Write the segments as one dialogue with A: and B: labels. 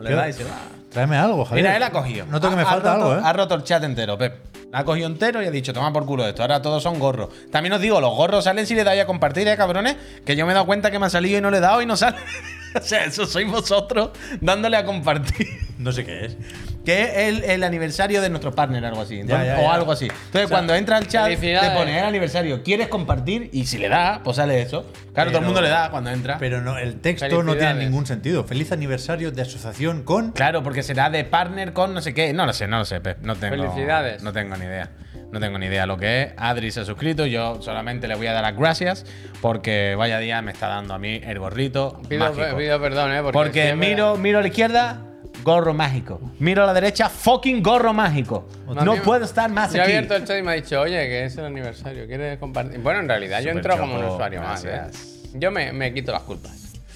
A: Le da y se va. "Ah".
B: Tráeme algo, Javier.
A: Mira, él ha cogido. Ah,
B: Noto que
A: Ha-
B: me
A: ha
B: falta
A: roto-
B: algo, ¿eh?
A: Ha roto el chat entero, Pep. La ha cogido entero y ha dicho, toma por culo esto. Ahora todos son gorros. También os digo, los gorros salen si le dais a compartir, ¿eh, cabrones? Que yo me he dado cuenta que me ha salido y no le he dado y no sale. o sea, eso sois vosotros dándole a compartir.
B: No sé qué es.
A: Que es el, el aniversario de nuestro partner, algo así. Entonces,
B: ya,
A: O
B: ya.
A: algo así. Entonces, cuando entra al chat, te
C: felicidades.
A: pone el aniversario. ¿Quieres compartir? Y si le da, pues sale eso. Claro, todo el
B: Pero-
A: mundo le da cuando entra.
B: Pero no, el texto no tiene
C: Felicidades.
B: ningún sentido. Feliz aniversario de asociación con.
A: Claro, porque será de partner con no sé qué. No lo sé, no lo sé, Pep. No tengo,
C: Felicidades.
A: No tengo ni idea. No tengo ni idea lo que es. Adri se ha suscrito. Yo solamente le voy a dar las gracias porque vaya día me está dando a mí el gorrito.
C: Pido,
A: mágico.
C: pido perdón, ¿eh? Porque,
A: porque
C: siempre-
A: miro, miro a la izquierda, gorro mágico. Miro a la derecha, fucking gorro mágico.
C: Hostia.
A: No puedo estar más
C: Yo he
A: aquí.
C: abierto el chat y me ha dicho, oye, que es el aniversario, ¿quieres compartir? Bueno, en realidad yo
A: Súper
C: entro como un
A: choco,
C: usuario más, ¿eh?
A: gracias.
C: Yo me, me quito las culpas.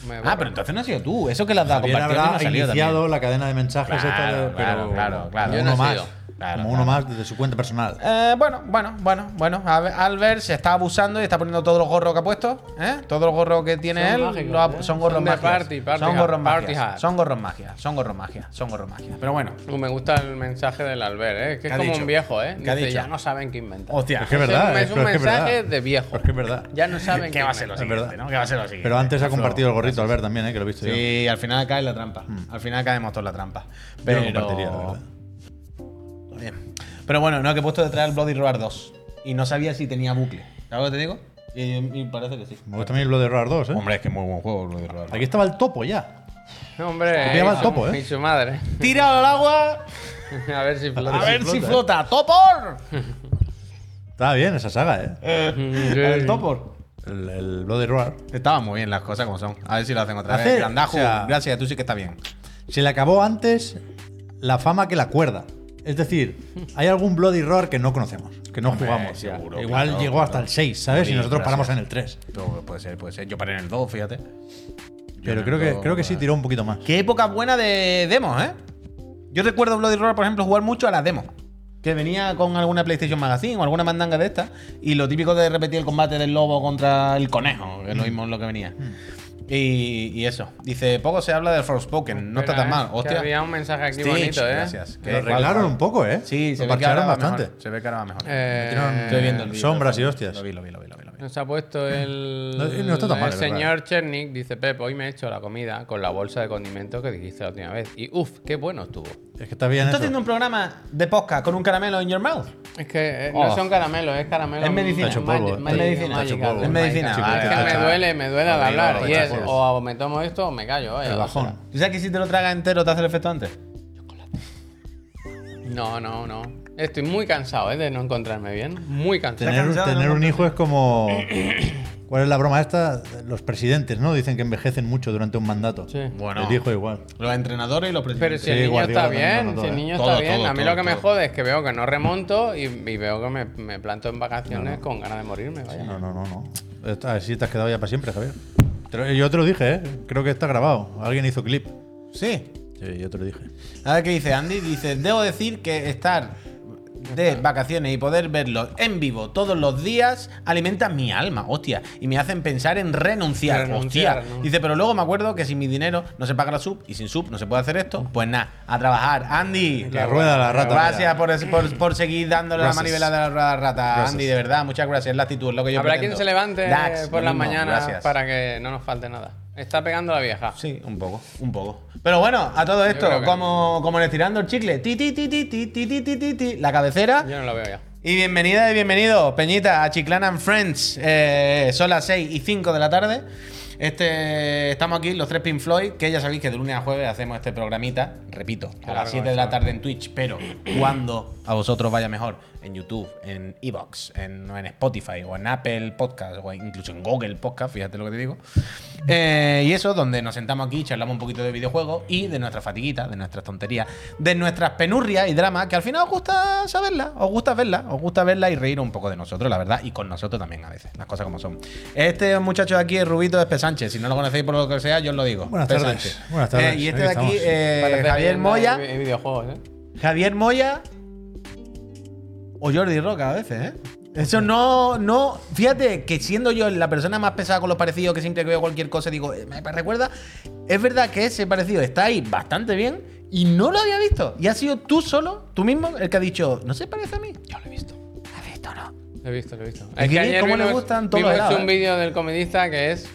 C: Me borro.
A: Ah, pero entonces no ha sido tú. Eso que le has dado a
B: Bien
A: compartir no
B: habrá
A: ha salido
B: iniciado
A: también.
B: la cadena de mensajes.
A: Claro,
B: esta de-
A: claro,
B: pero
A: claro, claro.
B: como
C: Yo no
B: uno
C: he
B: más.
C: sido.
A: Claro,
B: como uno más desde su cuenta personal.
A: Eh, bueno, bueno, bueno, bueno. A ver, Albert se está abusando y está poniendo todos los gorros que ha puesto. ¿eh? Todos los gorros que tiene
C: Son
A: él
C: mágicos,
A: lo ha-
C: ¿eh?
A: son gorros
C: Son de
A: magias.
C: party, party
A: son
C: hat,
A: gorros
C: party
A: magias.
C: hat.
A: Son gorros magias. Son gorros magias. Son gorros magias. Pero bueno.
C: Uh, Me gusta el mensaje del Albert, ¿eh? Es que
A: ¿Qué
C: es
A: ha
C: como
A: dicho?
C: un viejo, ¿eh?
A: ¿Qué ha
C: Dice,
A: dicho?
C: ya no saben qué inventar.
A: Hostia.
B: Es que es
C: Es un-
B: verdad. eh,
C: es un
B: pero que
C: mensaje
B: verdad.
C: de viejo.
B: Es que es verdad.
C: Ya no saben
A: ¿Qué va a ser lo
B: Es
A: siguiente,
B: verdad.
A: no? ¿Qué va a ser lo siguiente?
B: Pero antes ha
A: Eso-
B: compartido el gorrito Albert también, eh, que lo he visto yo.
A: Sí, al final cae en la trampa. Al final caemos todos en la trampa.
B: Yo
A: Pero.
B: lo compartiría, la verdad.
A: Bien. Pero bueno, no, que he puesto detrás el Bloody Roar 2. Y no sabía si tenía bucle. ¿Sabes lo que te digo? Y, y parece que sí.
B: Me gusta también lo de Roar 2, eh.
A: Hombre, es que muy buen juego el Bloody Roar 2.
B: Aquí estaba el topo ya.
C: No, hombre.
B: pillaba
C: y
B: el
C: su-
B: topo, ¿eh?
C: Y su madre.
A: Tira al agua
C: A ver si
A: a
C: flota.
A: ver si
B: flota,
A: flota. ¡Topor!
B: Estaba bien esa saga, eh.
A: El topor.
B: El, el Bloody Roar.
A: Estaban muy bien las cosas como son. A ver si lo hacen otra
B: Hace-
A: vez. Grandajo,
B: o sea-
A: gracias, tú sí que está bien.
B: Se le acabó antes la fama que la cuerda. Es decir, hay algún Bloody Roar que no conocemos, que no jugamos.
A: seguro,
B: Igual
A: claro,
B: llegó hasta
A: claro.
B: el 6, ¿sabes?
A: Sí,
B: y nosotros
A: gracias.
B: paramos en el 3.
A: Pero puede ser, puede ser. Yo paré en el 2, fíjate.
B: Pero creo que, creo que sí tiró un poquito más.
A: Qué época buena de demos, ¿eh? Yo recuerdo Bloody Roar, por ejemplo, jugar mucho a las demos. Que venía con alguna PlayStation Magazine o alguna mandanga de estas. Y lo típico de repetir el combate del lobo contra el conejo, que es lo mismo en lo que venía. Mm. Y, y eso. Dice, poco se habla del Forspoken. No está
C: Espera,
A: tan
C: ¿eh? es
A: mal.
C: que
A: Hostia.
C: Había un mensaje aquí
A: Stitch,
C: bonito, ¿eh?
A: Gracias.
B: lo arreglaron un poco, ¿eh?
A: Sí, se
B: lo
A: ve que ahora
B: parcharon
A: va
B: bastante.
A: mejor. Se ve que ahora va mejor.
C: Eh,
A: Estoy viendo el vídeo.
B: sombras y hostias.
A: Lo vi, lo vi, lo vi, lo vi. lo vi.
C: Nos ha puesto el,
B: No, no está tan
C: el
B: mal, es verdad.
C: señor Chernik, dice Pep, hoy me he hecho la comida con la bolsa de condimentos que dijiste la última vez. Y uff, qué bueno estuvo.
B: Es que está bien
A: ¿Estás
B: eso.
A: haciendo un programa de podcast con un caramelo en your mouth?
C: Es que eh,
A: Oh.
C: no son caramelos, es caramelo.
A: Es medicina.
B: Está hecho polvo,
C: magi-
B: está
C: magi-
A: hecho- está hecho
C: magical,
B: polvo.
C: es medicina.
A: Sí,
C: vale.
A: porque
C: Es que
A: está-
C: me duele, me duele al
A: Está
C: hablar.
A: horrible,
C: Y
A: está
C: es,
A: horrible.
C: o me tomo esto o me callo. vaya,
B: El
C: o sea,
B: bajón.
A: ¿Tú sabes que si te lo tragas entero te hace el efecto antes?
C: No, no, no. Estoy muy cansado eh, de no encontrarme bien. Muy cansado.
B: Tener,
A: cansado,
B: tener
A: ¿no?
B: un hijo es como. ¿Cuál es la broma esta? Los presidentes, ¿no? Dicen que envejecen mucho durante un mandato.
C: Sí.
A: Bueno.
B: El hijo igual.
A: Los entrenadores y los
C: Pero si
A: presidentes.
B: Sí,
C: el niño
B: Guardiola
C: está
B: también lo
C: bien,
B: notó,
C: si el
B: eh.
C: niño
A: Todo,
C: está bien,
A: todo,
C: a mí
A: todo,
C: lo que me
A: todo.
C: jode es que veo que no remonto y, y veo que me, me planto en vacaciones con ganas de morirme. Vaya.
B: No, no, no, no. Esta- Así te has quedado ya para siempre, Javier. Te lo- Yo te lo dije, ¿eh? Creo que está grabado. Alguien hizo clip.
A: Sí.
B: Sí, yo te lo dije.
A: A ver qué dice Andy. Dice, debo decir que estar de vacaciones y poder verlos en vivo todos los días alimenta mi alma, hostia. Y me hacen pensar en renunciar,
C: Renunciar,
A: hostia.
C: ¿no?
A: Dice, pero luego me acuerdo que sin mi dinero no se paga la sub y sin sub no se puede hacer esto. Pues nada, a trabajar. Andy.
B: La rueda de la rata.
A: Gracias por, es- por- por seguir dándole
B: Gracias.
A: la manivela de la rueda de la rata,
B: Gracias.
A: Andy, de verdad. Muchas gracias, es la actitud, es lo que yo
C: Habrá
A: pretendo.
C: quien se levante
A: Dax,
C: por
A: lo
C: las
A: mismo,
C: mañanas
A: gracias.
C: para que no nos falte nada. Está pegando la vieja.
A: Sí, un poco, un poco. Pero bueno, a todo esto,
C: creo que-
A: como, como en estirando el chicle, ti, ti, ti, ti, ti, ti, ti, ti, ti, ti, la cabecera.
C: Yo no lo veo ya.
A: Y bienvenida y bienvenido, Peñita, a Chiclana and Friends. Eh, son las 6 y 5 de la tarde. Este, estamos aquí, los tres Pink Floyd, que ya sabéis que de lunes a jueves hacemos este programita, repito, a
C: Claro,
A: las 7 de la
C: eso.
A: tarde en Twitch, pero cuando a vosotros vaya mejor, en YouTube, en Evox, en, en Spotify o en Apple Podcast o incluso en Google Podcast, fíjate lo que te digo. Eh, y eso, donde nos sentamos aquí, charlamos un poquito de videojuegos y de nuestras fatiguitas, de nuestras tonterías, de nuestras penurrias y dramas, que al final os gusta saberlas, os gusta verlas, os gusta verlas y reír un poco de nosotros, la verdad, y con nosotros también a veces, las cosas como son. Este muchacho de aquí es Rubito de Sánchez, si no lo conocéis por lo que sea, yo os lo digo.
B: Buenas
A: P.
B: tardes,
A: Sánchez.
B: buenas tardes,
A: Eh, y este de
B: aquí
A: aquí,
B: estamos.
A: eh,
C: Parece
A: Javier
C: leyenda
A: Moya.
C: y- y videojuegos, ¿eh?
A: Javier Moya o Jordi Roca a veces, ¿eh? Eso no, no. Fíjate que siendo yo la persona más pesada con los parecidos, que siempre que veo cualquier cosa digo, eh, me recuerda. Es verdad que ese parecido está ahí bastante bien y no lo había visto. Y ha sido tú solo, tú mismo, el que ha dicho, no se parece a mí.
C: Yo lo he visto.
A: ¿Lo has visto o no?
C: Lo he visto, lo he visto.
A: Y Guille, ¿cómo le
C: vimos,
A: gustan todos
C: vimos
A: los helados,
C: un
A: eh?
C: vídeo del comedista que es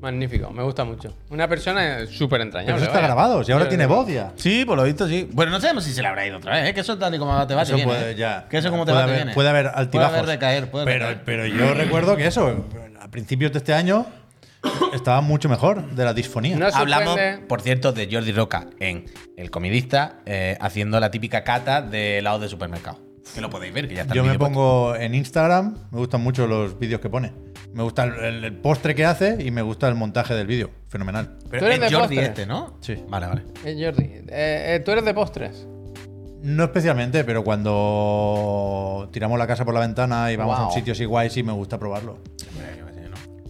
C: magnífico, me gusta mucho. Una persona súper entrañable.
B: Pero eso está
C: vaya.
B: grabado, si ahora
C: Yo-
B: tiene voz ya.
A: Sí, por lo visto sí. Bueno, no sabemos si se le habrá ido otra vez, ¿eh? que eso tal y como te va, te
B: Eso
A: viene,
B: puede,
A: ¿eh?
B: ya.
A: Que eso como te
B: puede
A: va, te
B: haber,
A: viene.
B: Puede haber altibajos.
A: Puede haber recaer, puede
B: pero,
A: recaer.
B: pero yo recuerdo que eso, a principios de este año, estaba mucho mejor de la disfonía.
C: No sorprende-
A: Hablamos, por cierto, de Jordi Roca en El Comidista, eh, haciendo la típica cata de helados de supermercado. Que lo podéis ver, que ya está. el
B: Yo me
A: vídeo puesto.
B: pongo en Instagram, me gustan mucho los vídeos que pone. Me gusta el, el- el postre que hace y me gusta el montaje del vídeo. Fenomenal.
A: Pero
C: Tú eres
A: es
C: de
A: Jordi
C: postres.
A: este, ¿no?
B: Sí.
A: Vale, vale.
C: Eh, Jordi, eh, eh, tú eres de postres.
B: No especialmente, pero cuando tiramos la casa por la ventana y vamos a un
C: Wow.
B: sitio así guay, sí me gusta probarlo.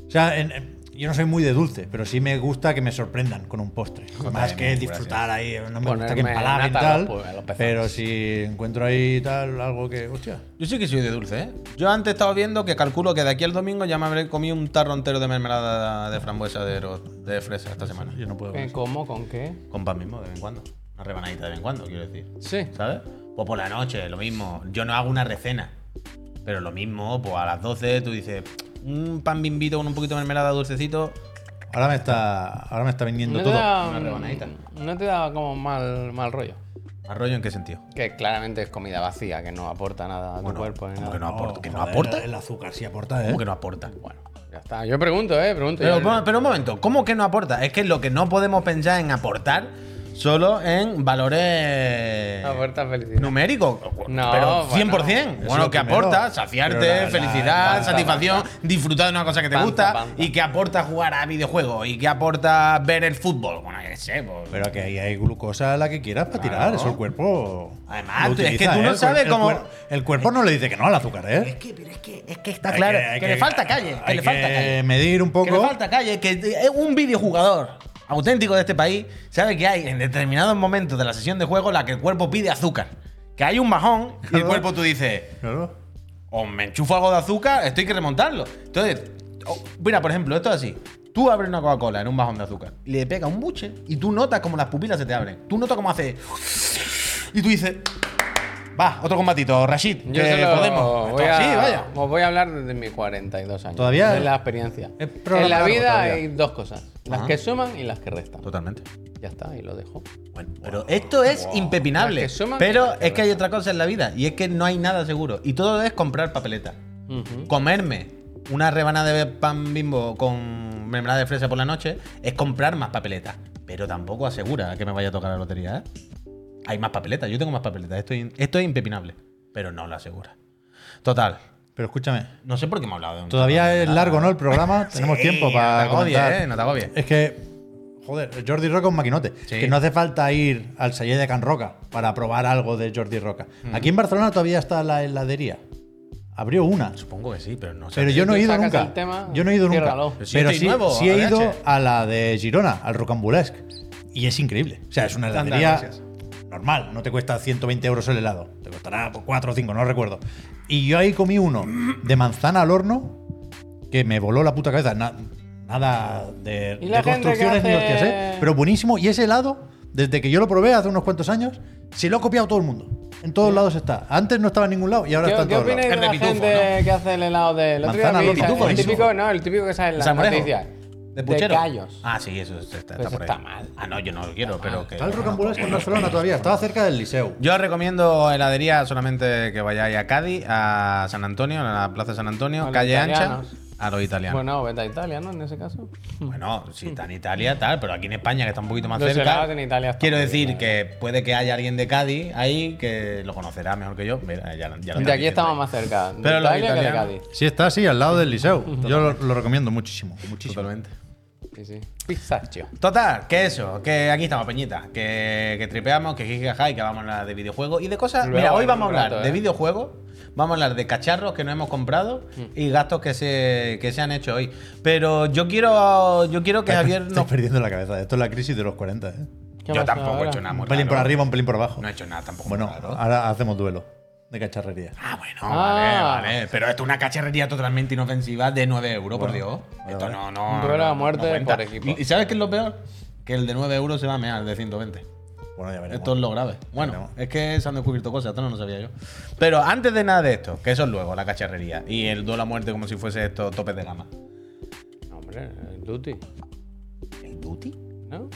B: O sea, en- en- yo no soy muy de dulce, pero sí me gusta que me sorprendan con un postre. Más
A: Joder,
B: que
A: gracias.
B: disfrutar ahí, no me gusta
C: Ponerme pues,
B: que empalaben
C: nata a
B: tal.
C: los pu- a los pezones.
B: pero si encuentro ahí tal, algo que. Hostia.
A: Yo sí que soy de dulce, ¿eh? Yo antes estaba viendo que calculo que de aquí al domingo ya me habré comido un tarro entero de mermelada de frambuesa de, ro- de fresa esta semana.
B: Yo no puedo.
C: Eh, ¿Cómo? ¿Con qué?
A: Con pan mismo, de vez en cuando. Una rebanadita de vez en cuando, quiero decir.
C: Sí.
A: ¿Sabes? Pues por la noche, lo mismo. Yo no hago una recena. Pero lo mismo, pues a las 12 tú dices, un pan bimbito con un poquito de mermelada dulcecito.
B: Ahora me está, ahora me está viniendo
C: No te,
B: todo.
C: da,
A: Una rebanadita.
C: no te da como mal, mal rollo.
A: ¿Arroyo en qué sentido?
C: Que claramente es comida vacía, que no aporta nada a tu
A: Bueno,
C: cuerpo. ni
A: como
C: nada.
A: que no aporta. ¿Que no
B: Oh, joder,
A: aporta?
B: El azúcar sí aporta, ¿eh?
A: ¿Cómo que no aporta?
C: Bueno, ya está. Yo pregunto, ¿eh? Pregunto.
A: Pero,
C: yo-
A: pero un momento, ¿cómo que no aporta? Es que lo que no podemos pensar en aportar, solo en valores
C: aporta Ah, felicidad.
A: numéricos.
C: No,
A: pero 100%.
C: bueno.
A: Bueno,
B: Eso
A: que
B: primero.
A: aporta, saciarte,
B: Pero la- la-
A: felicidad,
B: panza,
A: satisfacción, disfrutar de una cosa que te
C: Panza,
A: gusta.
C: panza.
A: Y que aporta jugar a videojuegos. Y que aporta ver el fútbol. Bueno, yo qué sé. pues.
B: Pero que ahí hay glucosa la que quieras para
A: Claro.
B: tirar, eso el cuerpo.
A: Además,
B: lo
A: tú- es que tú
B: ¿eh?
A: no
B: El cuer-
A: sabes
B: el
A: cómo-
B: cuer- El cuerpo no le dice que no al azúcar,
A: es
B: ¿eh?
A: que, pero es que, es que está
B: Hay
A: claro.
B: hay
A: que, le falta calle. Que
B: hay
A: le falta calle.
B: medir un poco.
A: Que le falta calle, que es un videojugador auténtico de este país sabe que hay en determinados momentos de la sesión de juego la que el cuerpo pide azúcar. Que hay un bajón y el
B: Claro.
A: cuerpo tú dices,
B: Claro.
A: o me enchufo algo de azúcar, esto hay que remontarlo. Entonces, o- mira, por ejemplo, esto es así. Tú abres una Coca-Cola en un bajón de azúcar, le pega un buche y tú notas como las pupilas se te abren. Tú notas cómo hace. Y tú dices, va, otro combatito, Rashid,
C: Yo
A: que
C: se lo
A: eh, podemos.
C: Voy a,
A: Sí, vaya.
C: Os voy a hablar desde mis 42 años.
B: Todavía-
C: Es la experiencia.
B: es
C: en la
B: programa
C: vida
B: largo
C: hay dos cosas: las
A: Ajá. Pues
C: que suman y las que restan.
A: Totalmente.
C: Ya está, y lo dejo.
A: Bueno, pero esto es impepinable.
C: Las que suman y
A: pero
C: las que
A: es que hay
C: restan.
A: otra cosa en la vida y es que no hay nada seguro. Y todo es comprar papeleta.
C: Ujú.
A: Comerme una rebanada de pan bimbo con mermelada de fresa por la noche es comprar más papeletas. Pero tampoco asegura que me vaya a tocar la lotería, ¿eh? Hay más papeletas, yo tengo más papeletas. Esto, es- esto es impepinable, pero no lo asegura. Total,
B: Pero escúchame,
A: no sé por qué me ha hablado de un
B: todavía es largo, ¿no? El programa. Tenemos
A: Sí,
B: tiempo
A: No
B: para
A: te agobies,
B: comentar.
A: ¿eh? No te agobies.
B: Es que, joder, Jordi Roca es un maquinote.
A: Sí.
B: Que no hace falta ir al Salle de Can Roca para probar algo de Jordi Roca. Aquí en Barcelona todavía está la heladería. Abrió una.
A: Supongo que sí, pero no sé.
B: Pero yo
C: tú
B: no he ido
C: sacas
B: nunca.
C: el tema,
B: yo no he ido nunca.
C: ciérralo.
A: Pero si
B: Pero
A: estoy
B: sí,
A: nuevo,
B: sí he
A: ADH.
B: ido a la de Girona, al Rocambulesque. Y es increíble. O sea, es una
A: Anda,
B: heladería
A: gracias.
B: normal. No te cuesta 120 euros el helado. Te costará 4 o 5, no recuerdo. Y yo ahí comí uno de manzana al horno que me voló la puta cabeza. Na- nada de,
C: ¿Y
B: de
C: la gente
B: construcciones
C: que
B: ni
C: hace-
B: hostias, ¿eh? Pero buenísimo. Y ese helado, desde que yo lo probé hace unos cuantos años, se lo ha copiado todo el mundo. En todos lados está. Antes no estaba en ningún lado y ahora
C: ¿Qué,
B: está en
C: qué
B: todos lados.
C: opináis de
A: El de
C: la
A: pitufo,
C: gente que hace el helado de el otro día
B: Manzana,
C: vi
B: no, pitufo,
C: el
B: buenísimo.
C: típico, no, el típico que sale en las
A: ¿Salmorejo?
C: noticias.
A: ¿De puchero?
C: callos.
A: Ah, sí, eso está, está
C: Pues Eso
A: por ahí.
C: está mal.
A: Ah, no, yo no lo quiero, pero que.
B: Está el Rocambulesque en Barcelona todavía. Estaba cerca del Liceu.
A: Yo recomiendo heladería solamente que vayáis a Cádiz, a San Antonio, a la Plaza de San Antonio,
C: A los
A: calle ancha,
C: italianos.
A: a los italianos. Bueno,
C: Bueno, vete a Italia, ¿no? En ese caso.
A: si está en Italia, tal, pero aquí en España, que está un poquito más
C: Los
A: cerca.
C: helados en Italia están
A: quiero
C: muy
A: decir
C: bien, eh.
A: que puede que haya alguien de Cádiz ahí que lo conocerá mejor que yo. Mira, ya, lo- ya lo están
C: De aquí
A: diciendo
C: estamos
A: ahí.
C: más cerca. De
A: Pero los
C: Italia que de
A: italianos.
C: Cádiz.
B: Sí, está así, al lado del Liceu. Yo lo, lo recomiendo muchísimo. muchísimo.
A: Totalmente.
C: Sí, sí. Pistachio.
A: Total, que eso, que aquí estamos, Peñita, que, que tripeamos, que jijijaja y que vamos a hablar de videojuegos y de cosas.
C: Luego
A: Mira, hoy
C: en
A: vamos a
C: un
A: hablar
C: rato,
A: de
C: ¿eh?
A: videojuegos, vamos a hablar de cacharros que no hemos comprado
C: Mm.
A: y gastos que se, que se han hecho hoy. Pero yo quiero, yo quiero que Javier
B: Estás
A: nos.
B: perdiendo la cabeza. Esto es la crisis de los 40, ¿eh?
C: ¿Qué
A: Yo
C: pasa
A: tampoco
C: ahora?
A: he hecho nada muy
B: Un pelín por
A: raro.
B: arriba, un pelín por abajo.
A: No he hecho nada tampoco.
B: Bueno,
A: muy raro.
B: ahora hacemos duelo. de cacharrería.
A: Ah, bueno,
C: Ah.
A: vale, vale. Pero esto es una cacharrería totalmente inofensiva de 9 euros, por Dios. esto no, no.
C: Un duelo a
A: no-
C: muerte
A: no cuenta.
C: por equipo.
A: ¿Y sabes qué es lo peor? Que el de 9 euros se va a mear al de 120.
B: Bueno, ya veremos.
A: Esto es lo grave. Bueno,
B: Veremos.
A: es que se han descubierto cosas, esto no lo sabía yo. Pero antes de nada de esto, que eso es luego, la cacharrería. Y el duelo a muerte como si fuese esto topes de gama.
C: Hombre, el duty,
A: ¿El duty?
C: ¿no?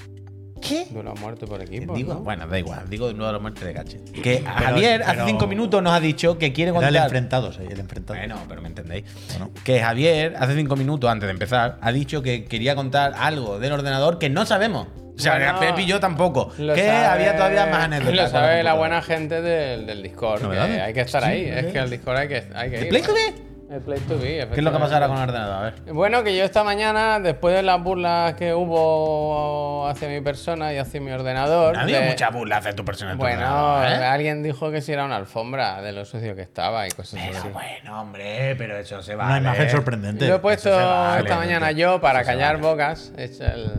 A: ¿Qué?
C: Duelo a muerte por equipo.
A: Digo,
C: ¿no?
A: bueno, da igual, digo de nuevo la muerte de Gache. Que Javier hace
B: pero-
A: cinco minutos nos ha dicho que quiere
B: Era
A: contar.
B: el enfrentado, sí, el enfrentado.
A: Bueno, pero me entendéis.
B: Bueno.
A: Que Javier, hace cinco minutos antes de empezar, ha dicho que quería contar algo del ordenador que no sabemos. O sea,
C: Bueno,
A: Pepi y yo tampoco. Que
C: Lo sabe-
A: había todavía más anécdotas.
C: Lo
A: con la
C: sabe la
A: computadora.
C: buena gente del, del Discord. que
B: Novedades.
C: hay que estar
B: Sí,
C: ahí.
B: novedades.
C: Es que el Discord hay que, hay que
A: ¿eh? ¿El
C: ir.
A: Play to
C: ¿no?
A: be?
C: El Play to be.
A: ¿Qué es lo que
C: efectivamente.
A: pasará con el ordenador? A ver.
C: Bueno, que yo esta mañana, después de las burlas que hubo hacia mi persona y hacia mi ordenador.
A: Ha habido
C: de-
A: mucha burla hacia tu persona. en tu
C: Bueno,
A: ordenador, ¿eh?
C: alguien dijo que si era una alfombra de lo sucio que estaba y cosas
A: Pero
C: así.
A: bueno, hombre, pero eso se va.
B: Una imagen sorprendente.
C: Lo he puesto
A: se vale,
C: esta mañana
A: gente.
C: yo para
A: Eso se
C: callar
A: vale.
C: bocas. he hecho el-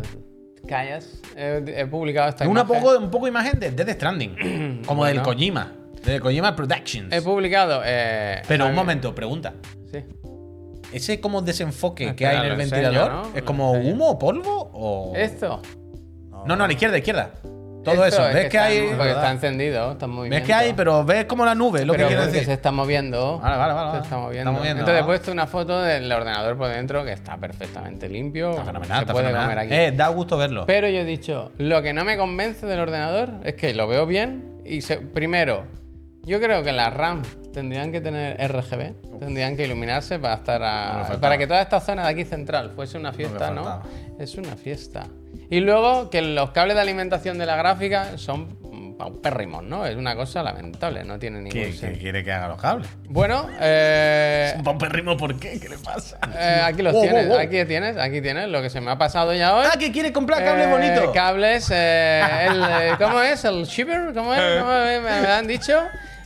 C: Callas. He, he publicado esta
A: Una
C: imagen.
A: poco, un poco imagen de Death Stranding. como del
C: Bueno.
A: Kojima. De Kojima Productions.
C: He publicado. eh,
A: Pero un
C: Javi-
A: momento, pregunta.
C: Sí.
A: Ese como desenfoque que
C: Espera,
A: hay en el
C: lo enseño,
A: ventilador,
C: ¿no?
A: ¿es
C: Lo
A: como
C: enseño.
A: humo o polvo? O...
C: Esto.
A: No, no, a la izquierda, a la izquierda. Todo
C: Esto
A: eso.
C: es
A: ¿Ves que,
C: está en-
A: hay.?
C: Porque está encendido, está en
A: ¿Ves
C: movimiento.
A: que hay? Pero ves como la nube, es lo que
C: Pero
A: quiero
C: porque
A: decir.
C: se está moviendo.
A: Vale, vale, vale,
C: Se
A: vale.
C: está moviendo.
A: Está moviendo,
C: Entonces he
A: ¿no?
C: puesto una foto del ordenador por dentro que está perfectamente limpio.
A: Está fenomenal,
C: se
A: está
C: puede
A: fenomenal.
C: comer aquí.
A: Eh, da gusto verlo.
C: Pero yo he dicho, lo que no me convence del ordenador es que lo veo bien y se- primero, yo creo que las RAM tendrían que tener RGB, tendrían que iluminarse para estar a-
A: No me faltaba.
C: para que toda esta zona de aquí central fuese una fiesta, ¿no?
A: faltaba.
C: Es una fiesta. Y luego que los cables de alimentación de la gráfica son mm, paupérrimos, ¿no? Es una cosa lamentable, no tiene ningún
A: ¿Qué,
C: sentido.
A: qué quiere que haga los cables?
C: Bueno, eh,
A: ¿Un pomperrimo por qué? ¿Qué le pasa?
C: eh, aquí los
A: Wow, wow,
C: tienes,
A: wow.
C: aquí tienes, aquí tienes lo que se me ha pasado ya hoy.
A: Ah, que quiere comprar cables
C: Eh,
A: bonitos.
C: Cables, eh, el, eh, ¿cómo es? ¿El shiver? ¿Cómo es?
B: Eh.
C: ¿Cómo es? me, me han dicho.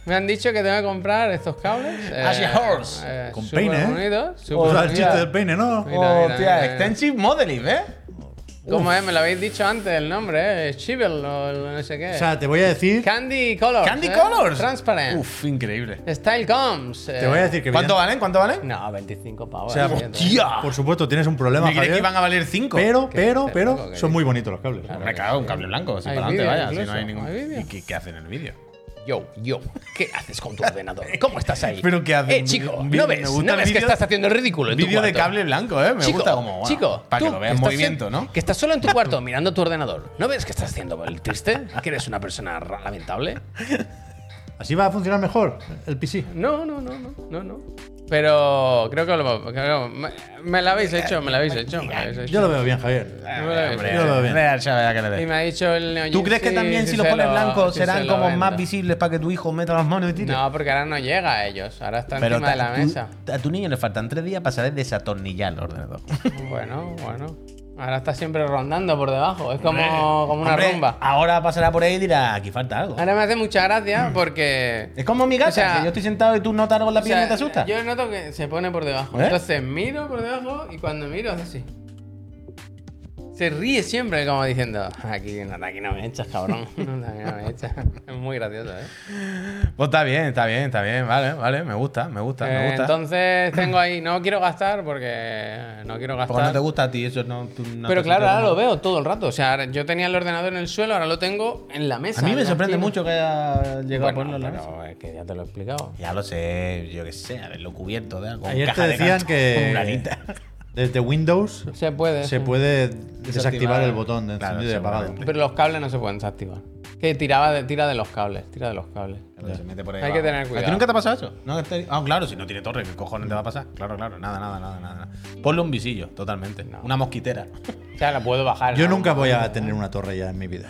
C: Me han dicho que tengo que comprar estos cables. eh,
A: Ashy horse.
C: eh,
B: Con
C: súper
B: peine, ¿eh?
C: bonitos,
B: O
C: súper
B: sea, el
C: bonitos.
B: chiste del peine, ¿no?
C: Mira, mira,
A: Hostia,
C: mira, mira.
A: Oh, Extensive Modeling, ¿eh? ¿ves?
C: ¿Cómo es? Me lo habéis dicho antes el nombre, ¿eh? Shiver o el no sé qué.
B: O sea, te voy a decir.
C: Candy Colors.
A: Candy
C: ¿eh?
A: Colors.
C: Transparent.
A: Uf, increíble.
C: Style Coms. eh.
B: Te voy a decir que.
A: ¿Cuánto
B: evidente-
A: valen? ¿Cuánto valen?
C: No, 25 pavos.
B: sea,
C: eh. siete.
A: ¡Hostia!
B: Por supuesto, tienes un problema,
A: Me creí que
B: Javier.
A: iban a valer 5.
B: Pero, pero,
C: Este loco
B: pero,
C: que
B: son muy bonitos los cables.
A: Me cago un cable blanco, si
C: Hay
A: para adelante
C: vídeo
A: vaya, si
C: incluso,
A: no hay ningún.
C: hay vídeo.
A: ¿Y qué, qué hacen en el vídeo?
C: Yo, yo, ¿qué haces con tu ordenador? ¿Cómo estás ahí?
A: Pero ¿qué haces?
C: Eh, chico,
A: Un vídeo-
C: ¿no
A: me
C: ves?
A: gusta
C: ¿No
A: el
C: ves que
A: vídeo-
C: estás haciendo el ridículo en tu
A: Vídeo de
C: cuarto?
A: cable blanco, ¿eh? Me
C: chico,
A: gusta como. bueno,
C: chico,
A: Para que
C: tú
A: lo veas en
C: estás
A: movimiento,
C: en-
A: ¿no?
C: Que estás solo en tu cuarto mirando tu ordenador. ¿No ves que estás haciendo el triste? ¿Que eres una persona ra- lamentable?
B: Así va a funcionar mejor el PC.
C: No, no, no, no, no, no. Pero creo que lo, creo- me, me la habéis hecho, me la habéis hecho, me la habéis hecho.
B: Yo lo veo bien, Javier.
C: No me la habéis
A: Hombre,
B: Yo lo veo bien.
A: vea, ya verá que le
C: hecho. Y
A: dé.
C: me ha dicho el Neo
A: ¿Tú
C: Geo,
A: crees que
C: sí,
A: también
C: sí
A: si los
C: se
A: pones
C: lo-
A: blancos
C: sí
A: serán
C: se lo
A: como más
C: vendo.
A: visibles para que tu hijo meta las manos y tire?
C: No, porque ahora no llega a ellos, ahora está
A: Pero
C: encima de la
A: ta- tú-
C: mesa.
A: a tu niño le faltan tres días para saber desatornillar el ordenador.
C: Bueno, bueno. Ahora está siempre rondando por debajo, es como, como una
A: Hombre,
C: rumba. Ah,
A: Ahora pasará por ahí y dirá, aquí falta algo.
C: Ahora me hace mucha gracia porque
A: Es como mi gata,
C: O sea,
A: que yo estoy sentado y tú notas algo en la
C: O
A: pierna
C: sea,
A: y te asusta.
C: Yo noto que se pone por debajo.
A: ¿Eh?
C: Entonces miro por debajo y cuando miro hace así. Se ríe siempre como diciendo, "Ah, aquí no, aquí no me echas, cabrón. No, aquí no me echas. Es muy gracioso, ¿eh?
A: Pues está bien, está bien, está bien, vale, vale, me gusta, me gusta,
C: Eh,
A: me gusta.
C: entonces tengo ahí, no quiero gastar porque no quiero gastar.
A: Porque no te gusta a ti, eso no. tú no
C: pero
A: te
C: claro,
A: sientes
C: ahora lo
A: cómodo.
C: veo todo el rato. O sea, ahora yo tenía el ordenador en el suelo, ahora lo tengo en la mesa.
A: A mí
C: en
A: me
C: la
A: sorprende
C: esquina.
A: mucho que haya llegado a
C: Bueno,
A: ponerlo en la mesa.
C: pero es que ya te lo he explicado.
A: Ya lo sé, yo qué sé, haberlo cubierto de algo.
B: Ayer te
A: caja de
B: decían
A: cartón, una
B: que
A: lita.
B: desde Windows
C: Se puede.
B: se
C: sí.
B: puede desactivar el botón de
A: Claro,
B: encendido y apagado.
A: seguramente.
C: Pero los cables no se pueden desactivar. Que tiraba de, tira de los cables, tira de los cables.
A: Claro, se mete por ahí
C: Hay
A: abajo.
C: que tener
A: ¿A ti
C: cuidado.
A: nunca te ha pasado eso? ¿No? Este- Ah, claro, si no tiene torre, ¿qué cojones te va a pasar? Claro, claro, nada, nada, nada, nada. Ponle un visillo, totalmente. Una mosquitera.
C: O sea, la puedo bajar.
B: Yo
C: ¿no?
B: nunca voy a tener una torre ya en mi vida.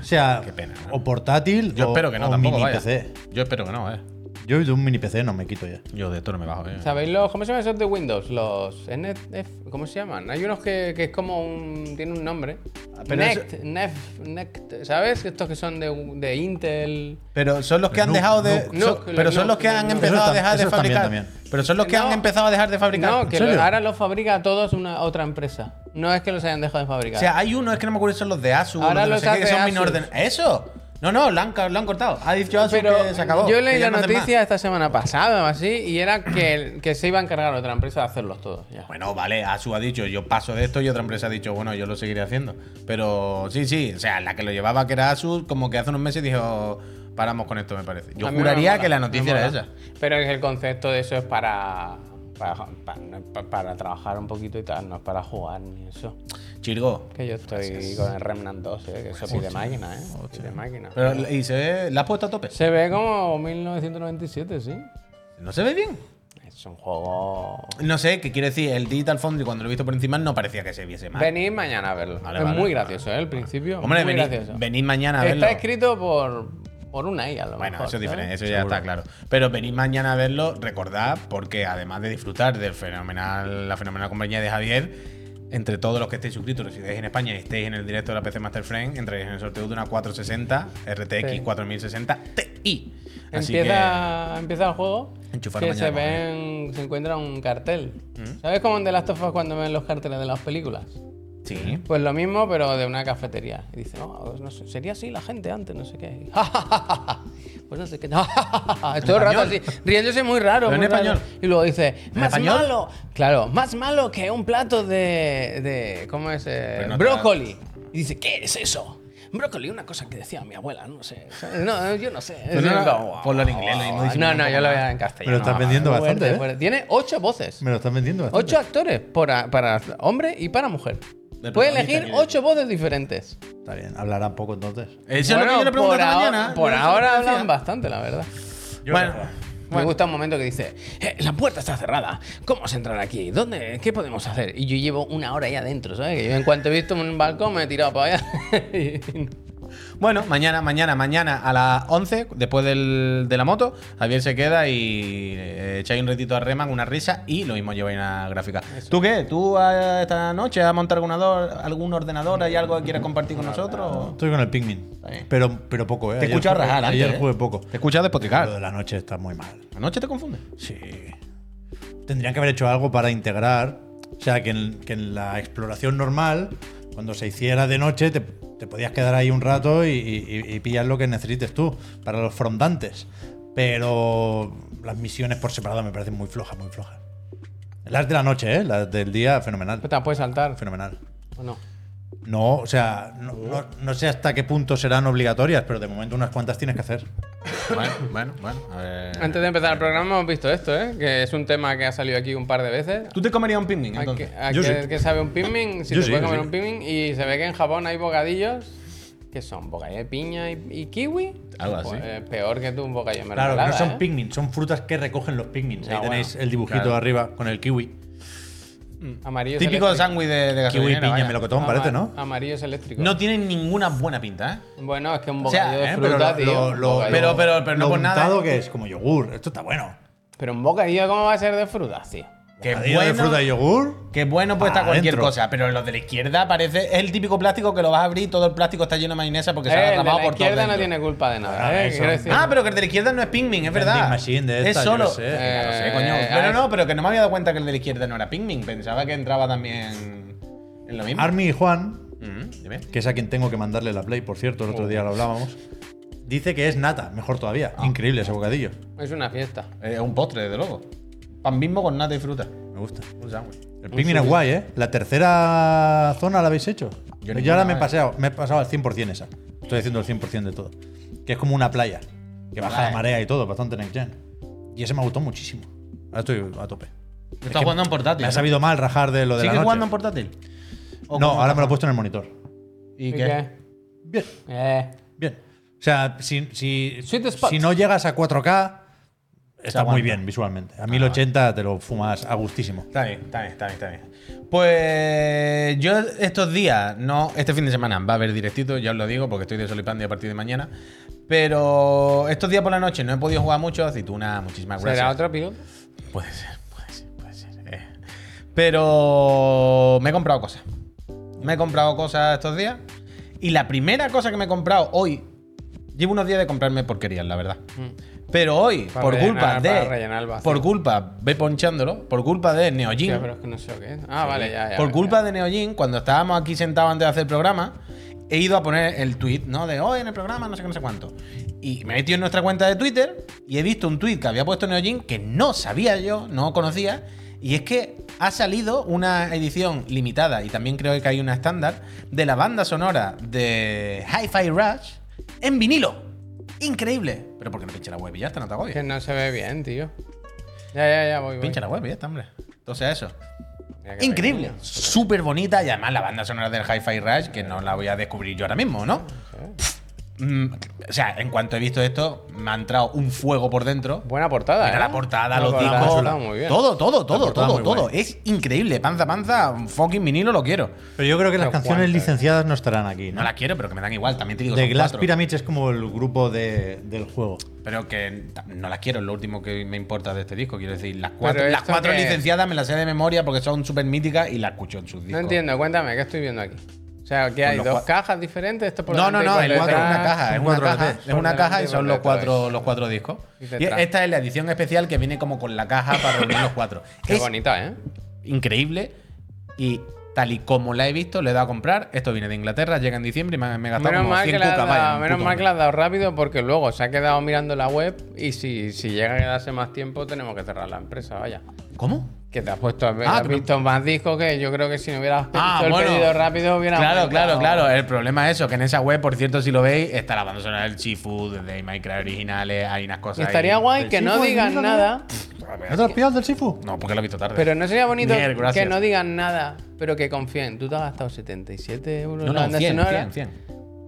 B: O sea,
A: Qué pena, ¿no?
B: o portátil
A: Yo
B: o,
A: espero que no,
B: o
A: tampoco
B: mini
A: vaya.
B: PC.
A: Yo espero que no, eh.
B: Yo de un mini PC no me quito ya.
A: Yo de esto no me bajo, eh.
C: ¿Sabéis los. ¿Cómo se llaman esos de Windows? Los. NF, ¿Cómo se llaman? Hay unos que, que es como un. Tiene un nombre.
A: Ah, pero
C: Nect, Nef, Nect. ¿Sabes? Estos que son de, de Intel.
A: Pero son los que han
B: Nuke,
A: dejado de.
C: Nuke.
A: son-
C: Nuke,
A: pero son
C: Nuke,
A: los que han
C: Nuke.
A: empezado
B: Eso
A: a dejar de
B: tam- eso también,
A: fabricar.
B: también.
A: Pero son los que han
C: No.
A: empezado a dejar de fabricar.
C: No, que
B: ¿En serio?
C: lo- ahora los fabrica a todos una otra empresa. No es que los hayan dejado de
A: O
C: fabricar.
A: sea, hay uno, es que no me acuerdo si son los de Asus, los
C: Ahora
A: de no
C: los
A: sé qué, que
C: hace
A: son minor
C: Asus.
A: ¡Eso! No, no, la han, ca- la han cortado. Ha dicho Ansu
C: Pero
A: que se acabó.
C: yo
A: que
C: leí
A: ya
C: la
A: no hacen más.
C: noticia esta semana pasada o así, y era que, el- que se iba a encargar otra empresa de hacerlos todos. Ya.
A: Bueno, vale, Asu ha dicho, yo paso de esto y otra empresa ha dicho, bueno, yo lo seguiré haciendo. Pero sí, sí, o sea, la que lo llevaba, que era Asu, como que hace unos meses dijo, paramos con esto, me parece. Yo
C: A mí me
A: juraría
C: mola,
A: que la
C: me
A: noticia era
C: mola.
A: esa.
C: Pero es el concepto de eso es para para, para- para trabajar un poquito y tal, no es para jugar ni eso.
A: Chirgo.
C: Que yo estoy
A: Pues
C: con el Remnant 2, eh, que eso pide máquina, ¿eh? Pide máquina.
A: Pero, ¿Y se ve? ¿La has puesto a tope?
C: Se ve como 1997, sí.
A: ¿No se ve bien?
C: Es un juego...
A: No sé, ¿qué quiere decir? El Digital Foundry, cuando lo he visto por encima, no parecía que se viese mal.
C: Venid mañana a verlo.
A: Vale,
C: es
A: vale,
C: muy
A: vale.
C: gracioso, ¿eh? El principio.
A: Hombre,
C: muy
A: venid,
C: gracioso.
A: venid mañana a
C: Está
A: verlo.
C: escrito por, por una IA, a lo
A: Bueno,
C: mejor,
A: eso es diferente,
C: ¿sabes?
A: eso ya está claro. Pero venid mañana a verlo, recordad, porque además de disfrutar del fenomenal, la fenomenal compañía de Javier, entre todos los que estéis suscritos, si estáis en España y estéis en el directo de la PC Master Friend, entraréis en el sorteo de una 460 RTX
C: Sí.
A: 4060 Ti. Así
C: Empieza, empieza el juego.
A: Enchufar
C: que
A: mañana ¿Mm?
C: se
A: con
C: ven, se encuentra un cartel. ¿Sabes cómo en The Last of Us cuando ven los carteles de las películas?
A: que. Sí.
C: Pues lo mismo, pero de una cafetería. Y dice, no, pues no sé, sería así la gente antes, no sé qué. Y, pues no sé qué. Todo el rato así, riéndose muy raro.
A: Pero en
C: muy raro.
A: español.
C: Y luego dice,
A: ¿En
C: más
A: español?
C: malo. Claro, más malo que un plato de. de ¿Cómo es? Eh,
A: Pues no te
C: brócoli. Y dice, ¿qué es eso? Brócoli, una cosa que decía mi abuela, no sé. No, yo no sé.
A: Pero Pues no,
C: Es
A: no,
C: como, "Oh,
A: ponlo en inglés, lo mismo disimula
C: No,
A: un
C: no,
A: poco
C: yo lo
A: más.
C: voy a en castellano.
B: Me lo estás vendiendo
C: Fuerte,
B: bastante, ¿eh?
C: fuerte. Tiene ocho voces.
B: Me lo están vendiendo bastante.
C: Ocho actores para, para hombre y para mujer.
A: Del
C: Puedes
A: protagonista
C: elegir
A: que-
C: ocho voces diferentes.
B: Está bien, hablarán poco entonces.
A: Eso
C: Bueno,
A: es lo que Eh, yo le pregunto
C: por
A: esta
C: ahora-
A: mañana.
C: Por
A: Yo no sé
C: ahora
A: lo que decía.
C: hablan bastante, la verdad.
A: Bueno.
C: Me gusta un momento que dice, "Eh, la puerta está cerrada, ¿cómo se entrar aquí? ¿Dónde? ¿Qué podemos hacer? Y yo llevo una hora ahí adentro, ¿sabes? Que yo en cuanto he visto un balcón me he tirado para allá.
A: Bueno, mañana, mañana, mañana a las 11, después del- de la moto, Javier se queda y eh, echáis un ratito a Reman, una risa y lo mismo lleváis una gráfica. ¿Tú qué? ¿Tú ah, esta noche has montado algún, ador- algún ordenador? ¿Hay algo que quieras compartir con nosotros? o?
B: Estoy con el Pikmin.
A: Está bien.
B: Pero, pero poco, ¿eh?
A: Te he escuchado
B: jugué-
A: rajar antes.
B: Ayer
A: ¿eh?
B: jugué poco.
A: Te he escuchado
B: Lo
A: despotricar.
B: de la noche está muy mal.
A: Anoche te confunde.
B: Sí. Tendrían que haber hecho algo para integrar. O sea, que en, que en la exploración normal, cuando se hiciera de noche, te, te podías quedar ahí un rato y, y- y pillar lo que necesites tú para los frondantes. Pero las misiones por separado me parecen muy flojas, muy flojas. Las de la noche, ¿eh? Las del día, fenomenal.
C: Pues te puedes saltar.
B: Fenomenal.
C: ¿O no?
B: No, o sea, no, no- no sé hasta qué punto serán obligatorias, pero de momento unas cuantas tienes que hacer.
A: Bueno, bueno, bueno. A ver.
C: Antes de empezar el programa hemos visto esto, ¿eh? Que es un tema que ha salido aquí un par de veces.
A: ¿Tú te comerías un pingüín
C: Aquí
A: entonces?
B: Yo sí.
C: que sabe un pimin, si
B: Yo
C: te
B: sí,
C: puede
B: yo
C: comer
B: sí.
C: un pimin. Y se ve que en Japón hay bocadillos que son bocadillo de piña y, y kiwi.
A: Algo así.
C: eh, peor que tú un bocadillo de
B: Claro,
C: mermelada.
B: no son
C: ¿eh?
B: pigmin, son frutas que recogen los pigmins.
C: Ya,
B: Ahí tenéis
C: bueno,
B: el dibujito
A: claro.
B: arriba con el kiwi.
C: Amarillos
A: Típico
C: eléctricos.
A: sándwich de, de
B: Kiwi,
A: gasolinera,
B: piña,
A: vaya.
B: melocotón,
C: Ama-
B: parece, ¿no?
C: Amarillos eléctricos.
A: No tienen ninguna buena pinta, ¿eh?
C: Bueno, es que un
A: O sea,
C: bocadillo
A: eh,
C: de
A: pero
C: fruta,
A: lo-
C: tío.
A: lo-
C: un
A: lo- pero-
C: bocadillo.
A: pero no
B: Lo
A: por nada,
B: untado
A: ¿eh?
B: que es como yogur. Esto está bueno.
C: Pero un bocadillo, ¿cómo va a ser de fruta, tío?
A: Que
B: Bocadillo de fruta y yogur.
A: Que bueno puede estar cualquier
B: Adentro.
A: cosa, pero los de la izquierda parece. Es el típico plástico que lo vas a abrir y todo el plástico está lleno de mayonesa porque se
C: Eh,
A: ha
C: el de
A: derramado
C: la
A: por todo.
C: izquierda no
A: dentro.
C: tiene culpa de nada,
B: Ah,
C: ¿eh?
B: eso.
C: Quiero decir-
A: Ah, pero que el de la izquierda no es Pingmin, es verdad.
B: Vending machine de esta,
A: es
B: yo
A: solo.
B: qué sé.
A: Eh, no sé,
C: Eh,
A: coño.
C: eh,
A: Pero
C: es-
A: no, pero que no me había dado cuenta que el de la izquierda no era Pingmin. Pensaba que entraba también en lo mismo.
B: Army y Juan,
A: Mm, dime.
B: que es a quien tengo que mandarle la play, por cierto, el otro día lo hablábamos, dice que es nata, mejor todavía. Increíble ese bocadillo.
C: Es una fiesta.
A: Eh, Es un postre, desde luego. Pan mismo con nata y fruta.
B: Me gusta.
A: Un sándwich.
B: El pigmin es guay, ¿eh? La tercera zona la habéis hecho.
A: Yo
B: Yo,
A: ninguna,
B: ahora me he,
A: eh.
B: paseado, me he pasado al 100% esa. Estoy haciendo el 100% de todo. Que es como una playa. Que baja la
A: Vale.
B: marea y todo, bastante next gen. Y ese me gustó muchísimo. Ahora estoy a tope.
A: Estás jugando en portátil.
B: Me ha
A: ¿no?
B: sabido mal rajar de lo de la
A: ¿Sigues
B: noche.
A: jugando en portátil? ¿O
B: no,
A: cómo
B: ahora
A: estás?
B: me lo he puesto en el monitor.
A: ¿Y qué? Pues
B: Bien,
C: Eh.
B: bien. O sea, si, si,
C: Sweet spot.
B: si no llegas a 4K, está
A: aguanta.
B: muy bien visualmente. A 1080 te lo fumas a gustísimo.
A: Está bien, está bien, está bien, está bien. Pues yo estos días, no, este fin de semana va a haber directito, ya os lo digo, porque estoy de Solipandia a partir de mañana. Pero estos días por la noche no he podido jugar mucho, aceituna, muchísimas gracias.
C: ¿Será otro piloto?
A: Puede ser, puede ser, puede ser. eh. Pero me he comprado cosas. Me he comprado cosas estos días. Y la primera cosa que me he comprado hoy, llevo unos días de comprarme porquerías, la verdad. Pero hoy,
C: Mm. Para
A: por culpa
C: rellenar- para rellenar el
A: de.
C: vacío.
A: Por culpa, ve ponchándolo, por culpa de Neojin.
C: Hostia, pero es que no sé lo que es. Ah, vale, ya, ya.
A: Por
C: ya.
A: culpa de Neojin, cuando estábamos aquí sentados antes de hacer el programa he ido a poner el tweet, ¿no? De hoy en el programa, no sé qué, no sé cuánto. Y me he metido en nuestra cuenta de Twitter y he visto un tweet que había puesto Neojin que no sabía yo, no conocía. Y es que ha salido una edición limitada y también creo que hay una estándar de la banda sonora de Hi-Fi Rush en vinilo. Increíble. Pero porque no pinche la web y ya está, no te agobies.
C: Que no eh. se ve bien, tío. Ya, ya, ya, voy, voy.
A: Pincha la web, y ya está, hombre. Entonces, eso.
C: Mira qué
A: Increíble.
C: pequeño.
A: Súper bonita. Y además, la banda sonora del Hi-Fi Rush, que no la voy a descubrir yo ahora mismo, ¿no? Pff, mm, o sea, en cuanto he visto esto, me ha entrado un fuego por dentro.
C: Buena portada,
A: Mira
C: ¿eh?
A: la portada,
C: No,
A: los
C: con la
A: discos.
C: portada muy bien.
A: Todo, todo, todo,
B: portada
A: todo,
B: muy
A: todo. Es increíble. Panza, panza, un fucking vinilo lo quiero.
B: Pero yo creo que las
C: Pero
B: canciones
C: cuántas.
B: licenciadas no estarán aquí.
A: No
B: ¿no?
A: la quiero, pero que me dan igual. También te digo
B: The
A: son
B: Glass
A: cuatro. Pues,
B: Pyramid es como el grupo de- del juego.
A: Pero que ta- no las quiero, es lo último que me importa de este disco. Quiero decir, las cuatro,
C: Pero
A: las
C: ¿esto
A: cuatro
C: qué es?
A: licenciadas me las sé de memoria porque son súper míticas y las escucho en sus discos.
C: No entiendo, cuéntame, ¿qué estoy viendo aquí? O sea, aquí hay
A: los
C: dos
A: cua-
C: cajas diferentes. Esto por
A: No, no,
C: delante y
A: no,
C: por
A: el cuatro es
C: detrás.
A: una caja, eh. es
B: son
A: una
B: cuatro
A: caja,
B: LPs.
A: es una
C: Por
A: caja y
C: delante y
A: son
C: por
A: los
C: detrás.
A: cuatro, los cuatro discos.
C: Y
A: Y
C: detrás.
A: esta es la edición especial que viene como con la caja para reunir los cuatro.
C: Qué
A: Es
C: bonita, ¿eh?
A: increíble y tal y como la he visto, le he dado a comprar. Esto viene de Inglaterra, llega en diciembre y me, me he gastado
C: Menos
A: como
C: mal,
A: 100
C: que la has
A: cucas.
C: dado-
A: Vaya, un
C: menos
A: puto
C: mal
A: hombre.
C: que la has dado rápido porque luego se ha quedado mirando la web y si, si llega a quedarse más tiempo tenemos que cerrar la empresa, vaya.
A: ¿Cómo?
C: Que te has puesto a ver,
A: Ah,
C: has
A: que me-
C: visto más discos que yo creo que si no hubieras
A: Ah,
C: hecho
A: bueno.
C: el pedido rápido hubiera
A: Claro, claro,
C: aumentado.
A: claro. El problema es eso, que en esa web, por cierto, si lo veis, está la banda sonora del Chifu, de Minecraft originales, hay unas
C: Y
A: cosas. ahí.
C: estaría guay
B: el
C: que no
B: chico,
C: digan
B: mira,
C: nada,
B: ¿No te has pillado del Sifu?
A: No, porque lo he visto tarde.
C: pero no sería bonito
A: Mier, gracias.
C: que no digan nada, pero que confíen. Tú te has gastado 77 euros en
A: no,
C: la
A: no,
C: banda
A: 100,
C: sonora.
A: 100, 100.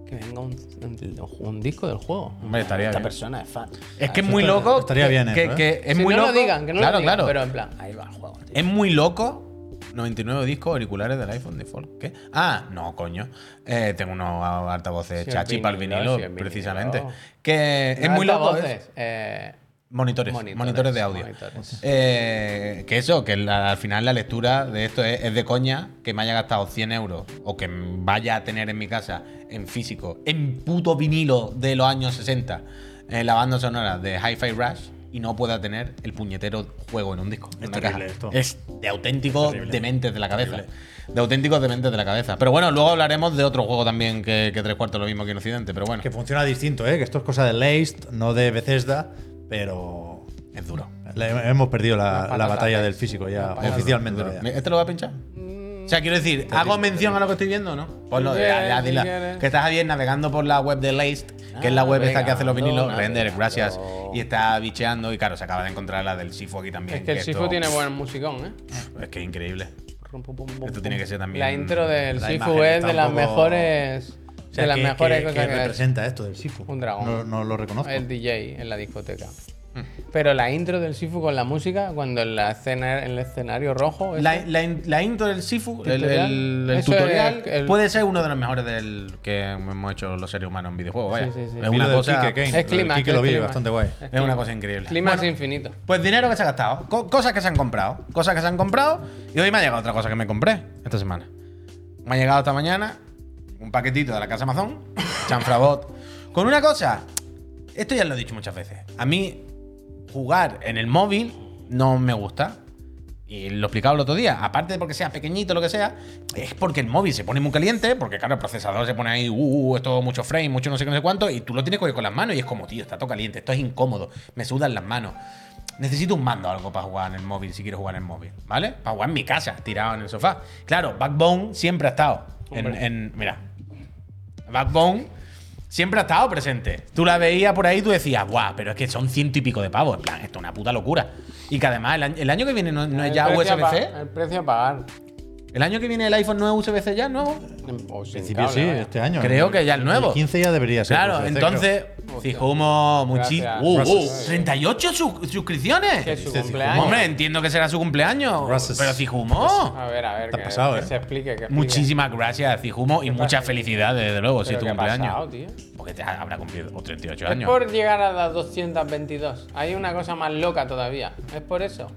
C: Que venga un, un- un disco del juego.
A: Hombre, estaría
C: Esta
A: bien.
C: persona es fan.
A: Es que
C: Ah,
A: es muy
B: está-
A: loco.
B: estaría
A: que-
B: bien
A: que,
B: eso, ¿eh?
A: que es
C: si
A: muy
C: no
A: loco.
C: lo digan, que no
A: claro,
C: lo digan,
A: claro.
C: pero en plan, ahí va el juego. tío.
A: Es muy loco. 99 discos auriculares del iPhone default. ¿Qué? Ah, no, coño. Eh, tengo unos a- altavoces
C: Si el
A: chachi para el
C: vinilo,
A: vinilo,
C: si el vinilo.
A: precisamente. Que es
C: No
A: muy loco. ¿eh?
C: altavoces, eh,
A: Monitores, monitores,
C: Monitores,
A: de audio.
C: monitores.
A: Eh, que eso, que la- al final la lectura de esto es, es de coña que me haya gastado 100 euros o que vaya a tener en mi casa en físico, en puto vinilo de los años 60, eh, la banda sonora de Hi-Fi Rush y no pueda tener el puñetero juego en un disco. en
B: Es
A: una
B: terrible
A: caja.
B: esto.
A: Es de auténticos dementes de la cabeza. De auténticos dementes de la cabeza. Pero bueno, luego hablaremos de otro juego también que, que tres cuartos lo mismo que en Occidente, pero bueno,
B: Que funciona distinto, ¿eh? Que esto es cosa de Leist, no de Bethesda, pero.
A: es duro.
B: le- hemos perdido la, la
C: patatas
B: batalla
C: Leist.
B: del físico ya,
C: patatas.
B: oficialmente.
A: Duro.
B: ya.
A: ¿Este lo va a pinchar? O sea, quiero decir, ¿hago mención a lo que estoy viendo o Pues no? Ponlo,
C: Mm. Si
A: ya,
C: quieres,
A: ya,
C: si
A: dila.
C: quieres. Ah,
A: Que estás ayer navegando por la web de Laced, que es la web esta que hace los vinilos,
C: Navegando,
A: render, gracias.
C: navegando.
A: Y está bicheando, y claro, se acaba de encontrar la del Sifu aquí también.
C: Es que el Sifu
A: esto-
C: tiene buen musicón, ¿eh?
A: Es que es increíble.
C: Rum, pum, pum, pum,
A: Esto
C: pum.
A: tiene que ser también-
C: La intro del
A: la
C: Sifu
A: imagen
C: es
B: está
C: de
B: un
C: las
B: poco-
C: mejores.
B: O sea,
C: de las
B: ¿qué-
C: mejores
B: qué-
C: cosas
B: qué
C: que ha hecho
B: representa esto del Sifu?
C: Un dragón.
B: No, no lo reconozco.
C: el DJ en la discoteca.
A: Mm.
C: Pero la intro del Sifu con la música, cuando en la escena, en el escenario rojo. ese-
A: La, la in- la intro del Sifu, el,
C: Pues Tutorial.
A: el- el
C: Eso es
A: tutorial,
C: el-
A: puede ser uno de los mejores del que hemos hecho los seres humanos en videojuegos. Vaya.
C: Sí, sí, sí.
A: Es,
B: Y lo
A: una
B: del
A: cosa,
B: Kike Kane,
A: es
B: lo del
C: clima,
B: Kike
C: es
B: lo vi,
C: clima.
B: bastante guay.
A: una cosa increíble.
C: Clima
A: Bueno,
C: es infinito.
A: Pues dinero que se ha gastado, co- cosas que se han comprado, cosas que se han comprado. Y hoy me ha llegado otra cosa que me compré esta semana. Me ha llegado esta mañana un paquetito de la casa Amazon, chanfrabot, con una cosa. Esto ya lo he dicho muchas veces. A mí jugar en el móvil no me gusta. Y lo explicaba el otro día, aparte de porque sea pequeñito, lo que sea, es porque el móvil se pone muy caliente, porque claro, el procesador se pone ahí, uh, esto mucho frame, mucho no sé qué, no sé cuánto, y tú lo tienes que coger con las manos y es como, tío, está todo caliente, esto es incómodo, me sudan las manos. Necesito un mando o algo para jugar en el móvil, si quiero jugar en el móvil, ¿vale? Para jugar en mi casa, tirado en el sofá. Claro, Backbone siempre ha estado. En, en- mira, Backbone siempre ha estado presente. Tú la veías por ahí y tú decías, guau, pero es que son ciento y pico de pavos. En plan, esto es una puta locura. Y que además el año, el año que viene no, no es
C: El
A: ya
C: precio a pa-
A: USB-C.
C: El precio a pagar.
A: El año que viene el iPhone no es USB-C ya, ¿no?
C: O sin
B: En principio
C: cable,
B: sí,
C: vaya.
B: este año.
A: Creo que ya el nuevo.
B: 15 ya debería ser.
A: Claro,
B: pues,
A: entonces, Fijumo, muchísimo.
C: Gracias.
A: Uh, uh,
C: Gracias.
A: 38 sus- suscripciones.
C: Que es su
B: Dice,
C: cumpleaños.
A: este, Hombre, entiendo que será su cumpleaños.
B: Gracias.
A: Pero Fijumo.
C: A ver, a ver.
B: Te
C: que,
B: has pasado,
C: que
B: ¿eh?
C: se explique. que explique.
A: Muchísimas gracias, Fijumo, y muchas felicidades, desde luego, si
C: Pero
A: tu
C: ¿qué ha
A: cumpleaños.
C: pasado, tío?
A: Porque te ha- habrá cumplido o 38
C: Es
A: años.
C: por llegar a las 222. Hay una cosa más loca todavía. Es por eso.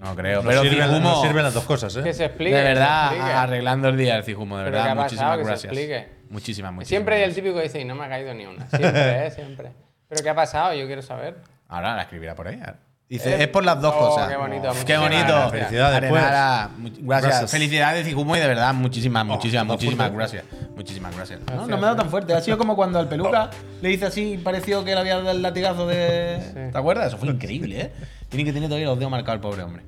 A: No creo.
B: Nos
A: pero
B: sirven,
A: Fijumo,
B: nos sirven las dos cosas,
C: Que
B: ¿eh?
C: se explique.
A: de
C: que se
A: verdad,
C: explique.
A: arreglando el día del Fijumo, de
C: Pero
A: verdad,
C: ¿qué ha
A: muchísimas
C: pasado? Que se
A: gracias.
C: explique.
A: Muchísimas, muchísimas.
C: Siempre hay el
A: gracias.
C: típico que dice, y no me ha caído ni una. Siempre, eh, siempre. Pero ¿qué ha pasado? Yo quiero saber.
A: Ahora la escribirá por ahí. ahora. Dice,
C: Eh,
A: es por las dos
C: oh,
A: cosas.
C: qué bonito,
A: Uf, qué
C: muchísimas
A: bonito.
C: gracias.
B: Felicidades, pues.
A: Arenara, mu- gracias. Oh,
B: Gracias.
A: Felicidades, Icumo, y de verdad, muchísimas, muchísimas,
B: no,
A: muchísimas
B: fuerte.
A: gracias. Muchísimas gracias. Oh. No,
C: Gracias,
A: no me ha dado tan fuerte. Ha sido como cuando al peluca le hice así y pareció que le había dado el latigazo de.
C: Sí.
A: ¿Te acuerdas? Eso fue increíble, ¿eh? Tienen que tener todavía los dedos marcados el pobre hombre.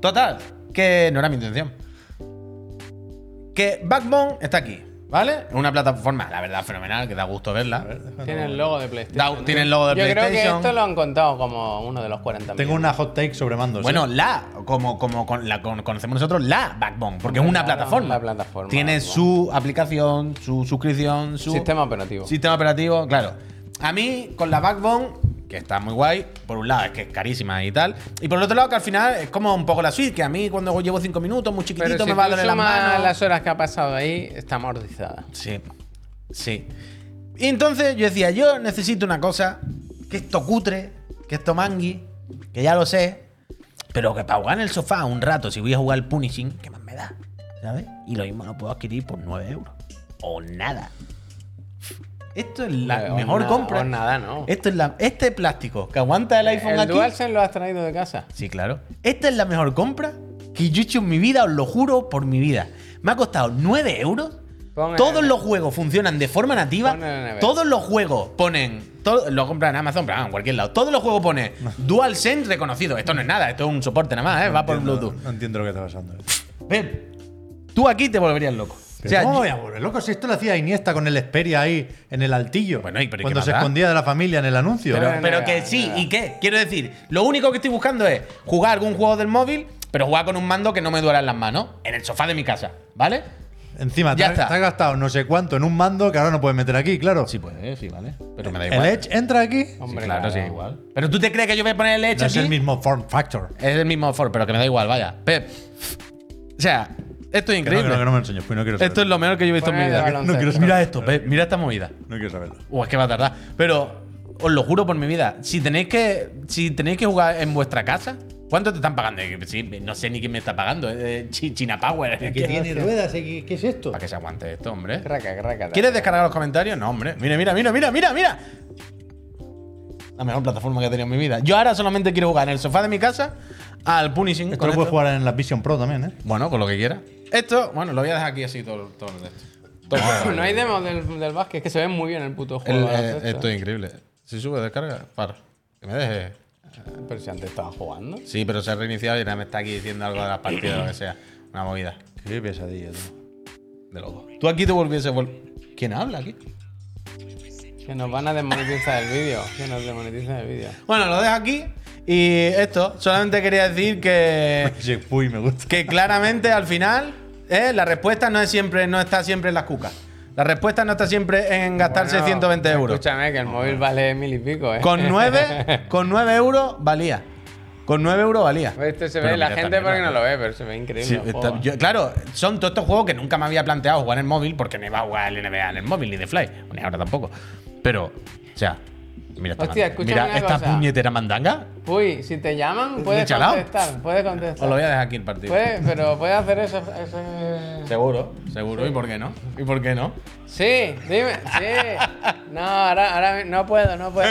A: Total, que no era mi intención. Que Backbone está aquí, ¿vale? Una plataforma, la verdad, fenomenal, que da gusto verla.
C: Tiene el logo de PlayStation.
A: Da- tiene el logo de
C: Yo creo que
A: PlayStation.
C: esto lo han contado como uno de los 40
B: Tengo una hot take sobre mandos.
A: Bueno,
B: ¿eh?
A: la, como, como con- la con- conocemos nosotros, la Backbone, porque es una
C: La-
A: plataforma.
C: la plataforma,
A: Tiene
C: Backbone.
A: su aplicación, su suscripción, su
C: Sistema operativo.
A: sistema operativo, claro. A mí, con la Backbone, que está muy guay, por un lado es que es carísima y tal, y por el otro lado que al final es como un poco la suite, que a mí cuando llevo cinco minutos, muy
C: Pero
A: chiquitito,
C: si
A: me va a
C: tú
A: doler la
C: sumas
A: mano.
C: las horas que ha pasado ahí, está amortizada.
A: Sí, sí. Y entonces yo decía, yo necesito una cosa, que esto cutre, que esto mangui, que ya lo sé, pero que para jugar en el sofá un rato, si voy a jugar al Punishing, ¿qué más me da? ¿Sabes? Y lo mismo lo puedo adquirir por 9 euros. O nada. Esto es la
C: O
A: mejor
C: na-
A: compra.
C: o nada, ¿no? Eh,
A: Esto es la, este plástico que aguanta el iPhone
C: El
A: aquí.
C: DualSense lo has traído de casa.
A: Sí, claro. Esta es la mejor compra que yo he hecho en mi vida, os lo juro por mi vida. Me ha costado 9 euros.
C: Pon
A: todos
C: el-
A: los juegos funcionan de forma nativa.
C: Pon el NB.
A: Todos los juegos ponen. to- lo compran en Amazon, pero ah, en cualquier lado. Todos los juegos ponen DualSense reconocido. Esto no es nada, esto es un soporte nada más, ¿eh? va por
B: Entiendo-
A: Bluetooth.
B: No entiendo lo que está pasando. ¿eh?
A: Pep, tú aquí te volverías loco. O
B: Pero
A: sea,
B: ¿Cómo
A: yo-
B: voy a volver loco? pues, Si esto lo hacía Iniesta con el Esperia ahí en el altillo.
A: Bueno, ¿y pero qué
B: cuando
A: más
B: se
A: da?
B: escondía de la familia en el anuncio. ¿eh?
A: Pero,
C: Pero
A: pero
C: no,
A: que
C: no,
A: sí,
C: no.
A: ¿y qué? Quiero decir, lo único que estoy buscando es jugar algún juego del móvil, pero jugar con un mando que no me duela en las manos, en el sofá de mi casa, ¿vale?
B: Encima, te,
A: Ya
B: ha-
A: está.
B: te has gastado no sé cuánto en un mando que ahora no puedes meter aquí, claro.
A: Sí, puede, sí, vale. Pero me da
B: el
A: igual.
B: Edge entra aquí.
A: Sí,
C: Hombre,
A: claro,
C: claro.
A: sí, igual. Pero tú te crees que yo voy a poner el Edge
B: No es
A: aquí?
B: el mismo form factor.
A: Es el mismo for, pero que me da igual, vaya. Pep. O sea, esto es
B: Que no,
A: increíble.
B: que no, que no me enseño, pues no quiero saberlo.
A: Esto es lo mejor que yo he visto en mi
C: Poner de
A: vida.
C: baloncesto.
A: mira esto, Pep, mira esta movida.
B: No quiero saberlo.
A: O es que va a tardar. Pero os lo juro por mi vida, si tenéis que si tenéis que jugar en vuestra casa, ¿cuánto te están pagando? Eh, sí, no sé ni quién me está pagando. eh, Chi- China Power.
B: ruedas, ¿eh? ¿qué, es esto?
A: Para que se aguante esto, hombre.
C: Craca, craca.
A: ¿Quieres descargar los comentarios? No, hombre. Mira, mira, mira, mira, mira, mira. La mejor plataforma que he tenido en mi vida. Yo ahora solamente quiero jugar en el sofá de mi casa al Punishing.
B: Esto
A: con
B: lo puedes
A: esto.
B: jugar en la Vision Pro también, ¿eh?
A: Bueno, con lo que quiera. Esto, bueno, lo voy a dejar aquí así todo, todo el resto. Todo el juego.
C: No hay demo del, del básquet, es que se ve muy bien el puto juego.
A: El- eh,
C: de baloncesto.
A: esto es increíble. Si sube, descarga, para. Que me deje.
C: Pero si antes estaba jugando.
A: Sí, pero se ha reiniciado y ahora me está aquí diciendo algo de las partidas o lo que sea. Una movida
B: Qué pesadilla, tú.
A: de loco. Tú aquí te volvieses. vol- ¿Quién habla aquí?
C: Que nos van a desmonetizar el vídeo. Que nos desmonetizan el vídeo.
A: Bueno, lo dejo aquí. Y esto, solamente quería decir que.
B: Jack Puy me gusta.
A: que claramente al final eh, la respuesta no es siempre no está siempre en las cucas la respuesta no está siempre en gastarse
C: Bueno,
A: 120 euros
C: Escúchame, que el móvil vale mil y pico, ¿eh?
A: con 9 con 9 euros valía con 9 euros valía
C: Este se
A: Pero
C: ve, la
A: mira,
C: gente
A: también,
C: porque no lo ve, pero se ve increíble.
A: Sí,
C: el
A: está-
C: juego.
A: yo- claro, son todos estos juegos que nunca me había planteado jugar en el móvil porque no iba a jugar el NBA en el móvil ni de Fly, ni ahora tampoco. Pero, o sea, mira esta,
C: Hostia,
A: mandanga.
C: escúchame
A: mira
C: una
A: esta
C: cosa.
A: puñetera mandanga.
C: Uy, si te llaman, puedes
A: chalao.
C: contestar. Puedes
A: Os lo
C: contestar.
A: voy a dejar aquí el partido.
C: Puedes, pero puedes hacer eso. ese-
A: Seguro, seguro. ¿Y por qué no? ¿Y por qué no?
C: Sí, dime, sí. No, ahora, ahora no puedo, no puedo.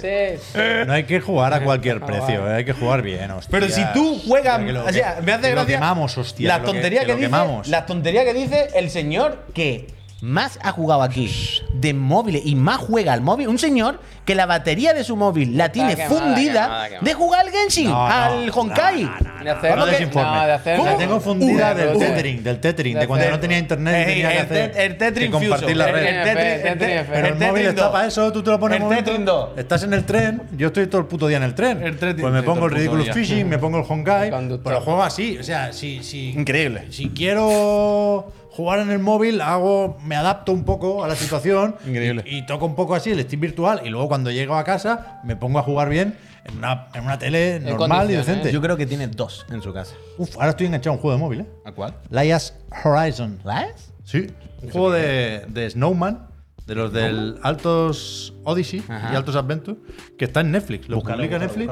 C: Sí, sí.
B: No hay que jugar a cualquier
C: Ah,
B: precio,
C: vale.
B: ¿eh? hay que jugar bien, hostia.
A: Pero si tú juegas,
B: Que lo-
A: o sea, me hace
B: que lo
A: gracia
B: quemamos, hostia,
A: las
B: que lo que-
A: tonterías
B: que
A: que,
B: lo
A: dice,
B: quemamos.
A: las tonterías que dice el señor que más ha jugado aquí de móviles y más juega al móvil, un señor que la batería de su móvil la tiene
C: quemada,
A: fundida
C: quemada, quemada.
A: de jugar al Genshin,
B: No, no,
A: al Honkai. Eh,
B: no, no,
C: De hacer-
B: No
A: ¿Cómo que-
B: desinforme.
C: no, de hacer-
B: La
C: ¿Cómo?
B: tengo fundida
C: Uh,
B: del
C: uh,
B: tethering, del tethering, de cuando
C: del-
B: no tenía internet y
A: Ey,
B: tenía que
A: el,
B: hacer-
A: te- el Tetris
B: que compartir
A: Fusion,
B: la
A: el-
B: red.
A: el Tetris- el te-
C: Tetris,
B: Pero el, móvil
A: Tetris
B: está
A: dos.
B: para eso, tú te lo
A: El
B: pones en un momento,
A: Tetris 2.
B: Estás en el tren, yo estoy todo el puto día en el tren.
A: El Tetris-
B: pues me
A: sí,
B: pongo
A: todo
B: el
A: el puto
B: Ridiculous
A: día.
B: Fishing, me pongo el Honkai,
C: El conductor.
B: pero juego así, o sea, si si
A: Increíble.
B: si quiero jugar en el móvil, hago me adapto un poco a la situación
A: Increíble.
B: y, y toco un poco así el Steam virtual y luego cuando llego a casa me pongo a jugar bien en una, en una tele normal y
C: condiciones.
B: decente.
A: Yo creo que tiene dos en su casa.
B: Uf, ahora estoy enganchado a un juego de móvil, ¿eh?
A: ¿A cuál?
B: Laias Horizon.
A: ¿La es?
B: Sí. Un juego de, de Snowman, de los del Altos Odyssey
A: Ajá.
B: y Altos Adventure, que está en Netflix. Lo publica Netflix.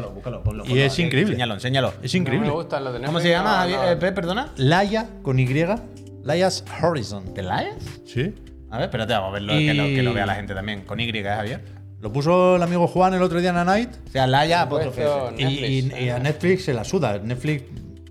B: y es increíble.
A: Enséñalo, enséñalo.
B: Es
C: No
B: increíble.
C: me gustan los de
A: ¿Cómo
C: Netflix,
A: se llama?
C: no,
A: Javier?
C: no.
A: Eh, Pep, perdona.
B: Laia con Y. Laias Horizon.
A: ¿De la es?
B: Sí.
A: A ver, espérate, vamos a verlo,
B: Y-
A: que, lo, que lo vea la gente también. Con Y, ¿eh, Javier.
B: Lo puso el amigo Juan el otro día en la night
A: O sea, Laia,
C: Por
A: apóstrofe.
C: supuesto,
A: F.
B: y, y- y a Netflix se la suda. Netflix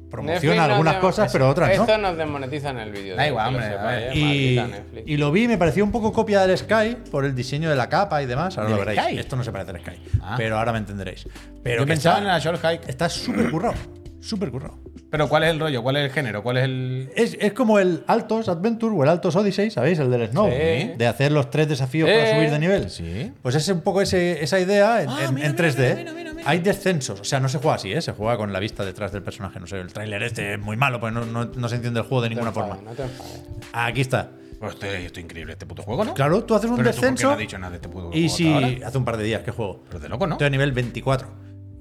B: promociona
C: Netflix nos
B: algunas
C: demo-
B: cosas, pero otras no.
C: Esto nos desmonetizan el vídeo.
A: Da
C: tío,
A: igual,
C: que lo
A: hombre,
C: sepa,
A: vale.
C: eh,
B: Y,
C: maldita Netflix.
B: y lo vi, me pareció un poco copia del Sky por el diseño de la capa y demás. Ahora lo
A: ¿Del
B: veréis.
A: Sky?
B: Esto no se parece al Sky,
A: Ah.
B: pero ahora me entenderéis. Pero
A: Yo
B: que
A: pensaba en
B: está-
A: la Short Hike.
B: Está súper currado. Súper currado.
A: Pero ¿cuál es el rollo? ¿Cuál es el género? ¿Cuál es el...?
B: Es, es como el Altos Adventure o el Altos Odyssey, ¿sabéis? El del Snow.
C: Sí.
B: De hacer los tres desafíos
C: Sí.
B: para subir de nivel.
A: Sí.
B: Pues es un poco ese- esa idea en,
A: Ah,
B: en-
A: mira, mira,
B: en 3D.
A: mira, mira, mira, mira.
B: Hay descensos. O sea, no se juega así, ¿eh? Se juega con la vista detrás del personaje. No sé, el tráiler este es muy malo, pues no, no- no se entiende el juego de
C: No te
B: ninguna
C: enfades,
B: forma.
C: No te enfades.
B: Aquí está.
A: Pues esto, esto es increíble, este puto juego, ¿no?
B: Claro, tú haces un
A: Pero tú, ¿por qué
B: descenso.
A: no has dicho nada de este puto juego
B: y
A: hasta
B: si.
A: ahora?
B: Hace un par de días que juego.
A: Pero de loco, ¿no?
B: Estoy a nivel 24.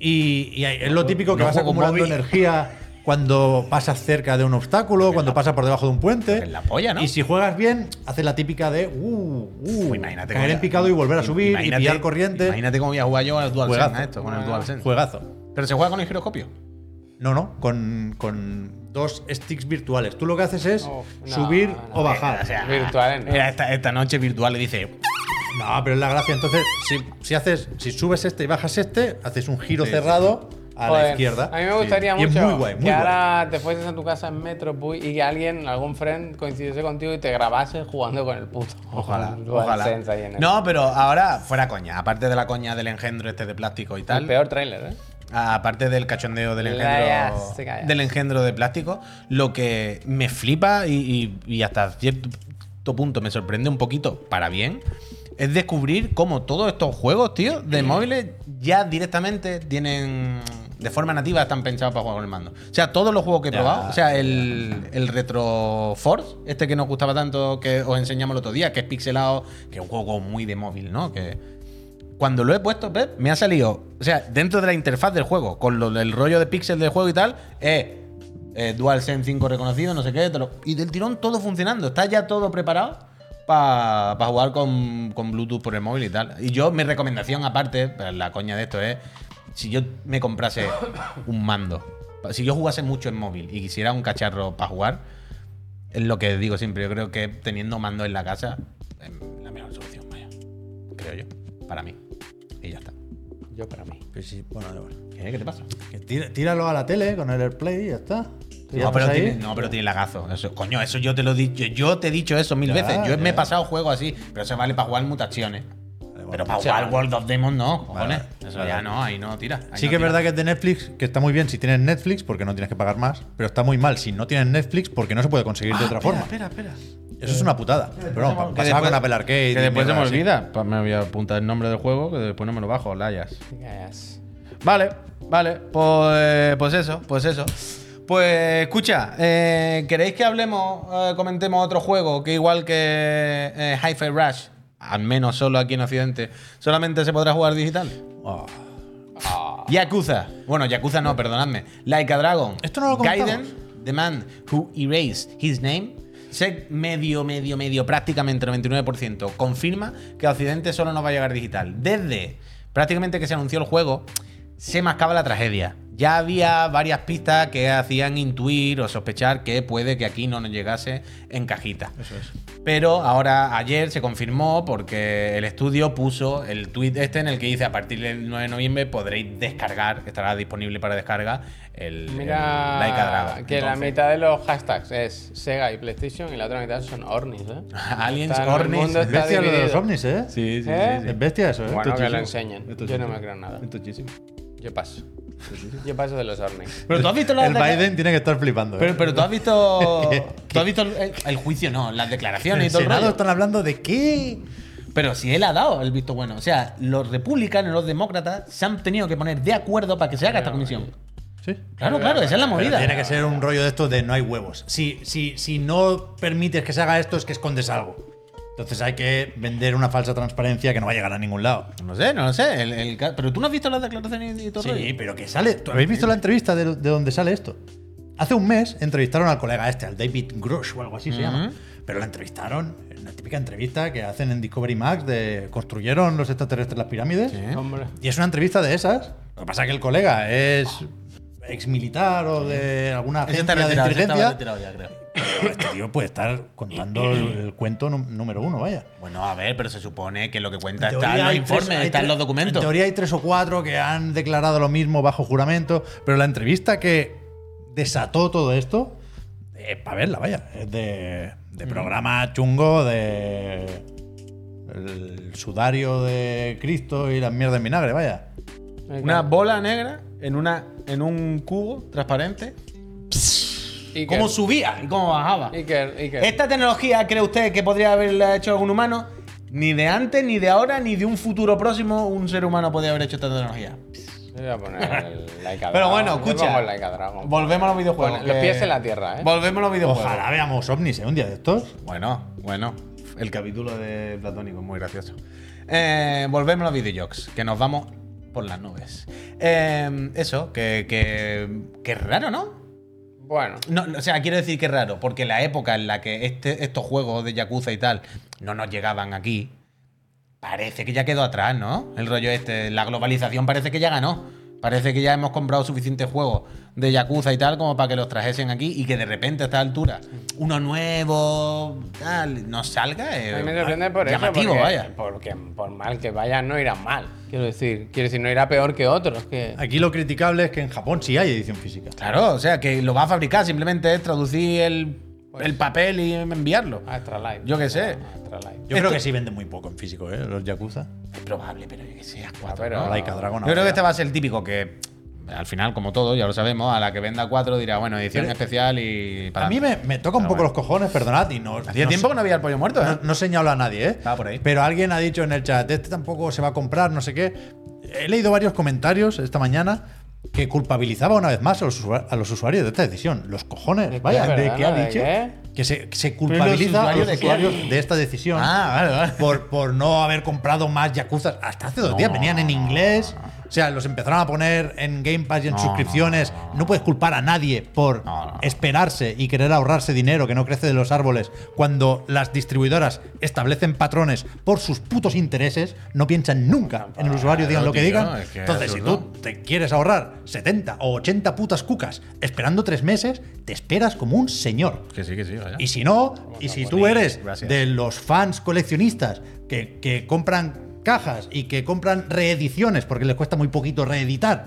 B: Y, y hay- es lo típico que
A: no
B: vas
A: juego
B: acumulando
A: móvil.
B: energía cuando pasas cerca de un obstáculo, cuando pasas por debajo de un puente.
A: que es la polla, ¿no?
B: Y si juegas bien, haces la típica de. Uh, uh,
A: Uf, imagínate
B: caer
A: cómo-
B: en picado y volver a subir y
A: imagínate-
B: pillar corriente.
A: Imagínate cómo voy a jugar yo al DualSense
B: Juegazo. Ah,
A: a esto, con el
C: Bueno,
A: DualSense.
B: Juegazo.
A: Pero se juega con el giroscopio.
B: No, no, con, con dos sticks virtuales. Tú lo que haces es
C: Oh, no,
B: subir
C: no,
B: o
A: Eh,
B: bajar. Ah.
C: Virtuales, ¿no?
A: Mira, esta, esta noche virtual le dice.
B: No, pero es la gracia. Entonces, si, si haces, si subes este y bajas este, haces un giro
A: Sí, sí,
B: cerrado a la
C: Joder,
B: izquierda.
C: A mí me gustaría
B: Sí. Y es
C: mucho
B: muy guay, muy
C: que
B: guay.
C: ahora te fueses a tu casa en Metro Puy, y que alguien, algún friend, coincidiese contigo y te grabase jugando con el puto.
A: Ojalá,
C: con el
A: ojalá.
C: DualSense ahí en el-
A: No, pero ahora fuera coña. Aparte de la coña del engendro este de plástico y
C: el
A: tal.
C: peor tráiler, ¿eh?
A: Aparte del cachondeo del
C: Calla,
A: engendro,
C: se calla.
A: del engendro de plástico, lo que me flipa y, y- y hasta cierto punto me sorprende un poquito para bien es descubrir cómo todos estos juegos, tío,
B: Mm.
A: de móviles ya directamente tienen. De forma nativa están pensados para jugar con el mando. O sea, todos los juegos que he
B: Ya,
A: probado, o sea, el, el Retro Force, este que nos gustaba tanto, que os enseñamos el otro día, que es pixelado, que es un juego muy de móvil, ¿no? Que, cuando lo he puesto, Pep, me ha salido. O sea, dentro de la interfaz del juego, con lo, el rollo de pixel del juego y tal, eh, eh, DualSense 5 reconocido, no sé qué. te lo- y del tirón todo funcionando. Está ya todo preparado para jugar con, con Bluetooth por el móvil y tal. Y yo, mi recomendación, aparte, para la coña de esto es: si yo me comprase un mando, si yo jugase mucho en móvil y quisiera un cacharro para jugar, es lo que digo siempre. Yo creo que teniendo mando en la casa es la mejor solución, vaya. Creo yo. Para mí. Y ya está.
C: Yo para mí.
B: Pues sí, bueno, da igual.
A: ¿Qué, ¿Qué te pasa?
B: Que tira- tíralo a la tele con el AirPlay y ya está.
A: No
B: Tiramos
A: pero,
B: ahí.
A: tiene, no, pero tiene lagazo. Eso, coño, eso yo te lo he dicho. Yo te he dicho eso mil
B: Ya,
A: veces. Yo
B: ya.
A: me he pasado juego así, pero eso vale para jugar mutaciones.
B: bueno,
A: pero para
B: sí,
A: jugar
B: vale.
A: World of Demons no, cojones.
B: Vale, vale.
A: eso
B: Vale,
A: ya
B: vale.
A: no, ahí no tira. ahí
B: Sí
A: no
B: que es
A: tira.
B: verdad que es de Netflix, que está muy bien si tienes Netflix, porque no tienes que pagar más, pero está muy mal si no tienes Netflix porque no se puede conseguir de otra forma.
A: Espera, espera.
B: Eso es una putada. Pero vamos, pa-
A: que
B: pasaba
A: después-
B: con Apple Arcade. y mierdas así.
A: Pa- Me voy a apuntar el nombre del juego, que después no me lo bajo, Layas.
C: Te callas.
A: Vale, vale, pues, pues eso, pues eso. Pues escucha, eh, ¿queréis que hablemos, eh, comentemos otro juego que igual que eh, Hi-Fi Rush, al menos solo aquí en Occidente, solamente se podrá jugar digital?
B: Oh.
A: Yakuza, bueno, Yakuza no, perdonadme. Like a Dragon,
B: Esto no lo comentamos.
A: Gaiden, The Man Who Erased His Name, se medio, medio, medio, prácticamente 99%, confirma que a Occidente solo nos va a llegar digital. Desde prácticamente que se anunció el juego, se mascaba la tragedia. Ya había varias pistas que hacían intuir o sospechar que puede que aquí no nos llegase en cajita. Pero ahora ayer se confirmó porque el estudio puso el tweet este en el que dice a partir del 9 de noviembre podréis descargar, estará disponible para descarga el, el
C: Mira
A: Laika Dragon.
C: que la
A: Entonces,
C: mitad de los hashtags es Sega y PlayStation y la otra mitad son Ornis, ¿eh?
A: Aliens,
C: Está- el
A: Ornis,
C: mundo
B: Es
C: está
B: bestia lo de los
C: dividido.
B: ovnis, ¿eh?
A: Sí, sí, sí,
C: ¿Eh?
A: sí.
B: Es bestia eso, ¿eh?
C: Bueno, que lo
B: Tochísimo.
C: enseñen.
B: Esto
C: Yo no
B: sí.
C: me creo en nada. Yo paso. Yo paso de los Ornis.
A: Pero tú has visto las
B: El
A: decla-
B: Biden tiene que estar flipando. ¿eh?
A: Pero, pero tú has visto. Tú has visto el, el- el juicio, no, las declaraciones y
B: el
A: todo el
B: Senado
A: rollo.
B: están hablando de qué.
A: Pero si él ha dado el visto bueno. O sea, los republicanos, los demócratas se han tenido que poner de acuerdo para que se haga esta comisión.
B: Sí.
A: Claro, claro, esa es la movida.
B: tiene que ser un rollo de estos de no hay huevos. Si, si, si no permites que se haga esto es que escondes algo. Entonces hay que vender una falsa transparencia que no va a llegar a ningún lado.
A: No sé, no lo sé. El, el ca- pero tú no has visto las declaraciones y todo el
B: Sí,
A: rollo?
B: pero que sale. ¿Tú habéis visto la entrevista de, de donde sale esto? Hace un mes entrevistaron al colega este, al David Grosh o algo así se llama. Pero la entrevistaron, en la típica entrevista que hacen en Discovery Max de construyeron los extraterrestres las pirámides.
A: Sí. ¿Eh?
C: Hombre.
B: Y es una entrevista de esas. Lo que pasa es que el colega es. exmilitar o de alguna
D: Ese
B: agencia
D: está
B: de
D: retirado, ese estaba
B: inteligencia.
D: retirado ya, creo.
B: Pero este tío puede estar contando el, el cuento nú- número uno, vaya.
A: Bueno, a ver, pero se supone que lo que cuenta
B: En
A: está
B: teoría
A: en los
B: hay tres-
A: informes,
B: hay
A: está en
B: tres-
A: los documentos.
B: En teoría hay tres o cuatro que han declarado lo mismo bajo juramento, pero la entrevista que desató todo esto, para verla, vaya, es de,
A: Mm.
B: de programa chungo, de el sudario de Cristo y las mierdas en vinagre, vaya.
A: Una bola negra en, una, en un cubo transparente.
C: Iker,
A: ¿Cómo subía y cómo bajaba?
C: Iker, Iker.
A: ¿Esta tecnología cree usted que podría haberla hecho algún humano? Ni de antes, ni de ahora, ni de un futuro próximo un ser humano podría haber hecho esta tecnología.
C: Le voy a poner el like a
A: Pero
C: Dragon.
A: bueno,
C: Le
A: escucha.
C: pongo el like a Dragon.
A: Volvemos a los videojuegos.
C: Pon- los
A: que-
C: pies en la tierra, ¿eh?
A: Volvemos a los videojuegos.
B: Ojalá veamos ovnis ¿eh? un día de estos.
A: Bueno, bueno. El capítulo de Platónico es muy gracioso. Eh, volvemos a los videojuegos, que nos vamos por las nubes. Eh, eso, que, que, que raro, ¿no?
C: Bueno,
A: No, no, o sea, quiero decir que es raro, porque la época en la que este, estos juegos de Yakuza y tal no nos llegaban aquí, parece que ya quedó atrás, ¿no? El rollo este, la globalización parece que ya ganó. Parece que ya hemos comprado suficientes juegos de Yakuza y tal como para que los trajesen aquí y que de repente a esta altura uno nuevo tal nos salga.
C: a
A: eh,
C: mí me sorprende por eso.
A: llamativo,
C: porque,
A: vaya.
C: porque por mal que vaya, no irá mal. Quiero decir, quiero decir, no irá peor que otros. Que...
B: Aquí lo criticable es que en Japón sí hay edición física.
A: Claro, o sea, que lo va a fabricar, simplemente es traducir el,
C: Pues
A: el papel y enviarlo.
C: A Extra Life.
A: Yo qué sé.
C: A Extra Life.
A: Esto-
B: Yo creo que sí venden muy poco en físico, ¿eh? Los Yakuza.
A: Es probable, pero yo que sé, a cuatro,
C: pero-
A: ¿no?
B: Laika Dragon.
A: Yo creo que
B: ahora.
A: este va a ser el típico que, al final, como todo, ya lo sabemos, a la que venda cuatro dirá, bueno, edición
B: Pero-
A: especial y. para
B: A mí me,
A: adelante.
B: me toca un
A: Pero bueno.
B: poco los cojones, perdonad. Y no,
A: Hacía
B: no
A: tiempo
B: sé-
A: que no había el pollo muerto, ¿eh?
B: no, no señalo a nadie, ¿eh?
A: Estaba por ahí.
B: Pero alguien ha dicho en el chat, este tampoco se va a comprar, no sé qué. He leído varios comentarios esta mañana que culpabilizaba una vez más a los, usua- a los usuarios de esta decisión. Los cojones, vaya,
C: perdona,
B: ¿de qué ha
C: ¿de
B: dicho?
C: qué?
B: Que se, que se
A: ¿Los
B: culpabiliza a
A: usuarios
B: los
A: de qué?
B: usuarios de esta decisión
A: Ah, vale, vale.
B: por, por no haber comprado más Yakuza. Hasta hace dos días venían en inglés. O sea, los empezaron a poner en Game Pass y en
A: No,
B: suscripciones. No, puedes culpar a nadie por
A: No, no, no.
B: esperarse y querer ahorrarse dinero que no crece de los árboles cuando las distribuidoras establecen patrones por sus putos intereses. No piensan nunca en el usuario, digan lo que
A: tío,
B: digan.
A: es que es
B: Entonces, si
A: absurdo.
B: tú te quieres ahorrar 70 o 80 putas cucas esperando tres meses, te esperas como un señor.
A: Que sí, que sí, vaya.
B: Y si no, y si tú
A: morir.
B: eres
A: Gracias.
B: de los fans coleccionistas que, que compran cajas y que compran reediciones porque les cuesta muy poquito reeditar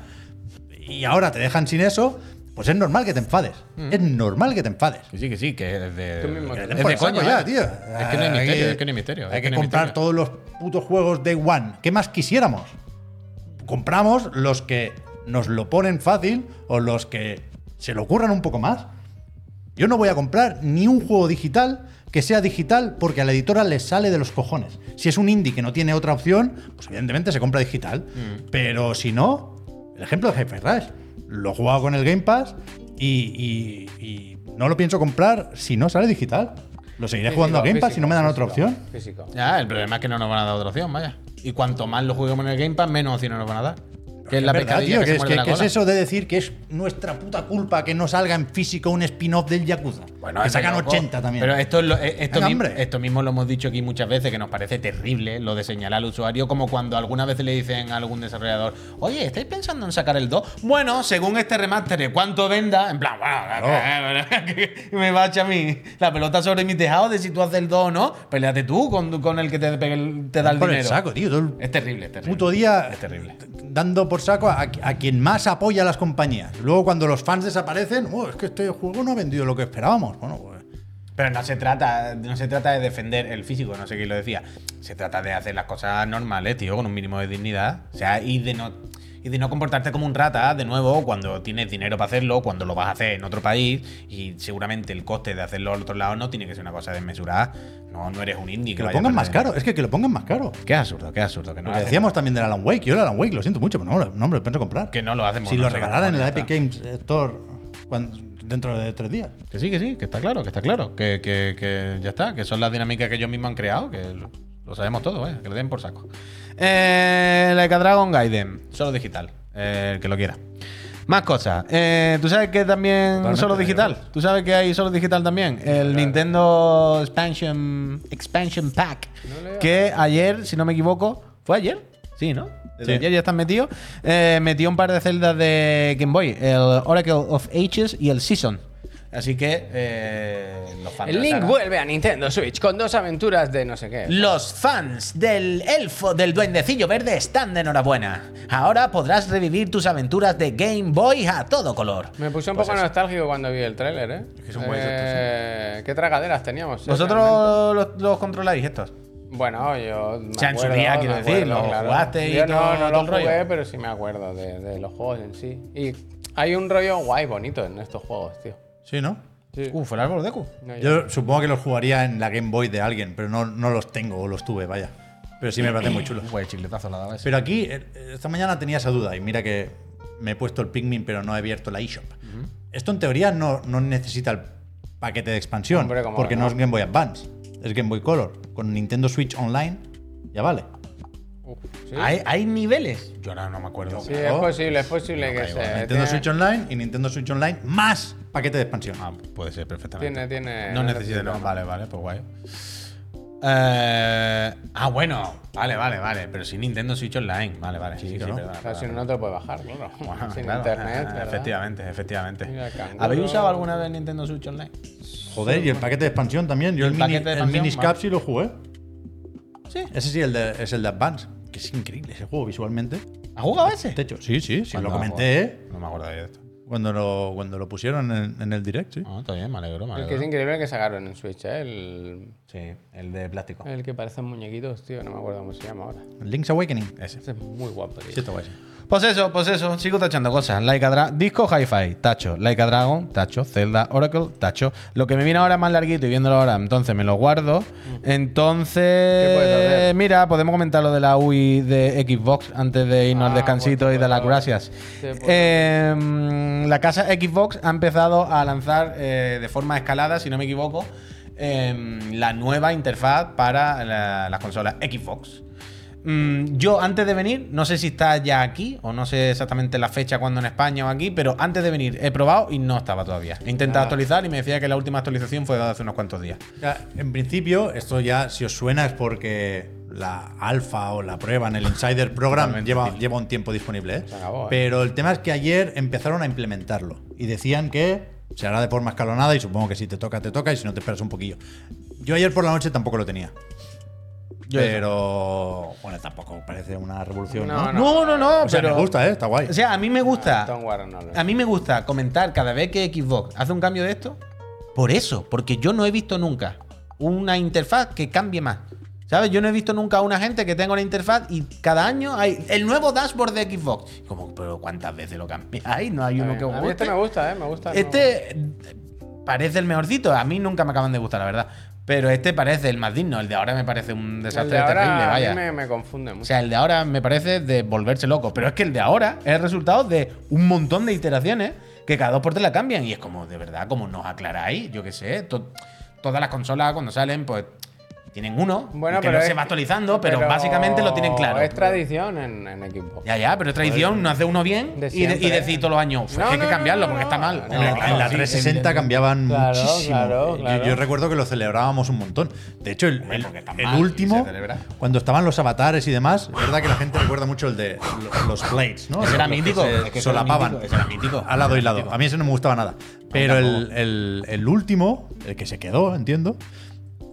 B: y ahora te dejan sin eso, pues es normal que te enfades. Es normal que te enfades.
A: Que sí, que sí, que es de.
C: Tú mismo
A: Mm. es
C: te-
A: de
B: Por el saco
A: coña,
B: ya,
A: vaya.
B: tío.
A: Es que no hay misterio, es que no hay misterio.
B: Hay
A: es
B: que
A: no hay
B: comprar
A: misterio.
B: todos los putos juegos Day One. ¿Qué más quisiéramos? Compramos los que nos lo ponen fácil o los que se lo ocurran un poco más. Yo no voy a comprar ni un juego digital que sea digital porque a la editora le sale de los cojones. Si es un indie que no tiene otra opción, pues evidentemente se compra digital.
A: Mm.
B: Pero si no, el ejemplo de Hyper Rush. Lo he jugado con el Game Pass y, y- y no lo pienso comprar si no sale digital. Lo seguiré jugando a Game Pass si no me dan otra opción.
C: Físico.
A: Ya, el problema es que no nos van a dar otra opción, vaya. Y cuanto más lo juguemos en el Game Pass, menos opciones nos van a dar. Que es la
B: verdad,
A: pescadilla
B: tío,
A: que,
B: que
A: se
B: es,
A: muerde
B: que-
A: la
B: que es
A: cola.
B: eso de decir que es nuestra puta culpa que no salga en físico un spin-off del Yakuza. que
A: este
B: sacan
A: loco.
B: 80 también.
A: Pero esto, es lo- eh, esto,
B: Venga,
A: mi-
B: hombre.
A: esto mismo lo hemos dicho aquí muchas veces, que nos parece terrible lo de señalar al usuario, como cuando alguna vez le dicen a algún desarrollador, oye, ¿estáis pensando en sacar el 2? Bueno, según este remaster, ¿cuánto venda? En plan, bueno, eh, me va a echar a mí la pelota sobre mi tejado de si tú haces el 2 o no. Peleate tú con, con el que te, pegue el- te da el
B: por
A: dinero.
B: el saco, tío. todo el
A: Es terrible, es terrible.
B: puto día
A: Es terrible.
B: dando por saco a, a quien más apoya a las compañías. Luego cuando los fans desaparecen, "Oh, es que este juego no ha vendido lo que esperábamos. Bueno, pues,
A: Pero no se trata, no se trata de defender el físico, no sé quién lo decía. Se trata de hacer las cosas normales, tío, con un mínimo de dignidad. O sea, y de no, y de no comportarte como un rata, de nuevo, cuando tienes dinero para hacerlo, cuando lo vas a hacer en otro país, y seguramente el coste de hacerlo al otro lado no tiene que ser una cosa desmesurada. No, no eres un indie.
B: que lo
A: vaya a
B: pongan más
A: perder.
B: caro. Es que que lo pongan más caro.
A: Qué absurdo, qué absurdo. Que no,
B: Lo
A: lo
B: que
A: hacen-
B: decíamos también del Alan Wake. Yo el Alan Wake lo siento mucho, pero no, no me lo pienso comprar.
A: que no lo hacemos.
B: si lo
A: nosotros,
B: regalaran en la
A: ya
B: Epic
A: está.
B: Games Store cuando- dentro de tres días.
A: Que sí, que sí, que está claro, que está claro. Que, que- que ya está, que son las dinámicas que ellos mismos han creado, que lo, lo sabemos todo, vaya, que le den por saco. Eh, Like a Dragon Gaiden, solo digital, eh, el que lo quiera. Más cosas. Eh, ¿Tú sabes que también
B: Totalmente,
A: solo digital?
B: negro.
A: ¿Tú sabes que hay solo digital también? El Nintendo Expansion, Expansion Pack.
C: No leo.
A: que ayer, si no me equivoco, ¿fue ayer? Sí, ¿no?
B: Sí.
A: Ya, ya están metidos. Eh, metió un par de celdas de Game Boy, el Oracle of Ages y el Season. Así que eh, los fans. de
C: El
A: la
C: Link
A: saga-
C: vuelve a Nintendo Switch con dos aventuras de no sé qué.
A: Los fans del elfo del duendecillo verde están de enhorabuena. Ahora podrás revivir tus aventuras de Game Boy a todo color.
C: Me puse un
A: Pues
C: poco
A: eso.
C: nostálgico cuando vi el tráiler, ¿eh?
B: que son buenos
C: Eh, ¿Qué tragaderas teníamos? eh, realmente.
A: ¿Vosotros los, los controláis estos?
C: Bueno, yo. me
A: O sea, en su
C: acuerdo,
A: día,
C: me
A: quiero
C: acuerdo,
A: decir, lo jugaste y
C: Yo
A: todo-
C: no, no
A: todo
C: lo
A: el rollo.
C: jugué, pero sí me acuerdo de, de los juegos en sí. Y hay un rollo guay, bonito en estos juegos, tío.
B: Sí, ¿no?
C: Sí.
A: Uf, Uh, el árbol de Q.
C: No, yo-
B: Yo supongo que los jugaría en la Game Boy de alguien, pero no, no los tengo o los tuve, vaya. Pero sí me parecen muy chulos.
A: Uf, el chicletazo la daba ese.
B: Pero aquí, eh, esta mañana tenía esa duda y mira que me he puesto el Pikmin, pero no he abierto la eShop. Esto en teoría no, no necesita el paquete de expansión,
C: Hombre, cómo
B: porque
C: no.
B: no, es Game Boy Advance, es Game Boy Color. Con Nintendo Switch Online ya vale.
C: Uf, sí.
A: ¿Hay, hay niveles? Yo ahora no me acuerdo.
C: Sí, es posible, es posible que
A: Eh,
C: se.
B: Nintendo
C: tiene-
B: Switch Online y Nintendo Switch Online más paquete de expansión.
A: Ah, puede ser
C: Tiene,
A: perfectamente.
C: tiene. eh,
A: no necesita, no. Vale, vale, pues guay. Eh, ah, bueno. Vale, vale, vale. Pero sin Nintendo Switch Online. Vale, vale. Sí, sí,
B: ¿no?
A: perdona,
C: O sea, si
A: perdona.
C: no, no te lo puedes bajar, claro.
A: Bueno,
C: Sin
A: claro.
C: internet,
A: Ah,
C: ¿verdad?
A: Efectivamente, efectivamente.
C: Mira, canguro.
A: ¿Habéis usado alguna vez Nintendo Switch Online? pues
B: Joder, y el paquete de expansión también. Yo el, mini,
A: paquete de
B: el
A: expansión,
B: Miniscap
A: vale.
B: sí lo jugué.
A: Sí.
B: Ese sí el de- es el de Advance, que es increíble ese juego visualmente.
A: ¿Has jugado a ese?
B: Techo, sí, sí, sí.
A: Cuando
B: Lo
A: lo
B: comenté, ¿eh?
A: No me acuerdo de esto.
B: Cuando lo, cuando lo pusieron en, en el direct, sí.
A: No, Ah, está bien, me alegro, me
C: El que es
A: alegro.
C: increíble que sacaron en Switch, ¿eh? El,
A: Sí, el de plástico.
C: el que parecen muñequitos, tío. No me acuerdo cómo se llama ahora.
B: Link's Awakening.
A: Ese.
C: Ese es muy guapo, tío.
B: Sí, está guay. sí.
A: Pues eso, pues eso, sigo tachando cosas. Laika Dragon, Disco Hi-Fi, tacho. Laika Dragon, tacho. Zelda Oracle, tacho. Lo que me viene ahora es más larguito y viéndolo ahora, entonces me lo guardo.
C: ¿Qué puedes
A: Entonces,
C: hacer?
A: mira, podemos comentar lo de la UI de Xbox antes de irnos al
C: Ah,
A: descansito
C: por
A: y de las
C: favor.
A: gracias.
C: Sí, por
A: Eh, mm, la casa Xbox ha empezado a lanzar eh, de forma escalada, si no me equivoco, em, la nueva interfaz para la- las consolas Xbox. Mm, yo antes de venir, no sé si está ya aquí o no sé exactamente la fecha cuando en España o aquí, pero antes de venir he probado y no estaba todavía. He intentado
B: Ah.
A: actualizar y me decía que la última actualización fue dada hace unos cuantos días.
B: O sea, en principio, esto ya, si os suena, es porque la alfa o la prueba en el Insider Program
A: Totalmente.
B: lleva, lleva un tiempo disponible. ¿eh?
C: Se acabó, ¿eh?
B: Pero el tema es que ayer empezaron a implementarlo y decían que se hará de forma escalonada y supongo que si te toca, te toca y si no, te esperas un poquillo. Yo ayer por la noche tampoco lo tenía.
A: Yo
B: pero, bueno, tampoco parece una revolución. No,
C: No,
A: No, no, no,
B: O sea,
A: pero-
B: me gusta, ¿eh? está guay.
A: O sea, a mí me gusta.
C: Tom Warren no lo
A: A mí me gusta comentar cada vez que Xbox hace un cambio de esto. Por eso, porque yo no he visto nunca una interfaz que cambie más. ¿Sabes? Yo no he visto nunca a una gente que tenga una interfaz y cada año hay el nuevo dashboard de Xbox. Como, pero ¿cuántas veces lo cambiáis? No hay
C: Está
A: uno
C: bien.
A: que os
C: A mí este
A: guste.
C: me gusta, ¿eh? Me gusta. no-
A: Este eh, parece el mejorcito. A mí nunca me acaban de gustar, la verdad. Pero este parece el más digno. El de ahora me parece un
C: el
A: desastre
C: de ahora
A: terrible,
C: a mí
A: vaya.
C: me, me confunde
A: O
C: mucho.
A: sea, el de ahora me parece de volverse loco. Pero es que el de ahora es el resultado de un montón de iteraciones que cada dos por tres la cambian. Y es como, de verdad, como nos aclaráis, yo qué sé. to- todas las consolas cuando salen, pues tienen uno
C: bueno,
A: que
C: pero
A: no se
C: es-
A: va actualizando, pero, básicamente lo tienen claro.
C: Es tradición en, en Xbox.
A: ya, ya, pero es tradición, no hace uno bien
C: De
A: y, de- y
C: siempre,
A: decir
C: ¿eh?
A: todos los años, "Uf,
C: No,
A: es que hay
C: no,
A: que
C: no,
A: cambiarlo
C: no,
A: porque
C: no.
A: está mal.
C: No,
B: Hombre,
A: Hombre,
B: en la
A: sí,
B: 360
A: evidentemente.
B: cambiaban
C: Claro,
B: muchísimo.
C: claro,
B: Yo-
C: claro.
B: Yo, recuerdo que lo celebrábamos un montón. De hecho, el, el-
A: porque está
B: el
A: mal, se
B: último,
A: celebra.
B: cuando estaban los avatares y demás, es verdad que la gente recuerda mucho el de lo- los plates, ¿no?
A: Ese era
B: Los que
A: mítico,
B: se
A: es que ese era
B: solapaban.
A: mítico, ese era mítico.
B: Al lado y lado. A mí ese no me gustaba nada. Pero el,
A: tampoco.
B: el- el último, el que se quedó, entiendo,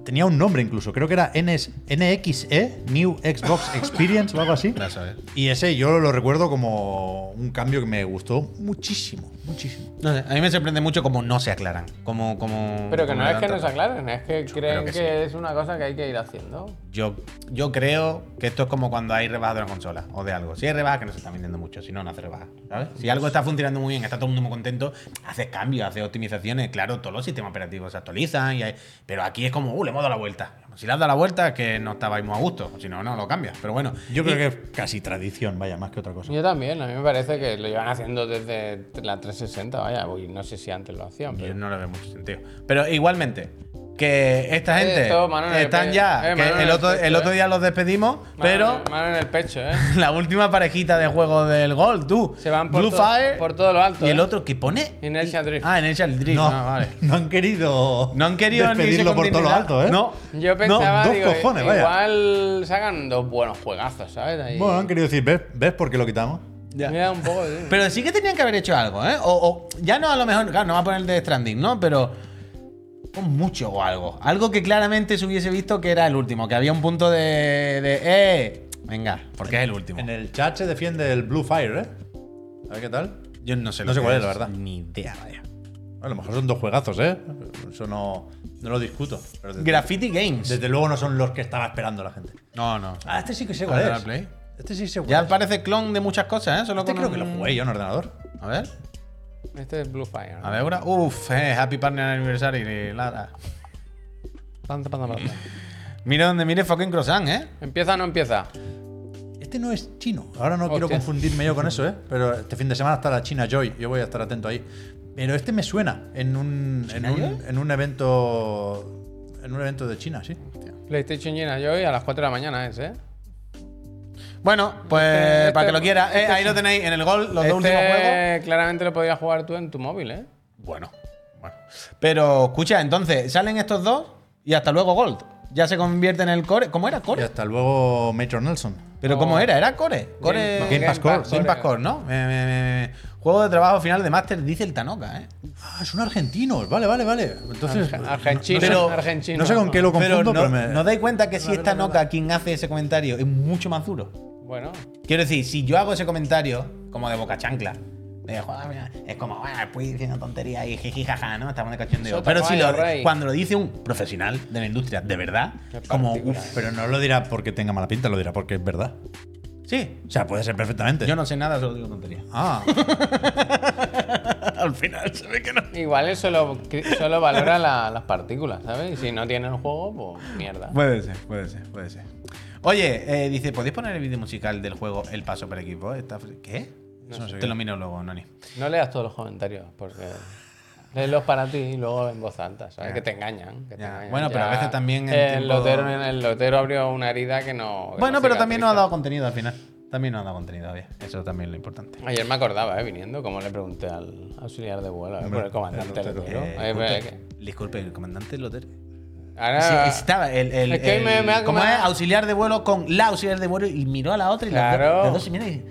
B: tenía un nombre incluso. Creo que era NS NXE, E, New Xbox Experience o algo así.
A: Ya sabes.
B: Y ese yo lo recuerdo como un cambio que me gustó muchísimo, muchísimo.
A: No sé, a mí me sorprende mucho cómo no se aclaran. Como, como,
C: Pero que
A: como
C: no es que
A: adelantan.
C: nos aclaren, es que creen
A: que
C: que,
A: sí.
C: es una cosa que hay que ir haciendo.
A: Yo, yo creo que esto es como cuando hay rebaja de una consola o de algo. Si hay rebaja, que no se está vendiendo mucho. Si no, no hace rebaja. ¿sabes? Si algo está funcionando muy bien, está todo el mundo muy contento, haces cambios, haces optimizaciones. Claro, todos los sistemas operativos se actualizan. y hay- pero aquí es como, uh, le hemos dado la vuelta. Si le has dado la vuelta, es que no estabais muy a gusto. Si no, no lo cambias. Pero bueno.
B: Yo creo que es casi tradición, vaya, más que otra cosa.
C: Yo también, a mí me parece que lo llevan haciendo desde la 360, vaya, uy, no sé si antes lo hacían,
A: Yo
C: pero...
A: no le veo mucho sentido. Pero igualmente, que esta
C: Eh,
A: gente
C: todo mano en el
A: están
C: pe-
A: ya.
C: eh,
A: que
C: mano en
A: el,
C: el
A: otro,
C: pecho,
A: el otro
C: eh.
A: día los despedimos, pero
C: Mano, mano en el pecho, ¿eh?
A: la última parejita de juego del gol, tú.
C: Se van por,
A: Blue
C: todo,
A: Fire
C: por todo lo alto.
A: y el
C: ¿eh?
A: otro que pone.
C: Inertia Drift.
A: Ah, Inertial Drift.
B: No,
A: Ah, vale.
B: no han querido.
A: No han querido ni
B: despedirlo
A: ese
B: por todo lo
A: continuidad.
B: alto, ¿eh?
A: No.
C: Yo pensaba,
B: dos
C: digo,
B: cojones, vaya.
C: igual sacan dos buenos juegazos, ¿sabes? Ahí.
B: Bueno, han querido decir, ¿ves, ¿ves por qué lo quitamos?
A: Ya.
C: Mira un poco, tío.
A: Pero sí que tenían que haber hecho algo, ¿eh? O, o- ya no a lo mejor, claro, no va a poner el de Stranding, ¿no? Pero un mucho o algo. Algo que claramente se hubiese visto que era el último, que había un punto de, de eh, venga, porque es el último.
B: En el chat se defiende el Blue Fire, ¿eh? A ver qué tal.
A: Yo no sé,
B: No sé
A: que
B: cuál es, la verdad.
A: Ni idea, vaya.
B: A lo mejor son dos juegazos, ¿eh? Eso no, no lo discuto. Pero desde,
A: Graffiti Games.
B: desde luego no son los que estaba esperando la gente.
A: no, no.
B: Ah, este sí que sé
A: ¿Al
B: cuál
A: de la
B: es.
A: Play?
B: Este sí sé cuál
A: Ya
B: es.
A: parece clon de muchas cosas, ¿eh? Solo
B: Este
A: con
B: creo
A: un-
B: que lo jugué yo en ordenador.
A: A ver,
C: Este es Blue Fire.
A: a ver ahora. Uf, eh, Happy Partner Anniversary de Lara.
C: Tan, tan, tan, tan, tan.
A: Mira donde mire fucking croissant, ¿eh?
C: ¿Empieza o no empieza?
B: Este no es chino. Ahora no quiero
C: Hostia.
B: confundirme yo con eso, ¿eh? Pero este fin de semana está la China Joy. Yo voy a estar atento ahí. Pero este me suena en un, en
A: ¿China
B: un, en un evento. En un evento de China, sí.
C: PlayStation China yo hoy a las 4 de la mañana es, ¿eh?
A: Bueno, pues
C: Este-
A: para que lo quiera, eh, ahí lo tenéis en el gol, los
C: este
A: dos últimos juegos.
C: claramente lo podías jugar tú en tu móvil, ¿eh?
A: Bueno, bueno. Pero escucha, entonces salen estos dos y hasta luego Gold. Ya se convierte en el core. ¿Cómo era
B: Y
A: core?
B: hasta luego, Major Nelson.
A: Pero ¿cómo era? ¿Era core? Core.
B: Game Pass Core.
A: Game Pass Core, ¿no? Me- me- me- me. Juego de trabajo final de Master, dice el Tanoka, ¿eh?
B: Ah, son argentinos. Vale, vale, vale. Entonces.
C: Arge- argentino,
B: pero-
C: argentino.
B: No sé con qué lo confundo,
A: Pero
B: pero,
A: no,
B: me.
A: no dais cuenta que si es Tanoka quien hace ese comentario es mucho más duro.
C: Bueno,
A: Quiero decir, si yo hago ese comentario, como de boca chancla, de, "Joder, mira", es como, bueno, pues diciendo tonterías y jiji, jaja, ¿no? Estamos de cachondeo.
C: Sota,
A: Pero si
C: caballo,
A: lo-
C: rey.
A: cuando lo dice un profesional de la industria, de verdad,
C: Qué
A: como,
C: particular.
A: "Uf".
B: pero no lo dirá porque tenga mala pinta, lo dirá porque es verdad.
A: sí,
B: O sea, puede ser perfectamente.
A: yo no sé nada, solo digo tonterías.
B: Ah,
A: Al final se ve que no.
C: igual él solo, solo valora la- las partículas, ¿sabes? Y si no tiene el juego, pues mierda.
A: Puede ser, puede ser, puede ser. Oye, eh, dice, ¿podéis poner el vídeo musical del juego El Paso para Equipo? Está fri- ¿Qué?
C: No
A: Eso
C: sé.
A: Te lo miro luego, Noni.
C: No leas todos los comentarios, porque léelos para ti y luego en voz alta, ¿sabes? Que te engañan. que te
A: Ya.
C: engañan. Eh,
A: Bueno, pero a veces también en
C: el,
A: tiempo-
C: lotero, en el lotero abrió una herida que no. que
A: Bueno,
C: no
A: pero también nos ha
C: cicatriza.
A: dado contenido al final. También nos ha dado contenido, todavía. Eso también es lo importante.
C: Ayer me acordaba, ¿eh? Viniendo, como le pregunté al auxiliar de vuelo, ¿eh? Por el comandante
B: el
C: del
B: lotero.
C: tiro.
A: Eh,
C: Eh, pero es que-
A: Disculpe, el comandante Lotero. Sí,
C: Ahora.
A: estaba el, el,
C: Es que
A: el-
C: me- me ha-
A: ¿cómo
C: me
A: es?
C: ha-
A: auxiliar de vuelo con la auxiliar de vuelo y miró a la otra y las
C: Claro.
A: dos- las dos se miran y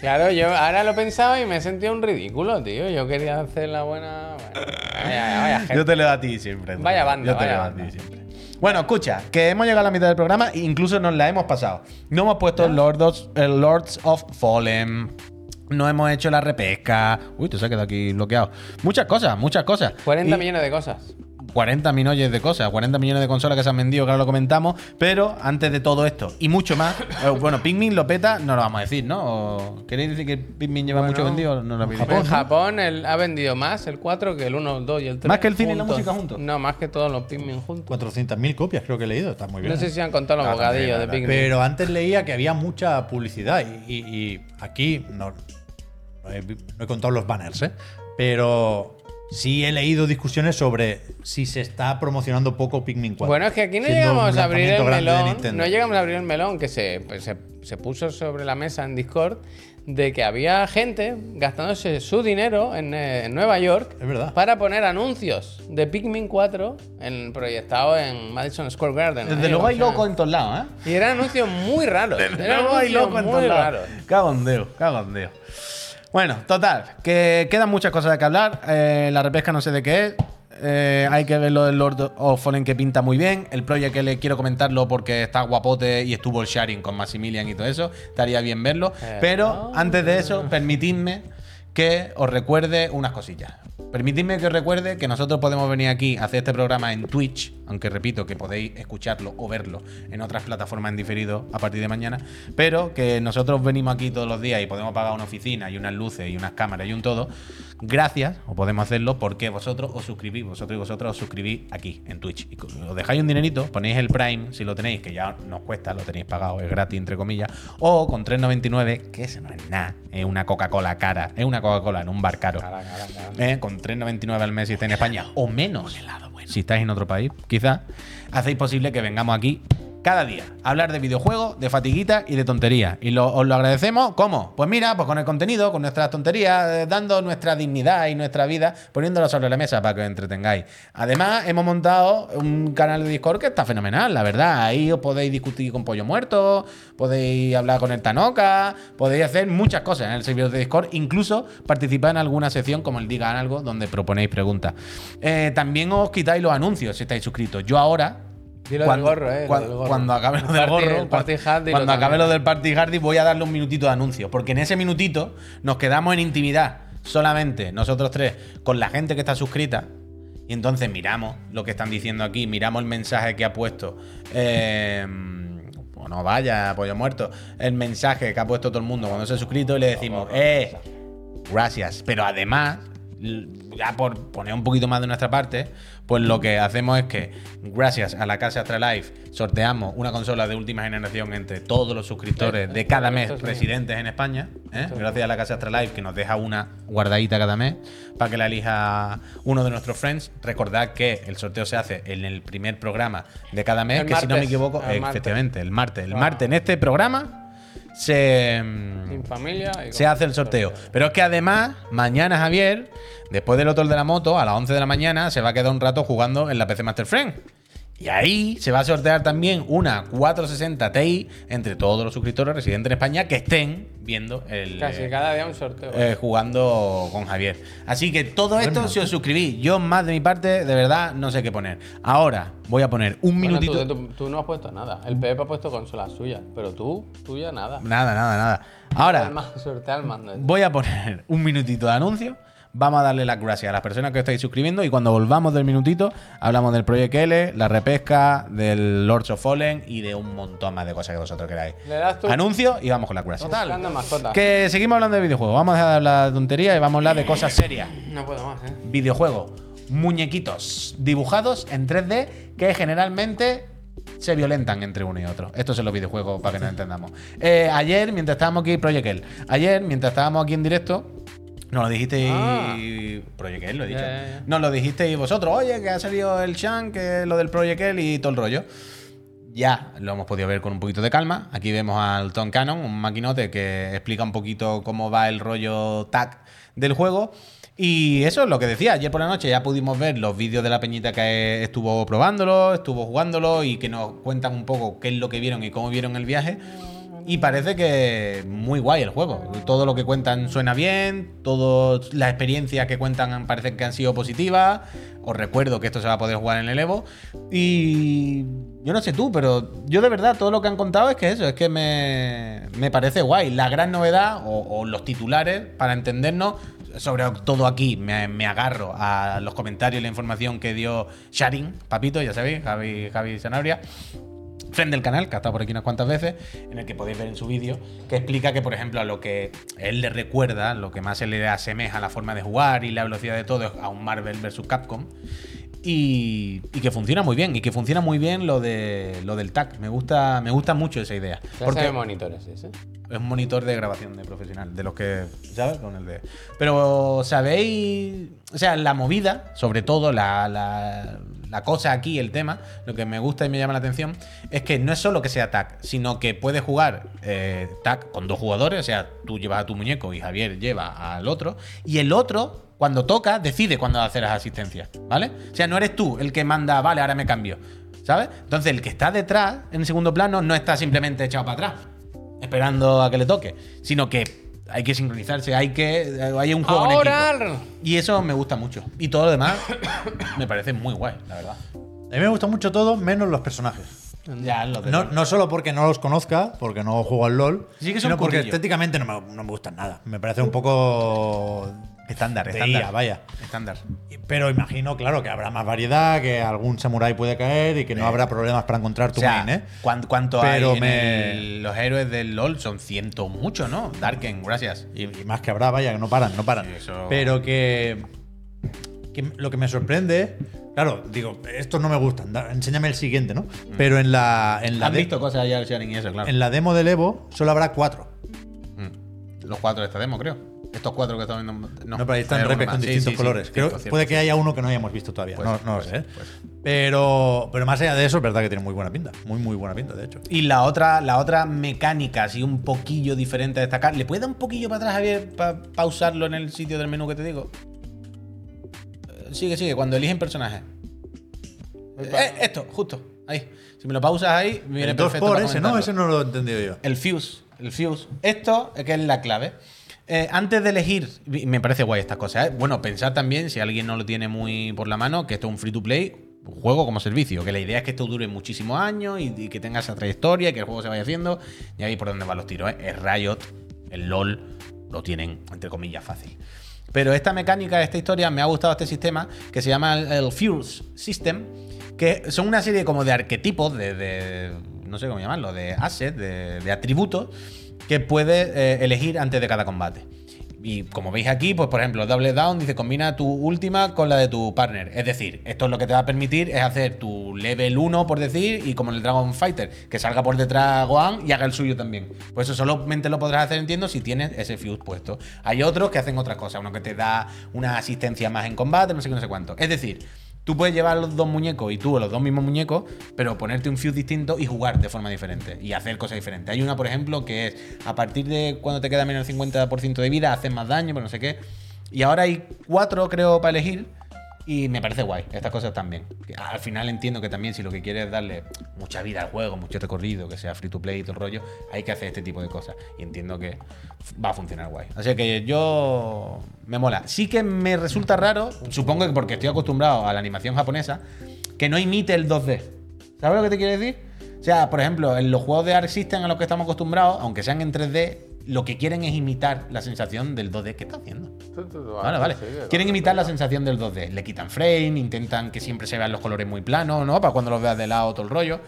C: Claro, yo ahora lo pensaba y me sentía un ridículo, tío. Yo quería hacer la buena. Bueno, vaya, vaya gente.
A: te leo a ti siempre.
C: Vaya banda, vaya
A: leo
C: banda.
A: siempre. Bueno, escucha, que hemos llegado a la mitad del programa e incluso nos la hemos pasado. No hemos puesto el Lords, of- el Lords of Fallen. No hemos hecho la repesca. Uy, tú se ha quedado aquí bloqueado. Muchas cosas, muchas cosas.
C: 40
A: Y-
C: millones de cosas.
A: 40 millones de cosas, 40 millones de consolas que se han vendido, que ahora lo comentamos, pero antes de todo esto y mucho más, eh, bueno, Pikmin lo peta, no lo vamos a decir, ¿no? ¿O ¿Queréis decir que Pikmin lleva mucho vendido? No lo habéis dicho.
C: en Japón el- ha vendido más el 4 que el 1, el 2 y el 3.
A: ¿Más que el cine y la música juntos?
C: No, más que todos los Pikmin juntos.
B: 400.000 copias creo que he leído. Está muy bien.
C: No sé si han contado los
A: No,
C: bocadillos
A: también,
C: de Pikmin.
B: Pero antes leía que había mucha publicidad y, y- y aquí no, no he, no he contado los banners, ¿eh? pero sí he leído discusiones sobre si se está promocionando poco Pikmin 4.
C: Bueno, es que aquí no
B: siendo un
C: llegamos a abrir el
B: lanzamiento grande de
C: melón.
B: Nintendo.
C: No llegamos a abrir el melón que se, pues, se, se puso sobre la mesa en Discord de que había gente gastándose su dinero en, eh, en Nueva York
B: Es verdad.
C: para poner anuncios de Pikmin 4 en, proyectados en Madison Square Garden.
A: Desde
C: ahí,
A: luego
C: o
A: hay
C: sea.
A: locos en todos lados, ¿eh?
C: Y eran anuncios muy raros. Eran
A: Luego hay
C: anuncios
A: loco en todos
C: muy
A: lados.
C: raros.
A: Cago en Dios, cago en Dios. Bueno, total, que quedan muchas cosas de que hablar. Eh, la repesca no sé de qué es. Eh, hay que ver lo del Lord of Fallen que pinta muy bien. El project que le quiero comentarlo porque está guapote y estuvo el sharing con Maximilian y todo eso. Estaría bien verlo.
C: Eh,
A: Pero
C: no.
A: antes de eso, permitidme que os recuerde unas cosillas. Permitidme que os recuerde que nosotros podemos venir aquí a hacer este programa en Twitch, aunque repito que podéis escucharlo o verlo en otras plataformas en diferido a partir de mañana, pero que nosotros venimos aquí todos los días y podemos pagar una oficina y unas luces y unas cámaras y un todo, Gracias, o podemos hacerlo porque vosotros os suscribís, vosotros y vosotras os suscribís aquí en Twitch. Y co- os dejáis un dinerito, ponéis el Prime si lo tenéis, que ya nos cuesta, lo tenéis pagado, es gratis, entre comillas, o con 3.99, que eso no es nada, es una Coca-Cola cara, es una Coca-Cola en un bar caro. ¿eh? con 3,99 al mes si estáis en España, o menos si estáis en otro país, quizás, hacéis posible que vengamos aquí cada día a hablar de videojuegos, de fatiguitas y de tonterías. Y lo- os lo agradecemos, ¿cómo? Pues mira, pues con el contenido, con nuestras tonterías, eh, dando nuestra dignidad y nuestra vida, poniéndola sobre la mesa para que os entretengáis. Además, hemos montado un canal de Discord que está fenomenal, la verdad. Ahí os podéis discutir con Pollo Muerto, podéis hablar con el Tanoka, podéis hacer muchas cosas en el servidor de Discord, incluso participar en alguna sección como el Digan Algo, donde proponéis preguntas. Eh, también os quitáis los anuncios si estáis suscritos. Yo ahora
C: Dilo del gorro, eh, lo
A: cuan-
C: del gorro.
A: cuando acabe lo
C: El
A: del
C: party-
A: gorro,
C: el party
A: cua-
C: hard, dilo
A: cuando acabe
C: también.
A: lo del Party Hardy, voy a darle un minutito de anuncio. Porque en ese minutito nos quedamos en intimidad, solamente nosotros tres, con la gente que está suscrita. Y entonces miramos lo que están diciendo aquí, miramos el mensaje que ha puesto. Eh, no vaya, pollo muerto. El mensaje que ha puesto todo el mundo cuando se ha suscrito y le decimos, eh, Gracias. Pero además, l- ya por poner un poquito más de nuestra parte, pues lo que hacemos es que, gracias a la Casa Astralife, sorteamos una consola de última generación entre todos los suscriptores de cada mes
C: Esto es mío.
A: residentes en España. ¿eh? Gracias a la Casa Astralife, que nos deja una guardadita cada mes para que la elija uno de nuestros friends. Recordad que el sorteo se hace en el primer programa de cada mes,
C: El
A: que si no me
C: martes,
A: equivoco,
C: el martes.
A: efectivamente, el martes. El
C: Ah.
A: martes en este programa se.
C: Sin familia. y con-
A: Se hace el sorteo. Pero es que además, mañana Javier, después del otro de la moto, a las 11 de la mañana, se va a quedar un rato jugando en la PC Master Friend. Y ahí se va a sortear también una 460 Ti entre todos los suscriptores residentes en España que estén viendo el.
C: Casi
A: eh,
C: cada día un sorteo.
A: eh, jugando con Javier. Así que todo esto, si os suscribís, yo más de mi parte, de verdad, no sé qué poner. Ahora voy a poner un
C: Bueno,
A: minutito.
C: tú, tú- tú no has puesto nada. El Pepe ha puesto consolas suyas, pero tú, tuya nada.
A: Nada, nada, nada. Ahora.
C: El ma- Sortea el mando. este.
A: Voy a poner un minutito de anuncio. Vamos a darle las gracias a las personas que os estáis suscribiendo y cuando volvamos del minutito hablamos del Project L, la repesca, del Lords of Fallen y de un montón más de cosas que vosotros queráis.
C: Le das tú.
A: Anuncio y vamos con las gracias.
C: Buscando mascotas.
A: Que seguimos hablando de videojuegos. Vamos a dejar de hablar de tonterías y vamos a hablar de cosas serias
C: No puedo más, eh.
A: videojuego, muñequitos dibujados en 3D que generalmente se violentan entre uno y otro. Estos son los videojuegos para que nos entendamos. Eh, ayer, mientras estábamos aquí, Project L. Ayer, mientras estábamos aquí en directo, nos lo dijisteis.
C: Ah.
A: Project L, lo he dicho.
C: Ya, ya, ya.
A: Nos lo dijisteis vosotros. Oye, que ha salido el Shang, que lo del Project L y todo el rollo. Ya lo hemos podido ver con un poquito de calma. Aquí vemos al Tom Cannon, un maquinote que explica un poquito cómo va el rollo tag del juego. Y eso es lo que decía. Ayer por la noche ya pudimos ver los vídeos de la peñita que estuvo probándolo, estuvo jugándolo y que nos cuentan un poco qué es lo que vieron y cómo vieron el viaje. Y parece que muy guay el juego. Todo lo que cuentan suena bien, todas las experiencias que cuentan han- parecen que han sido positivas. Os recuerdo que esto se va a poder jugar en el Evo. Y yo no sé tú, pero yo de verdad todo lo que han contado es que eso, es que me, me parece guay. La gran novedad o, o los titulares, para entendernos, sobre todo aquí me, me agarro a los comentarios y la información que dio Sharin, papito, ya sabéis, Javi, Javi Sanabria friend del canal, que ha estado por aquí unas cuantas veces, en el que podéis ver en su vídeo, que explica que, por ejemplo, a lo que él le recuerda, lo que más se le asemeja a la forma de jugar y la velocidad de todo, es a un Marvel vs. Capcom. Y, y que funciona muy bien, y que funciona muy bien lo, de, lo del TAC. Me gusta, me gusta mucho esa idea.
C: Clase de monitores, ese.
A: Es un monitor de grabación de profesional, de los que, ¿sabes? Con el de... Pero, ¿sabéis? O sea, la movida, sobre todo la, la- la cosa aquí, el tema, lo que me gusta y me llama la atención, es que no es solo que sea tag, sino que puedes jugar eh, tag con dos jugadores, o sea, tú llevas a tu muñeco y Javier lleva al otro, y el otro, cuando toca, decide cuándo hacer las asistencias, ¿vale? O sea, no eres tú el que manda, vale, ahora me cambio, ¿sabes? Entonces, el que está detrás, en el segundo plano, no está simplemente echado para atrás esperando a que le toque, sino que hay que sincronizarse, hay que hay un juego en equipo.
C: Ahora.
A: Y eso me gusta mucho. Y todo lo demás me parece muy guay, la verdad.
B: A mí me gusta mucho todo, menos los personajes.
A: Ya lo de-
B: No, no solo porque no los conozca, porque no juego al LOL,
A: Sí que son
B: sino porque
A: cutrillos.
B: estéticamente no me, no me gustan nada. Me parece un poco
A: Estándar,
B: de
A: estándar.
B: IA, vaya.
A: Estándar.
B: Y- Pero imagino, claro, que habrá más variedad, que algún samurái puede caer y que no
A: Sí.
B: habrá problemas para encontrar
A: O
B: tu
A: sea,
B: main, ¿eh?
A: ¿cuán- ¿cuánto
B: Pero
A: hay en
B: me-
A: el- los héroes del LoL? Son cientos mucho, ¿no? Darken, gracias.
B: Y, y más que habrá, vaya, que no paran, no paran.
A: Sí, eso-
B: Pero que, que lo que me sorprende, claro, digo, estos no me gustan, da- enséñame el siguiente, ¿no? Pero en la, en, la
A: Mm. Han
B: de-
A: visto cosas allá del sharing y eso, claro.
B: en la demo del Evo solo habrá cuatro.
A: Mm. Los cuatro de esta demo, creo. Estos cuatro que estamos viendo.
B: No, pero ahí están
A: hay alguno
B: repes
A: más.
B: con
A: Sí,
B: distintos
A: sí, Pues, sí,
B: colores.
A: cierto,
B: Creo,
A: cierto.
B: puede que haya uno que no hayamos visto todavía,
A: Puede
B: no,
A: ser,
B: no lo
A: puede
B: sé.
A: ser,
B: ¿eh?
A: puede ser.
B: Pero, pero más allá de eso, es verdad que tiene muy buena pinta, muy, muy buena pinta, de hecho.
A: Y la otra, la otra mecánica, así un poquillo diferente a destacar. ¿Le puedes dar un poquillo para atrás, Javier, para pausarlo en el sitio del menú que te digo? Eh, Sigue, sigue, cuando eligen personajes. Eh, esto, justo, ahí. Si me lo pausas ahí, me viene
B: El 2
A: perfecto.
B: por
A: para
B: ese, ¿no?
A: comentarlo.
B: Ese no lo he entendido yo.
A: El fuse, el fuse. Esto es que es la clave. Eh, antes de elegir, y me parece guay estas cosas. ¿eh? Bueno, pensad también, si alguien no lo tiene muy por la mano, que esto es un free to play, un juego como servicio. Que la idea es que esto dure muchísimos años y, y que tenga esa trayectoria, que el juego se vaya haciendo. Y ahí por dónde van los tiros. ¿eh? El Riot, el LOL, lo tienen, entre comillas, fácil. Pero esta mecánica, esta historia, me ha gustado este sistema que se llama el, el Fuse System que son una serie como de arquetipos, de, de- no sé cómo llamarlo, de assets, de, de atributos, que puedes eh, elegir antes de cada combate. Y como veis aquí, pues por ejemplo, Double Down dice combina tu última con la de tu partner. Es decir, esto es lo que te va a permitir es hacer tu level 1, por decir, y como en el Dragon Fighter, que salga por detrás Gohan y haga el suyo también. Pues eso solamente lo podrás hacer, entiendo, si tienes ese fuse puesto. Hay otros que hacen otras cosas, uno que te da una asistencia más en combate, no sé qué, no sé cuánto. Es decir, Tú puedes llevar los dos muñecos y tú los dos mismos muñecos, pero ponerte un fuse distinto y jugar de forma diferente y hacer cosas diferentes. Hay una, por ejemplo, que es a partir de cuando te queda menos del 50% de vida, haces más daño, pero no sé qué. Y ahora hay cuatro, creo, para elegir. Y me parece guay, estas cosas también. Que Al final entiendo que también si lo que quieres es darle mucha vida al juego, mucho recorrido, que sea free to play y todo el rollo, hay que hacer este tipo de cosas. Y entiendo que va a funcionar guay. Así que yo me mola. Sí que me resulta raro, supongo que porque estoy acostumbrado a la animación japonesa, que no imite el 2D. ¿Sabes lo que te quiero decir? O sea, por ejemplo, en los juegos de Arc System a los que estamos acostumbrados, aunque sean en 3D, lo que quieren es imitar la sensación del 2D. ¿Qué está haciendo? Vale, vale. Quieren imitar la sensación del 2D. Le quitan frame, intentan que siempre se vean los colores muy planos, ¿no? Para cuando los veas de lado, todo el rollo.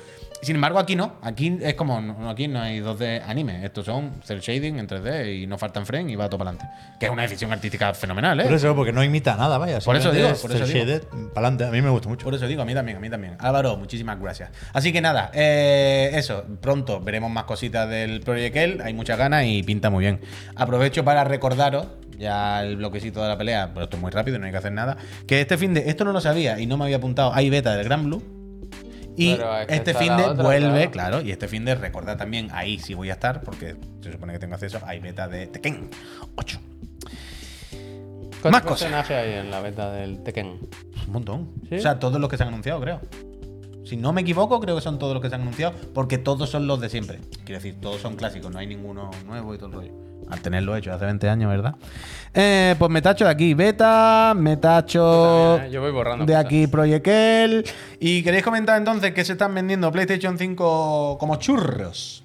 A: Sin embargo, aquí no. Aquí es como, no, aquí no hay 2D anime. Estos son cel shading en 3D y no faltan frame y va todo para adelante. Que es una decisión artística fenomenal, ¿eh?
B: Por eso, porque no imita nada, vaya.
A: Por eso digo,
B: simplemente
A: por
B: es
A: eso
B: el
A: digo.
B: shaded para adelante. A mí me gusta mucho.
A: Por eso digo, a mí también, a mí también. Álvaro, muchísimas gracias. Así que nada, eh, eso, pronto veremos más cositas del Project L, hay muchas ganas y pinta muy bien. Aprovecho para recordaros, ya el bloquecito de la pelea, pero esto es muy rápido, no hay que hacer nada, que este fin de, esto no lo sabía y no me había apuntado, hay beta del Gran Blue. Y
C: Pero es que
A: este
C: está
A: fin de
C: la otra,
A: vuelve,
C: claro.
A: claro. y este fin de recordad también, ahí sí voy a estar, porque se supone que tengo acceso, hay beta de Tekken 8.
C: ¿Cuántos
A: Más cosas.
C: personajes hay en la beta del Tekken?
A: Un montón.
C: ¿Sí?
A: O sea, todos los que se han anunciado, creo. Si no me equivoco, creo que son todos los que se han anunciado, porque todos son los de siempre. Quiero decir, todos son clásicos, no hay ninguno nuevo y todo el rollo. Al tenerlo hecho hace 20 años, ¿verdad? Eh, pues me tacho de aquí Beta, me tacho
C: También, ¿eh? Yo voy borrando
A: de
C: cosas.
A: aquí Project L. ¿Y queréis comentar entonces que se están vendiendo PlayStation 5 como churros?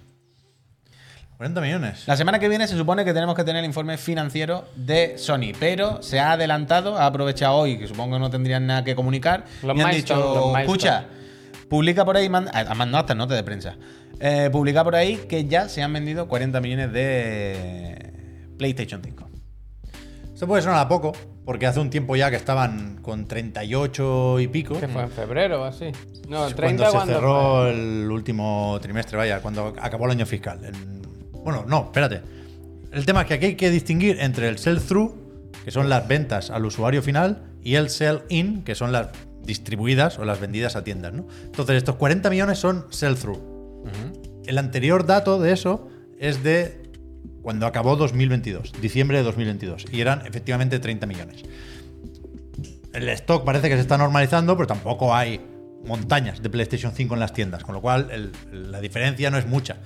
B: 40 millones.
A: La semana que viene se supone que tenemos que tener el informe financiero de Sony, pero se ha adelantado, ha aprovechado hoy, que supongo que no tendrían nada que comunicar.
C: Los
A: y han
C: milestones,
A: dicho,
C: los
A: escucha, publica por ahí, manda, ha mandado hasta nota de prensa. Eh, publica por ahí que ya se han vendido 40 millones de PlayStation 5.
B: Esto puede sonar a poco, porque hace un tiempo ya que estaban con 38 y pico.
C: Que fue en febrero o así. No, 30
B: Cuando se cerró
C: fue.
B: el último trimestre, vaya, cuando acabó el año fiscal. En- Bueno, no, espérate. El tema es que aquí hay que distinguir entre el sell-through, que son las ventas al usuario final, y el sell-in, que son las distribuidas o las vendidas a tiendas, ¿no? Entonces, estos 40 millones son sell-through. El anterior dato de eso es de cuando acabó 2022, diciembre de 2022, y eran efectivamente 30 millones. El stock parece que se está normalizando, pero tampoco hay montañas de PlayStation 5 en las tiendas, con lo cual el- la diferencia no es mucha.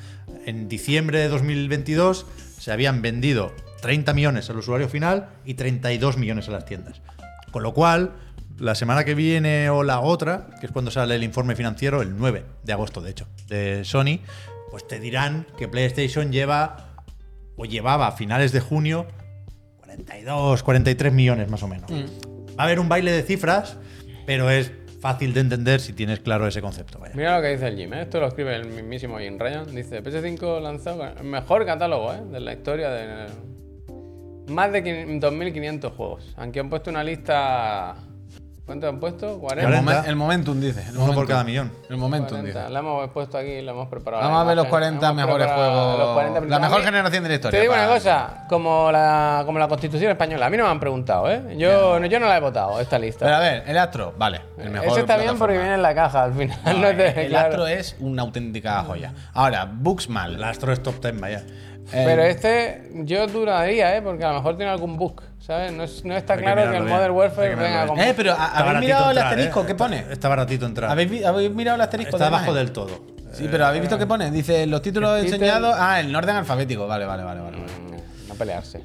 B: En diciembre de 2022 se habían vendido 30 millones al usuario final y 32 millones a las tiendas. Con lo cual, la semana que viene o la otra, que es cuando sale el informe financiero, el 9 de agosto de hecho, de Sony, pues te dirán que PlayStation lleva o llevaba a finales de junio 40 42, 43 millones más o menos.
A: Mm.
B: Va a haber un baile de cifras, pero es fácil de entender si tienes claro ese concepto. vaya.
C: Mira lo que dice el Jim, ¿eh? esto lo escribe el mismísimo Jim Ryan. Dice, PS5 lanzó con el mejor catálogo ¿eh? de la historia de... Más de 500 2.500 juegos. Aunque han puesto una lista... ¿Cuánto han puesto?
A: El,
C: 40.
B: 40.
A: momen- el momentum, dice. El
B: Uno por
A: momentum.
B: cada millón.
A: El momentum,
C: 40.
A: dice.
C: La hemos puesto aquí, la hemos preparado.
A: Vamos a ver
C: la
A: los
C: imagen.
A: 40
C: Hemos
A: mejores
C: preparado
A: juegos.
C: los 40
A: la
C: principales.
A: mejor generación de la historia.
C: Te digo una
A: para-
C: cosa, como la, como la Constitución española, a mí no me han preguntado, ¿eh? Yo no, yo no la he votado, esta lista.
A: Pero a ver, el Astro, vale. El mejor
C: Ese está bien
A: plataforma.
C: porque viene en la caja al final. no
A: el
C: te- claro.
A: Astro es una auténtica joya. Ahora, Buxmal.
B: El Astro es top 10, vaya.
C: Pero este yo duraría, ¿eh? Porque a lo mejor tiene algún bug, ¿sabes? No, es- no está
B: que
C: claro que, el
B: mirarlo
C: Modern
B: bien,
C: Warfare
B: hay que mirarlo
C: venga con...
A: Eh, pero ¿ha-
B: Está
A: ¿habéis
B: baratito
A: mirado el
B: entrar,
A: asterisco
B: ¿eh?
A: que
B: Está-
A: pone?
B: Está, baratito entrar.
A: ¿Habéis, vi- habéis mirado el asterisco?
B: Está
A: de
B: abajo
A: imagen?
B: del todo.
A: Sí, pero ¿habéis visto qué pone? Dice los títulos
C: Existen-
A: enseñados. Ah, en orden alfabético. Vale, vale, vale. vale.
C: Mm, No pelearse.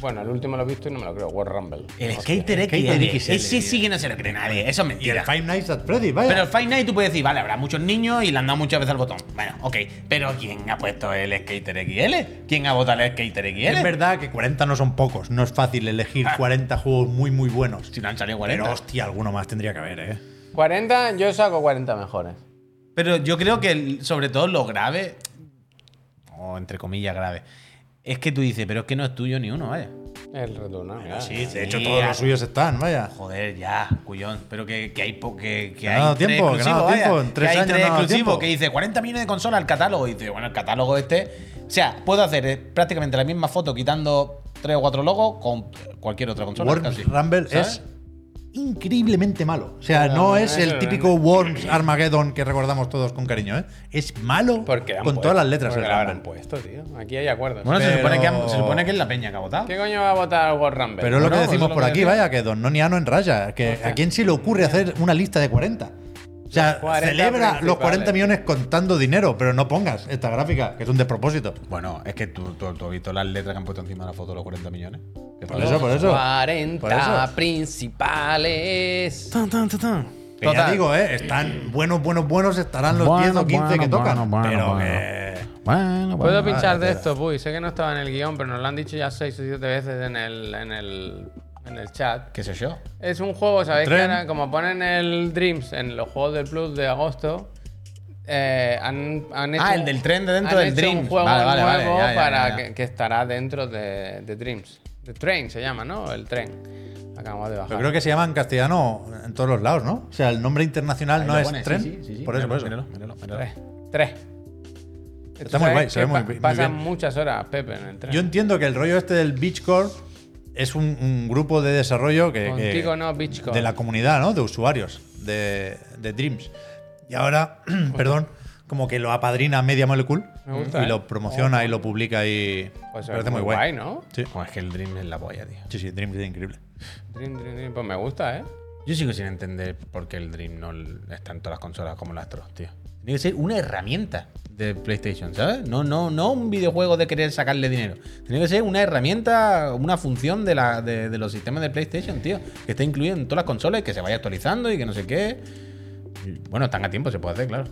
C: Bueno, el último lo he visto y no me lo creo, War Rumble.
A: El
C: Hostia.
A: Skater
B: Skater
A: XL.
B: XL,
A: Ese sí
B: tío.
A: que no se lo cree nadie. Eso es
B: Y
A: mentira.
B: el Five Nights at Freddy, vaya.
A: Pero el Fight Night tú puedes decir, vale, habrá muchos niños y le han dado muchas veces al botón. Bueno, ok. Pero ¿quién ha puesto el Skater XL? ¿Quién ha votado el Skater XL?
B: es verdad que 40 no son pocos. No es fácil elegir
A: Ah.
B: 40 juegos muy, muy buenos.
A: Si no han salido
B: Pero
A: 40.
B: hostia, alguno más tendría que haber, ¿eh?
C: 40, yo saco 40 mejores.
A: Pero yo creo que el- sobre todo lo grave, o entre comillas grave, es que tú dices, pero es que no es tuyo ni uno, ¿eh? vaya.
C: El retorno, mira.
A: sí.
B: De hecho,
A: Mira.
B: todos los suyos están, vaya.
A: Joder, ya, cuyón. Pero que, que hay, po- que, que
B: Que no ha
A: hay
B: dado
A: tres
B: tiempo, que no ha
A: exclusivos,
B: dado
A: vaya.
B: tiempo. En tres
A: que hay tres
B: años no ha dado
A: exclusivos.
B: tiempo.
A: Que dice 40 millones de consolas al catálogo. Y dice, bueno, el catálogo este. O sea, puedo hacer eh, prácticamente la misma foto quitando tres o cuatro logos con cualquier otra consola. casi,
B: Worms Rumble
A: ¿sabes?
B: es increíblemente malo. O sea,
C: Pero
B: no
C: no
B: es
C: es
B: el
C: el-
B: típico Worms Armageddon que recordamos todos con cariño, ¿eh? Es malo
C: Porque han
B: con
C: puesto-
B: todas las letras
C: Porque
B: el
C: lo
B: Rumble.
C: habrán puesto, tío. Aquí hay acuerdos.
A: Bueno, se,
B: Pero-
A: supone que, han- se supone que es la peña que ha votado.
C: ¿Qué coño va a votar War Rumble?
B: Pero es lo
A: Bueno, eso
B: que
A: es lo
B: decimos
A: que
B: por aquí,
A: decimos.
B: vaya, que Don Noniano en raya. Que ¿A quién se le ocurre hacer una lista de 40? O sea,
C: 40
B: celebra los 40
C: principales.
B: millones contando dinero, pero no pongas esta gráfica, que es un despropósito.
A: Bueno, es que tú, tú- tú has visto las letras que han puesto encima de la foto de los 40 millones. ¿Qué
B: Por
A: pasa?
B: eso, por eso.
C: 40
B: Por eso.
C: principales.
B: Que ya
A: Total.
B: digo, ¿eh? Están buenos, buenos, buenos, estarán los
A: Bueno,
B: 10 o 15 que
A: bueno,
B: tocan.
A: bueno, bueno,
B: pero
A: bueno.
B: que.
A: Bueno,
C: Puedo
A: bueno.
C: pinchar de esto, Puy. Sé que no estaba en el guión, pero nos lo han dicho ya 6 o 7 veces en el, en el, en el chat.
A: ¿Qué sé yo?
C: Es un juego, ¿sabéis que
B: Tren.
C: ahora, como ponen el Dreams en los juegos del Plus de agosto, eh, han, han hecho.
A: Ah, el del tren de dentro
C: han
A: del
C: hecho Un
A: Dreams.
C: juego
A: Vale, vale, vale,
C: nuevo
A: ya, ya, ya,
C: para
A: ya.
C: Que, que estará dentro de, de Dreams. The Train se llama, ¿no? El tren. Acabamos de bajar.
B: Yo creo que se llama en castellano en todos los lados, ¿no? O sea, el nombre internacional
A: Ahí
B: no
A: lo
B: es
A: pone, sí,
B: tren.
A: sí, sí, sí,
B: por eso, por
A: míralo,
B: eso.
A: míralo, míralo, míralo.
C: 3. 3.
B: Está muy guay, se ve muy- muy
C: Pasan
B: bien.
C: muchas horas, Pepe, en el tren.
B: Yo entiendo que el rollo este del Beachcore es un, un grupo de desarrollo que, que-
C: Contigo no, Bitchcock.
B: de la comunidad, ¿no? De usuarios de, de Dreams. Y ahora, perdón, como que lo apadrina Media Molecule
C: Me gusta,
B: y
C: ¿eh?
B: lo promociona y lo publica y
C: Pues es
B: parece
C: muy
B: muy guay.
C: guay, ¿no?
B: Sí.
A: Joder, Pues es que el Dream es la polla, tío.
B: sí, sí, Dreams es increíble.
C: Dream, dream, dream. Pues me gusta, ¿eh?
A: Yo sigo sin entender por qué el Dream no está en todas las consolas como el Astro, tío. Tiene que ser una herramienta de PlayStation, ¿sabes? No, no, no un videojuego de querer sacarle dinero. Tiene que ser una herramienta, una función de, la, de, de los sistemas de PlayStation, tío. Que esté incluido en todas las consolas y que se vaya actualizando y que no sé qué. Y, Bueno, están a tiempo, se puede hacer, claro.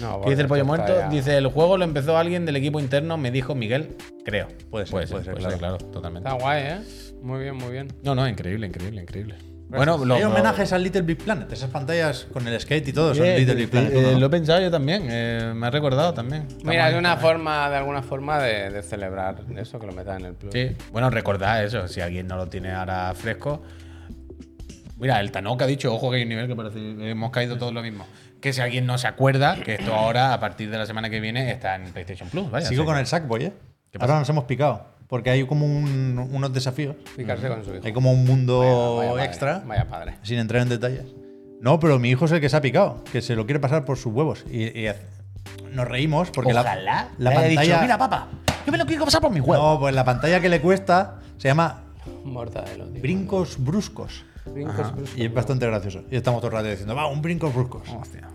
C: No,
A: ¿Qué dice el pollo
C: esto
A: muerto?
C: está ya-
A: Dice, el juego lo empezó alguien del equipo interno, me dijo Miguel, creo.
B: Puede ser, puede ser,
A: claro. totalmente.
C: Está guay, ¿eh? Muy bien, muy bien.
A: No, no, increíble, increíble, increíble. Bueno, los,
B: Hay homenajes al Little Big Planet, esas pantallas con el skate y todo, son
A: Eh,
B: Little
A: eh,
B: Big Planet.
A: eh,
B: uno, ¿no?
A: Lo he pensado yo también, eh, me ha recordado también.
C: Mira, es
B: eh.
C: una forma, de alguna forma, de, de celebrar eso que lo metan en el plus.
A: Sí, bueno, recordad eso, si alguien no lo tiene ahora fresco. Mira, el Tanoka ha dicho, ojo que hay un nivel que parece que hemos caído todos lo mismo. Que si alguien no se acuerda, que esto ahora, a partir de la semana que viene, está en PlayStation Plus. Vaya,
B: Sigo
A: sí.
B: con el Sackboy, ¿eh?
A: ¿Qué pasa?
B: Ahora nos hemos picado, porque hay como un- unos desafíos.
C: Picarse con su hijo.
B: Hay como un mundo
C: Vaya padre,
B: extra,
C: Vaya padre.
B: sin entrar en detalles. No, pero mi hijo es el que se ha picado, que se lo quiere pasar por sus huevos. Y, y hace- nos reímos porque la-
A: Ojalá le
B: la,
A: haya
B: pantalla.
A: dicho, mira, papá, yo me lo quiero pasar por mi juego.
B: no, pues la pantalla que le cuesta se llama
C: Mortadelo, tío.
B: Brincos Bruscos.
C: Brincos bruscos.
B: Y es bastante gracioso. Y estamos todo el rato diciendo, va, un brincos bruscos.
A: Hostia.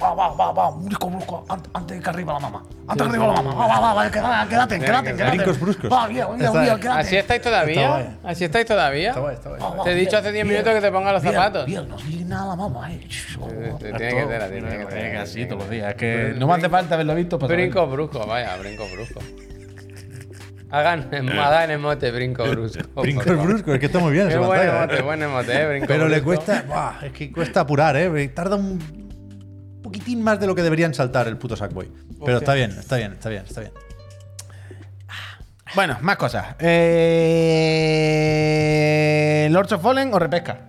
A: Va, va, va, va, un brisco, brusco, an- antes que arriba la mamá. Antes que arriba la mamá. Va, va, va, va, quédate, quédate, quédate. quédate.
B: Brincos bruscos.
A: Va, guía, guía,
B: Está-
A: guía, quédate.
C: ¿Así estáis
B: Está
C: todavía?
B: guay.
C: ¿Así estáis todavía?
B: Está guay, está guay.
A: Va, va,
C: Te he dicho
A: guía,
C: hace 10
A: guía,
C: minutos que te ponga los
A: guía,
C: zapatos.
A: guía, no sigue nada la mamá, eh. Shh, va,
C: Te-
A: va, va.
C: te- Tiene que ser, la tiene que ser.
A: Así todos los días, es que no me hace falta haberlo visto para saberlo.
C: Brinco brusco, vaya, brinco brusco. Hagan hagan emote, brinco brusco.
B: Brinco el brusco, es que está muy bien
C: Qué
B: esa
C: buen
B: pantalla,
C: emote,
B: ¿eh?
C: buen emote, eh, brinco
B: Pero le
C: brusco.
B: cuesta. buah, es que cuesta apurar, ¿eh? Tarda un poquitín más de lo que deberían saltar el puto Sackboy. Pero está bien, está bien, está bien, está bien.
A: Bueno, más cosas. Eh... ¿Lords of Fallen o repesca?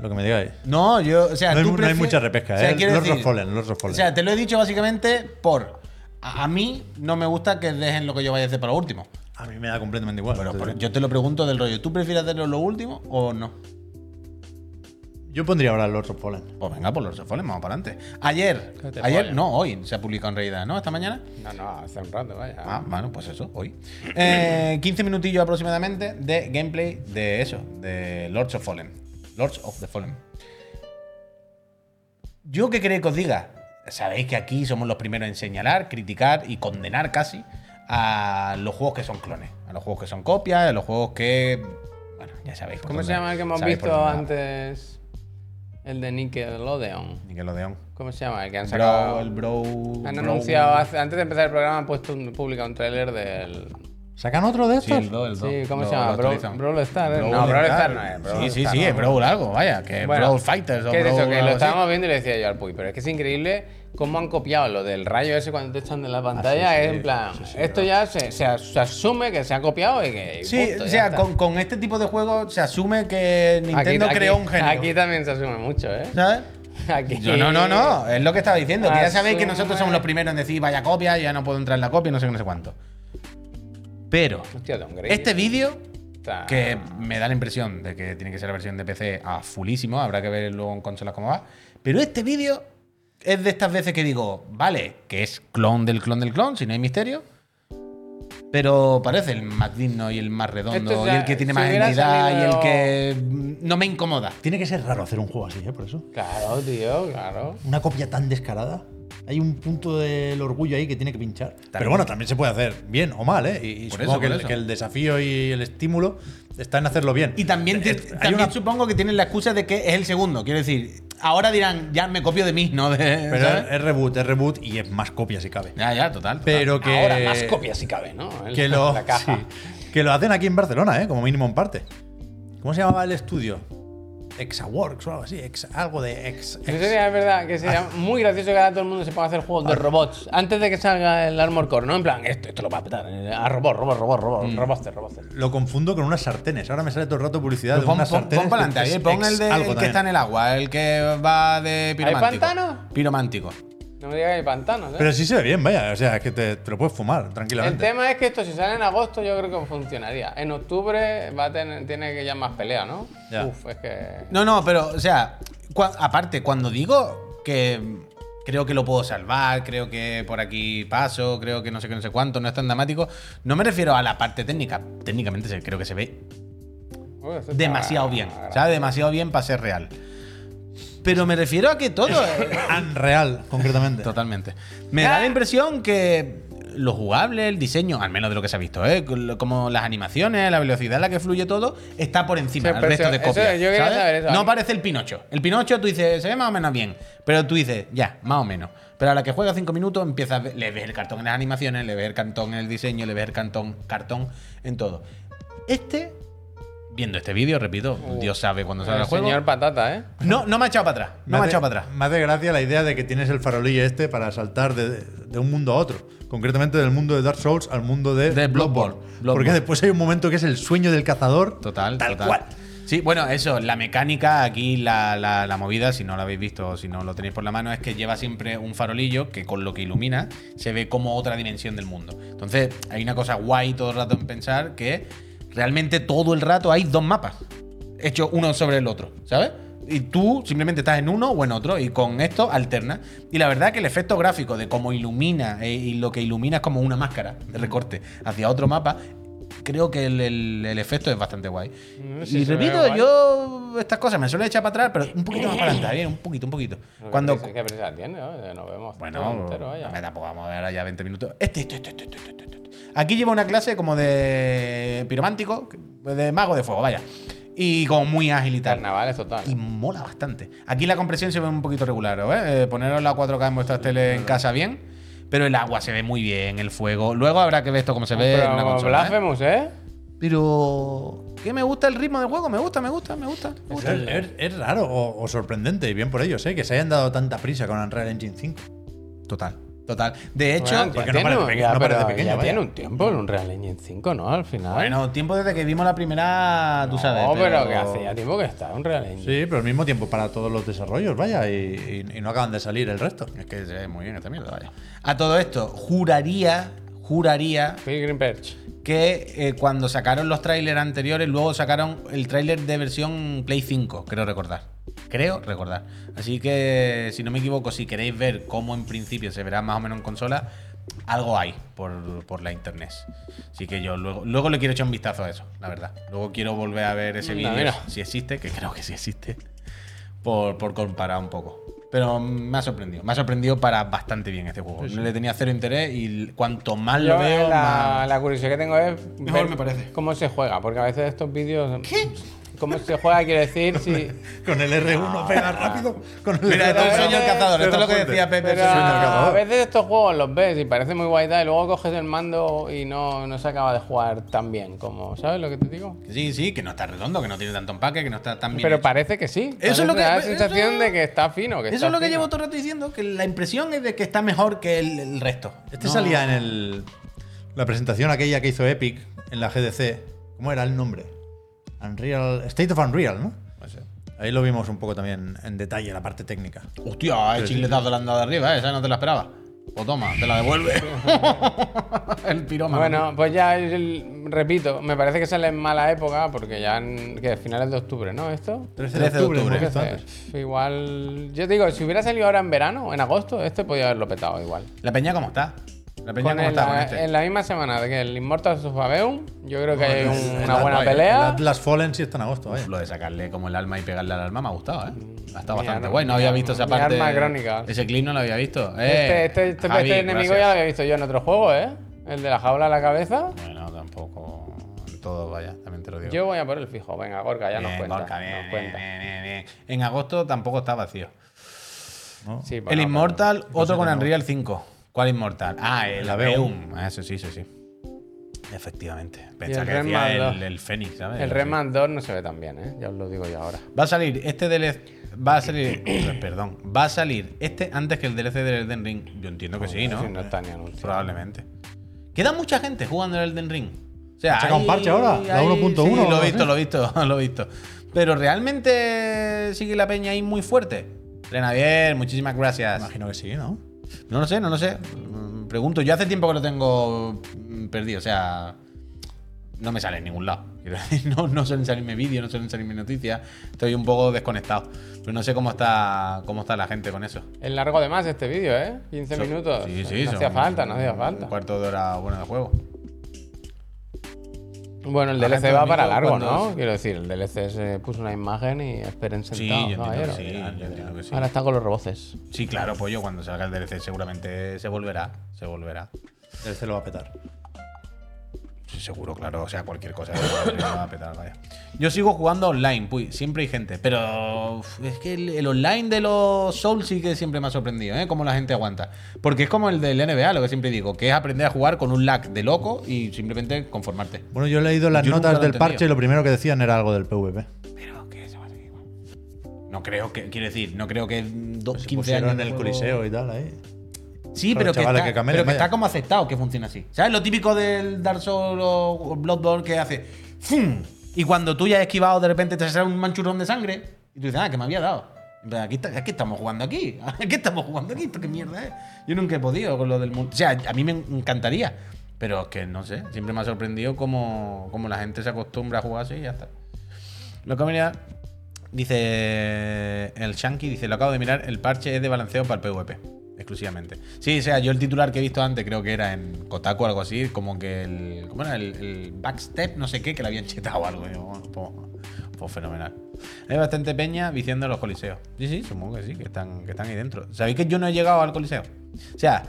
B: Lo que me digáis.
A: No, yo. O sea,
B: No hay,
A: tú
B: mu- no hay
A: prefi-
B: mucha repesca,
A: O sea,
B: ¿eh?
A: quiero
B: Lords of
A: decir-
B: Fallen, Lords of
A: O
B: Fallen.
A: sea, te lo he dicho básicamente por. A, a mí no me gusta que dejen lo que yo vaya a hacer para lo último.
B: a mí me da completamente igual.
A: Pero,
B: Entonces,
A: pero yo te lo pregunto del rollo. ¿Tú prefieres hacerlo lo último o no?
B: yo pondría ahora Lords of Fallen.
A: Pues venga, por los of Fallen, vamos para adelante. Ayer,
C: Que te
A: ayer,
C: follen.
A: no, hoy se ha publicado en realidad, ¿no? Esta mañana.
C: No, no, hace un rato, vaya.
A: Ah, bueno, pues eso, hoy. Eh, 15 minutillos aproximadamente de gameplay de eso, de Lords of Fallen. Lords of the Fallen. Yo qué queréis que os diga. Sabéis que aquí somos los primeros en señalar, criticar y condenar casi a los juegos que son clones, a los juegos que son copias, a los juegos que. Bueno, ya sabéis. por
C: ¿Cómo
A: dónde-
C: se llama el que hemos
A: Pues sabéis por
C: visto
A: dónde va.
C: antes? El de Nickelodeon.
A: Nickelodeon.
C: ¿Cómo se llama? El que han
A: Bro,
C: sacado.
A: el bro.
C: han
A: bro-
C: anunciado, hace- antes de empezar el programa, han puesto un, publicado un tráiler del.
B: ¿Sacan otro de
A: Sí,
B: estos?
A: el do, el do.
C: Sí, ¿cómo
A: Lo-
C: se llama?
A: lo
C: Bro-
A: actualizan.
C: Brawl Stars, ¿eh?
A: Brawl
C: No, Brawl Stars
A: Stars.
C: no es, Brawl
A: Sí, sí,
C: Stars
A: sí,
C: no,
A: es
C: Brawl.
A: Brawl algo, vaya, que
C: Bueno,
A: Brawl Fighters o
C: ¿Qué es eso?
A: Brawl
C: Que
A: algo
C: lo
A: así.
C: estábamos viendo y le decía yo al Puy, pero es que es increíble cómo han copiado lo del rayo ese cuando te echan de
A: Ah,
C: la pantalla.
B: sí,
C: es en plan, esto ya se, se as- se asume que se ha copiado y que. y
A: Sí,
C: punto,
A: o
C: ya
A: sea,
C: está.
A: con, con este tipo de juegos se asume que Nintendo
C: Aquí-
A: creó
C: aquí-
A: un género.
C: Aquí también se asume mucho, ¿eh?
A: ¿Sabes?
C: Aquí.
A: Yo, no, no, no, es lo que estaba diciendo. Que ya sabéis que
C: Asume.
A: nosotros somos los primeros en decir vaya copia, ya no puedo entrar en la copia, no sé qué, no sé cuánto. Pero
C: Hostia, Don Grey.
A: este vídeo,
C: Está-
A: que me da la impresión de que tiene que ser la versión de PC a fulísimo, habrá que ver luego en consolas cómo va. Pero este vídeo es de estas veces que digo, vale, que es clon del clon del clon, si no hay misterio. Pero parece el más digno y el más redondo,
C: Esto ya-
A: y el que tiene
C: si
A: más
C: hubiera
A: entidad, y el
C: salido-
A: que mm, no me incomoda.
B: Tiene que ser raro hacer un juego así, ¿eh? Por eso.
C: Claro, tío, claro.
B: Una copia tan descarada. Hay un punto del orgullo ahí que tiene que pinchar. Pero bueno, también se puede hacer bien o mal, ¿eh? Y, y
A: Por
B: supongo
A: eso,
B: que,
A: por
B: el-
A: eso.
B: que el desafío y el estímulo está en hacerlo bien.
A: Y también, te-
B: Es- hay
A: también
B: una-
A: supongo que tienen la excusa de que es el segundo. Quiero decir, ahora dirán, ya me copio de mí, ¿no? De-
B: Pero
A: ¿sabes?
B: es, es reboot, es reboot y es más copia si cabe.
A: ya, ya, total. total.
B: Pero que.
C: Ahora más copias si cabe, ¿no? En
B: Que
C: la-
B: lo,
C: la caja.
B: sí. que lo hacen aquí en Barcelona, ¿eh? como mínimo en parte. ¿Cómo se llamaba el estudio? Exaworks o algo así, ex- algo de ex.
C: Eso
B: ex-
C: sería, es verdad que
A: Ah.
C: sería muy gracioso que ahora todo el mundo se ponga a hacer juegos de robots antes de que salga el Armor Core, ¿no? En plan, esto, esto lo va a petar. eh, A robot, robot, robot, robot,
A: Mm.
C: robots, robots.
B: Lo confundo con unas sartenes. Ahora me sale todo el rato publicidad
A: Pero
B: de
A: pon,
B: unas
A: pon- pon
B: sartenes.
A: pa'lante,
B: que es
A: Javier, pon
B: ex
A: el, de-
B: algo
A: el que
B: también.
A: está en el agua, el que va de piromántico.
C: pantano?
A: Piromántico.
C: No me digas que hay pantanos, ¿eh?
B: Pero sí se ve bien, vaya. O sea, es que te, te lo puedes fumar
C: el
B: tranquilamente.
C: tema es que esto, si sale en agosto, yo creo que funcionaría. En octubre va a tener, tiene que ya más pelea, ¿no?
B: Ya.
C: Uf, es que.
A: No, no, pero, o sea, cua- aparte, cuando digo que creo que lo puedo salvar, creo que por aquí paso, creo que no sé qué, no sé cuánto, no es tan dramático, no me refiero a la parte técnica. Técnicamente se- creo que se ve
C: Uy, eso está-
A: demasiado bien, ¿sabes? Demasiado bien para ser real. Pero me refiero a que todo.
B: Unreal, concretamente.
A: Totalmente. Ah. Me da la impresión que lo jugable, el diseño, al menos de lo que se ha visto, ¿eh? como las animaciones, la velocidad a la que fluye todo, está por encima
C: Sí,
A: del
C: pero
A: resto
C: eso-
A: de
C: eso,
A: copias.
C: yo quería
A: ¿sabes?
C: saber eso.
A: No parece el Pinocho. El Pinocho tú dices, se ve más o menos bien, pero tú dices, ya, más o menos. Pero a la que juega cinco minutos empiezas, a ver- le ves el cartón en las animaciones, le ves el cartón en el diseño, le ves el cartón, cartón en todo. Este, viendo este vídeo, repito, Dios sabe cuándo sale
C: El
A: el juego.
C: señor patata, ¿eh?
A: No, no me ha echado para atrás. No me, ha
B: hace-
A: echado para atrás.
B: Me hace gracia la idea de que tienes el farolillo este para saltar de, de un mundo a otro. Concretamente del mundo de Dark Souls al mundo de,
A: De Bloodborne.
B: Bloodborne. Porque
A: Bloodborne.
B: después hay un momento que es el sueño del cazador.
A: Total,
B: Tal
A: total.
B: cual.
A: Sí, bueno, eso, la mecánica, aquí la, la- la movida, si no lo habéis visto o si no lo tenéis por la mano, es que lleva siempre un farolillo que con lo que ilumina se ve como otra dimensión del mundo. Entonces, hay una cosa guay todo el rato en pensar que realmente todo el rato hay dos mapas hechos uno sobre el otro, ¿sabes? Y tú simplemente estás en uno o en otro y con esto alternas. Y la verdad que el efecto gráfico de cómo ilumina eh, y lo que ilumina es como una máscara de recorte hacia otro mapa creo que el, el- el efecto es bastante guay.
C: Mm, sí,
A: y
C: se ve
A: repito,
C: guay.
A: yo estas cosas me suelo echar para atrás, pero un poquito más para adelante, bien, un poquito, un poquito. Cuando.
C: ¿Qué prisa- qué prisa tiene? ¿no? Nos vemos. todo
A: Bueno,
C: entero, vaya.
A: me tampoco vamos a ver ahora ya 20 minutos. Este, este, este, este, este, este, este. Aquí lleva una clase como de piromántico, de mago de fuego, vaya. Y como muy ágil y tal.
C: Carnavales total.
A: Y mola bastante. Aquí la compresión se ve un poquito regular, ¿eh? Eh, poneros la 4K en vuestras teles en casa bien. Pero el agua se ve muy bien, el fuego. Luego habrá que ver esto cómo se ve en una
C: Pero
A: consola. ¿eh?
C: Blasphemous, ¿eh?
A: Pero. ¿Qué me gusta el ritmo del juego? Me gusta, me gusta, me gusta. Me
B: Es,
A: gusta.
B: es- es raro o, o sorprendente, y bien por ellos, ¿eh? que se hayan dado tanta prisa con Unreal Engine 5.
A: Total, total. De hecho,
C: Bueno,
B: porque
C: ya
B: no
C: tiene-
B: parece pequeño,
C: ya,
B: no parece
C: pero
B: pequeño,
C: ya
B: vaya.
C: tiene un tiempo en un Real Engine 5, ¿no? Al final.
A: ¿eh? bueno, tiempo desde que vimos la primera, tú sabes.
C: no, pero que hace ya tiempo que está un Real Engine.
B: Sí, pero al mismo tiempo para todos los desarrollos, vaya, y, y- y no acaban de salir el resto.
A: Es que se ve muy bien esta mierda, vaya. A todo esto, juraría, juraría
C: Pilgrim Perch.
A: que eh, cuando sacaron los trailers anteriores, luego sacaron el trailer de versión Play 5, creo recordar. Creo recordar. Así que, si no me equivoco, si queréis ver cómo en principio se verá más o menos en consola, algo hay por, por la internet. Así que yo luego, luego le quiero echar un vistazo a eso, la verdad. Luego quiero volver a ver ese
C: Anda,
A: vídeo,
C: mira.
A: si existe, que creo que sí existe, por, por comparar un poco. Pero me ha sorprendido, me ha sorprendido para bastante bien este juego. Le tenía cero interés y cuanto más
C: Yo
A: Ah, lo veo, más...
C: la, la curiosidad que tengo es.
A: Mejor
C: ver
A: me parece.
C: ¿Cómo se juega? Porque a veces estos vídeos. ¿Qué? ¿Cómo se juega? Quiero decir, si.
B: Con el R1 pega rápido. Con el
A: Mira, esto es un sueño
B: pega-
A: del cazador. Esto es lo que
B: fuerte.
A: decía Pepe.
C: Pero
A: Soy un
C: a
B: mercador.
C: veces estos juegos los ves y parece muy guay y tal, y luego coges el mando y no, no se acaba de jugar tan bien como. ¿Sabes lo que te digo?
A: Sí, sí, que no está redondo, que no tiene tanto empaque, que no está tan bien.
C: Pero
A: hecho.
C: parece que sí.
A: Eso es lo
C: Parece- Da la
A: que-
C: sensación
A: eso-
C: de que está fino. Que
A: Eso
C: está
A: es lo que
C: fino.
A: llevo todo el rato diciendo, que la impresión es de que está mejor que el, el resto.
B: Este salía en el, la presentación aquella que hizo Epic en la GDC. ¿Cómo era el nombre? Unreal. State of Unreal, ¿no? Ahí lo vimos un poco también en detalle, la parte técnica.
A: Hostia, el chicletazo de la andada de arriba, ¿eh? esa no te la esperaba.
C: Pues
A: O toma, te la devuelve. el piroma.
C: Bueno, pues ya el- repito, me parece que sale en mala época porque ya en, que finales de octubre, ¿no? Esto.
B: 13
A: de octubre,
B: hemos
A: ¿no?
B: visto
C: Entonces,
B: antes.
C: pf, igual, yo digo, si hubiera salido ahora en verano, en agosto, este podía haberlo petado igual.
A: La peña, ¿cómo está? La peña,
C: Con
A: ¿cómo
C: el-
A: está con este?
C: En la misma semana que el Immortal Sofabeum, yo creo que hay un-
B: El
C: una
B: Atlas-
C: buena
B: El
C: pelea.
B: Atlas Fallen sí está en agosto, vaya.
A: Pues Lo de sacarle como el alma y pegarle al alma me ha gustado, ¿eh? Ha estado
C: Mi
A: bastante
C: arma-
A: guay. No había visto esa
C: mi
A: parte.
C: arma crónica.
A: Ese clip no lo había visto.
C: Este,
A: Eh,
C: este- este-
A: Javi,
C: este enemigo ya
A: gracias.
C: lo había visto yo en otro juego, ¿eh? El de la jaula a la cabeza.
A: Bueno, tampoco. En todo, vaya, también te lo digo.
C: Yo voy a por el fijo. Venga, Gorka, ya nos
A: Bien,
C: cuenta.
A: Gorka, bien,
C: nos
A: bien,
C: cuenta.
A: bien, bien, bien. En agosto tampoco está vacío.
B: ¿no?
C: Sí, bueno,
A: el
C: pero-
A: Immortal, otro con Unreal 5. ¿Cuál Immortal? Ah, el
B: El
A: Aveum. Ah, eso sí, eso sí. Efectivamente. Pensaba
C: el
A: que
C: Red
A: decía
C: Man
A: el,
C: 2.
A: el Fénix, ¿sabes?
C: El
A: Eso
C: Redman 2 no se ve tan bien, ¿eh? Ya os lo digo yo ahora.
A: sí. Va a salir este DLC. Va a salir. perdón. Va a salir este antes que el DLC del Elden Ring. Yo entiendo que sí, ¿no?
C: Si no está ni anunciado.
A: Probablemente. Queda mucha gente jugando el Elden Ring. O sea,
B: ¿Han sacado un
A: hay-
B: parche ahora? ¿La
A: hay-
B: 1.1
A: Sí,
B: o
A: lo
B: algo
A: he visto,
B: así?
A: lo he visto, lo he visto. Pero realmente sigue la peña ahí muy fuerte. Renavier, muchísimas gracias.
B: Imagino que sí, ¿no?
A: No lo sé, no lo sé. Mm, Pregunto, yo hace tiempo que lo tengo mm, perdido, o sea, no me sale en ningún lado. Quiero decir, No, no suelen salirme vídeos, no suelen salirme noticias. Estoy un poco desconectado. Pero no sé cómo está, cómo está la gente con eso.
C: Es largo de más este vídeo, ¿eh? 15 minutos.
A: Sí, sí,
C: no
A: son
C: hacía falta, no hacía
A: Un
C: falta.
A: cuarto de hora bueno de juego.
C: Bueno, el
A: La
C: DLC
A: gente
C: va
A: lo
C: para
A: mira
C: largo,
A: cuando-
C: ¿no? Quiero decir, el DLC se puso una imagen y esperen
A: Sí,
C: sentados,
A: yo entiendo
C: caballeros.
A: que sí, yo entiendo que sí.
C: Ahora está con los reboces.
A: Sí, claro, pollo, cuando salga el DLC seguramente se volverá, se volverá.
B: El C lo va a petar.
A: Sí, seguro, claro, o sea, cualquier cosa. que me va a petar, vaya. Yo sigo jugando online, pues, siempre hay gente, pero uf, es que el, el online de los Souls sí que siempre me ha sorprendido, ¿eh? Cómo la gente aguanta. Porque es como el del NBA, lo que siempre digo, que es aprender a jugar con un lag de loco y simplemente conformarte.
B: Bueno, yo he leído las
A: Yo nunca
B: notas
A: lo
B: del
A: entendía.
B: parche y lo primero que decían era algo del PvP.
A: Pero que eso va a ser igual. No creo que, quiero decir, no creo que dos,
B: Pues Se
A: 15
B: pusieron
A: Pues años
B: en
A: de
B: el
A: juego-
B: coliseo y tal, ahí.
A: Sí,
B: Para
A: pero
B: los
A: que,
B: chavales
A: está,
B: que camelen,
A: pero que
B: vaya.
A: está como aceptado que funciona así. ¿Sabes? Lo típico del Dark Souls o Bloodborne que hace ¡fum! Y cuando tú ya has esquivado, de repente te sale un manchurrón de sangre y tú dices, ah, que me había dado. En plan, Aquí, está- aquí estamos jugando aquí. Aquí estamos jugando aquí. ¿Esto qué mierda es? Yo nunca he podido con lo del mundo. O sea, a mí me encantaría. Pero es que no sé. Siempre me ha sorprendido cómo, cómo la gente se acostumbra a jugar así y ya está. Lo que venía dice el Shanky, dice, lo acabo de mirar, el parche es de balanceo para el PvP, exclusivamente. Sí, o sea, yo el titular que he visto antes creo que era en Kotaku o algo así, como que el, ¿cómo era? El, el backstep, no sé qué, que le habían chetado o algo. Y yo, bueno, pues, pues fenomenal. Hay bastante peña viciando los coliseos. Sí, sí, supongo que sí, que están, que están ahí dentro. ¿Sabéis que yo no he llegado al coliseo? O sea,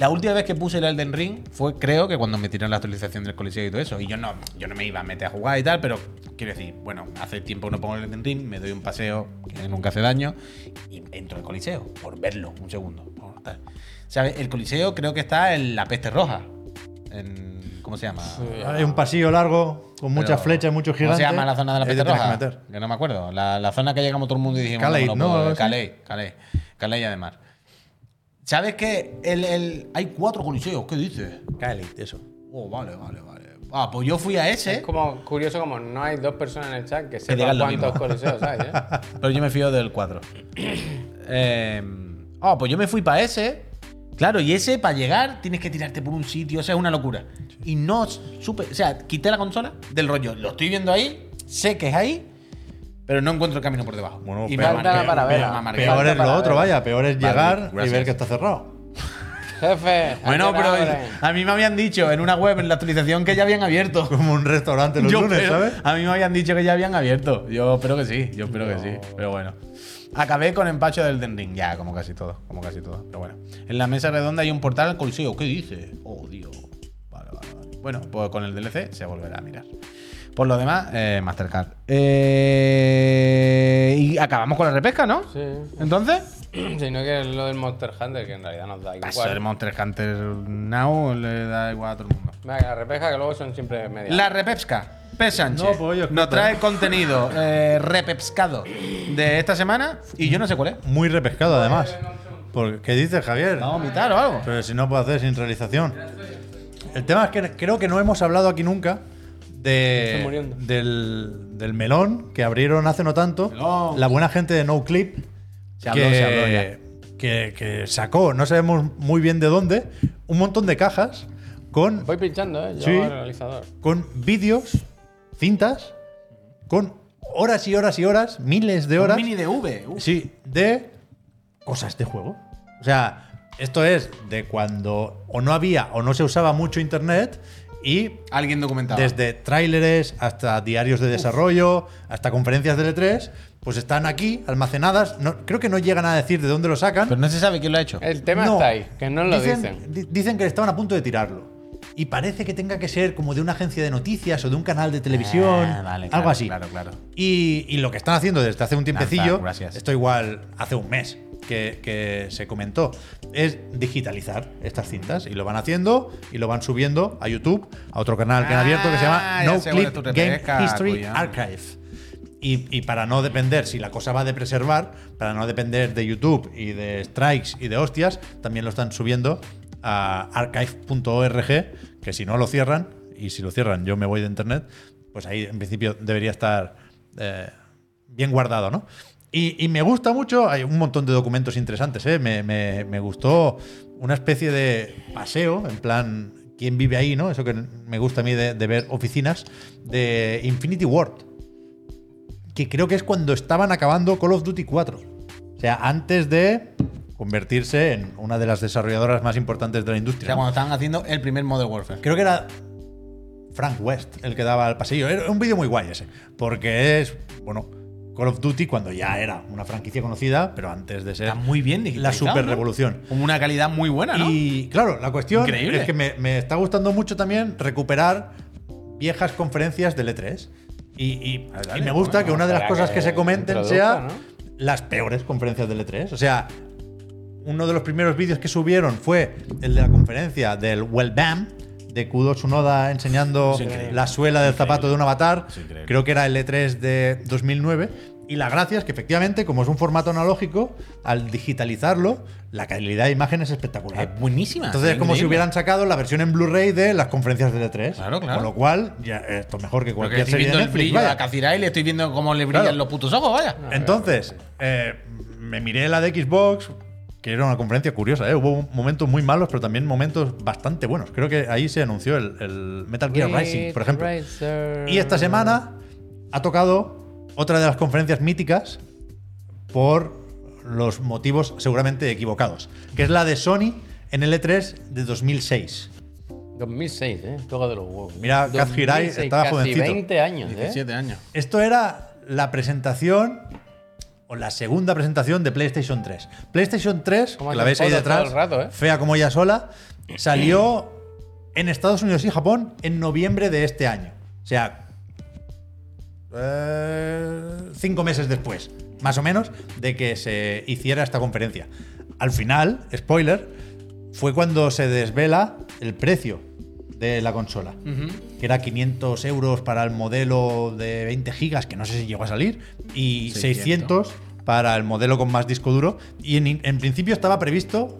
A: la última vez que puse el Elden Ring fue, creo que cuando me tiraron la actualización del Coliseo y todo eso. Y yo no, yo no me iba a meter a jugar y tal, pero Quiero decir, bueno, hace tiempo que no pongo el Elden Ring, me doy un paseo que nunca hace daño y entro al Coliseo por verlo un segundo. por tal. ¿Sabes? El Coliseo creo que está en la peste roja. En, ¿Cómo se llama?
B: Hay un pasillo largo con muchas
A: Pero,
B: flechas, muchos
A: ¿Cómo
B: gigantes.
A: se llama la zona de la
B: Ahí te
A: peste
B: tienes
A: roja?
B: que meter.
A: Que no me acuerdo. La, la zona que llegamos todo el mundo y dijimos.
B: Calais,
A: no puedo
B: ¿no?
A: ver.
B: Sí.
A: Calais, Calais. Calais, además. ¿Sabes qué? El, el- hay cuatro coliseos. ¿Qué dices?
B: Cáliz, eso.
A: Oh, vale, vale, vale. Ah, pues yo fui a
C: Es
A: ese.
C: como curioso como no hay dos personas en el chat que
A: digan
C: sepan
A: lo
C: cuántos
A: mismo.
C: coliseos hay, ¿eh?
A: Pero yo me fío del 4. oh, pues yo me fui para ese. Claro, y ese para llegar tienes que tirarte por un sitio, o sea, es una locura. Y no supe, o sea, quité la consola del rollo. Lo estoy viendo ahí, sé que es ahí, pero no encuentro el camino por debajo.
B: Bueno,
A: y
B: peor-
A: amargué,
C: Falta la parabela.
A: me amargué.
B: Peor es
C: para
B: lo otro,
C: ver.
B: vaya. Peor es
A: Vale,
B: llegar y
A: gracias.
B: ver que está cerrado.
C: Jefe.
A: Bueno,
C: ¿a qué hora
A: pero
C: abren?
A: a mí me habían dicho en una web, en la actualización, que ya habían abierto.
B: Como un restaurante los
A: Yo
B: lunes,
A: espero-
B: ¿sabes?
A: A mí me habían dicho que ya habían abierto. Yo espero que sí, yo espero que sí. Pero bueno. Acabé con empacho del Den Ring, ya, como casi todo, como casi todo. Pero bueno. En la mesa redonda hay un portal al Coliseo. ¿Qué dices? Oh, Dios. Vale, vale, vale. Bueno, pues con el DLC se volverá a mirar. Por lo demás, eh, Mastercard. Eh, y acabamos con la repesca, ¿no?
C: Sí.
A: Entonces.
C: Si no que es lo del Monster Hunter, que en realidad nos da
A: Paso el
C: igual.
A: Monster Hunter Now le da igual a todo el mundo.
C: Venga, que la repeja que luego son siempre medias.
A: La repepsca. P. Sánchez
B: No, pues, oye,
A: nos
B: escucha.
A: trae contenido eh, repepscado de esta semana y yo no sé cuál es.
B: Muy repescado, además. Porque, ¿Qué dices, Javier?
A: ¿Vamos a vomitar o algo?
B: Pero si no puedo hacer sin realización. El tema es que creo que no hemos hablado aquí nunca
C: Estoy
B: de,
C: muriendo.
B: del, del melón que abrieron hace no tanto.
A: Melón.
B: La buena gente de No Clip.
A: Se habló, se habló ya.
B: que- que sacó, no sabemos muy bien de dónde, un montón de cajas con
C: Voy pinchando, ¿eh? Yo
B: Sí.
C: el realizador.
B: con vídeos, cintas, con horas y horas y horas, miles de horas,
A: Un mini DV. uh.
B: sí, de cosas de juego. O sea, esto es de cuando o no había o no se usaba mucho internet y
A: Alguien documentado.
B: desde tráileres hasta diarios de desarrollo, hasta conferencias de E3, pues están aquí almacenadas. No- creo que no llegan a decir de dónde lo sacan.
A: Pero no se sabe quién lo ha
B: Eh,
A: hecho.
C: El tema
B: No.
C: está ahí, que no lo dicen.
B: di- dicen que estaban a punto de tirarlo. Y parece que tenga que ser como de una agencia de noticias o de un canal de televisión,
A: Ah, vale,
B: algo
A: claro,
B: así.
A: Claro, claro.
B: Y, y lo que están haciendo desde hace un tiempecillo,
A: Lanzar, gracias.
B: esto igual hace un mes que, que se comentó, es digitalizar estas cintas. Y lo van haciendo y lo van subiendo a YouTube, a otro canal que han
A: Ah,
B: abierto que se llama
A: ya
B: No
A: sé cuál es
B: Clip
A: tu
B: Game
A: repesca,
B: History
A: Julián.
B: Archive. Y, y para no depender, si la cosa va de preservar, para no depender de YouTube y de strikes y de hostias, también lo están subiendo a archive.org, que si no lo cierran, y si lo cierran yo me voy de internet, pues ahí en principio debería estar eh, bien guardado, ¿no? Y, y me gusta mucho, hay un montón de documentos interesantes, ¿eh? me, me- me gustó una especie de paseo, en plan, ¿quién vive ahí? ¿no? Eso que me gusta a mí de, de ver oficinas de Infinity Ward que creo que es cuando estaban acabando Call of Duty 4. O sea, antes de convertirse en una de las desarrolladoras más importantes de la
A: O
B: industria.
A: sea, cuando estaban haciendo el primer Modern Warfare.
B: Creo que era Frank West el que daba el pasillo. Era un vídeo muy guay ese, porque es, bueno, Call of Duty cuando ya era una franquicia conocida, pero antes de ser
A: Está muy bien
B: la
A: digitalizado.
B: super
A: ¿no?
B: revolución.
A: Con una calidad muy buena, ¿no?
B: Y claro, la cuestión
A: Increíble.
B: es que me, me está gustando mucho también recuperar viejas conferencias del E3. Y, y-
A: Ah, dale,
B: y me gusta
A: bueno,
B: que una de las
C: espera
B: cosas que,
C: que
B: se comenten
C: introduzca,
B: sea
C: ¿no?
B: las peores conferencias del E3. O sea, uno de los primeros vídeos que subieron fue el de la conferencia del Well Bam de Kudo Tsunoda enseñando
A: Es increíble.
B: la suela del zapato de un avatar.
A: Es increíble.
B: Creo que era el E3 de 2009. Y la gracia es que efectivamente, como es un formato analógico, al digitalizarlo, la calidad de imagen es espectacular.
A: Es buenísima.
B: Entonces es como si
A: increíble.
B: hubieran sacado la versión en Blu-ray de las conferencias de E3.
A: Claro, claro.
B: Con lo cual, ya, esto es mejor que
A: Porque
B: cualquier
A: estoy
B: serie de
A: viendo el
B: Netflix.
A: brillo de
B: vaya.
A: la Kacirai y le estoy viendo cómo le brillan
B: Claro.
A: los putos ojos, vaya.
B: Entonces, eh, me miré la de Xbox, que era una conferencia curiosa, ¿eh? hubo momentos muy malos, pero también momentos bastante buenos. Creo que ahí se anunció el, el Metal Gear Rising, por ejemplo.
C: Ridge Racer.
B: Y esta semana ha tocado otra de las conferencias míticas por los motivos seguramente equivocados, que es la de Sony en el E3 de 2006.
C: 2006, ¿eh? Toca de los huevos.
B: Mira, Kaz Hirai
C: 2006,
B: estaba
C: casi
B: jovencito.
C: 20 años, ¿eh?
A: 17 años.
B: Esto era la presentación o la segunda presentación de PlayStation 3. PlayStation 3,
C: Cómo
B: que la
C: hacen
B: veis ahí
C: fotos
B: detrás,
C: todo el rato, ¿eh?
B: fea como ella sola, salió en Estados Unidos y Japón en noviembre de este año. O sea, eh, cinco meses después, más o menos, de que se hiciera esta conferencia. Al final, spoiler, fue cuando se desvela el precio de la consola, que era 500 euros para el modelo de 20 gigas, que no sé si llegó a salir, y
A: 600.
B: 600 para el modelo con más disco duro. Y en, en principio estaba previsto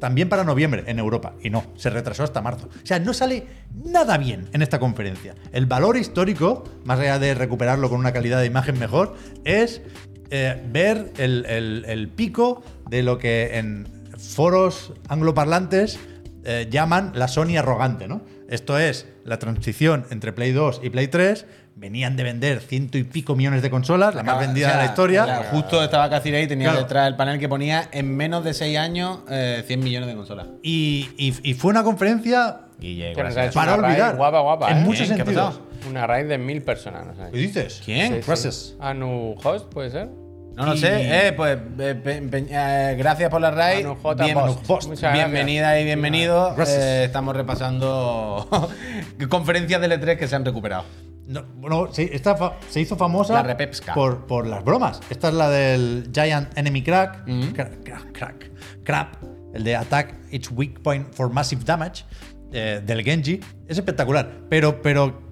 B: también para noviembre en Europa. Y no, se retrasó hasta marzo. O sea, no sale nada bien en esta conferencia. El valor histórico, más allá de recuperarlo con una calidad de imagen mejor, es eh, ver el, el- el pico de lo que en foros angloparlantes eh, llaman la Sony arrogante, ¿no? Esto es la transición entre Play 2 y Play 3. Venían de vender ciento y pico millones de consolas, la más
A: Acaba-
B: vendida
A: o sea,
B: de la historia.
A: claro, justo estaba casi ahí, tenía
B: Claro.
A: detrás el panel que ponía en menos de 6 años eh, 100 millones de consolas.
B: Y, y- y fue una conferencia
A: Guille,
C: Que nos ha
A: gracias.
C: hecho
B: para
C: una raid
B: olvidar.
C: guapa, guapa,
B: En
C: ¿eh?
B: muchos
A: Bien, ¿qué ha
B: sentidos.
A: pasado?
C: Una raid de mil personas. nos han hecho.
B: ¿Qué dices?
A: ¿Quién?
C: Sí, sí.
B: Gracias.
C: Anu Host, ¿puede ser?
A: No lo
B: Y-
A: sé, eh, pues eh, pe- pe- eh, gracias por la raid.
C: Manu J.
A: Bien-
C: Bost.
B: Bost.
C: Muchas gracias.
A: Bienvenida y bienvenido.
B: Gracias.
A: Eh, estamos repasando conferencias de L3 que se han recuperado.
B: No, bueno, se, esta fa- se hizo famosa
A: La repepsca.
B: por, por las bromas. Esta es la del Giant Enemy Crack. Crack, crack, crack. Crap. El de Attack Its Weak Point for Massive Damage. eh, del Genji. Es espectacular. Pero, pero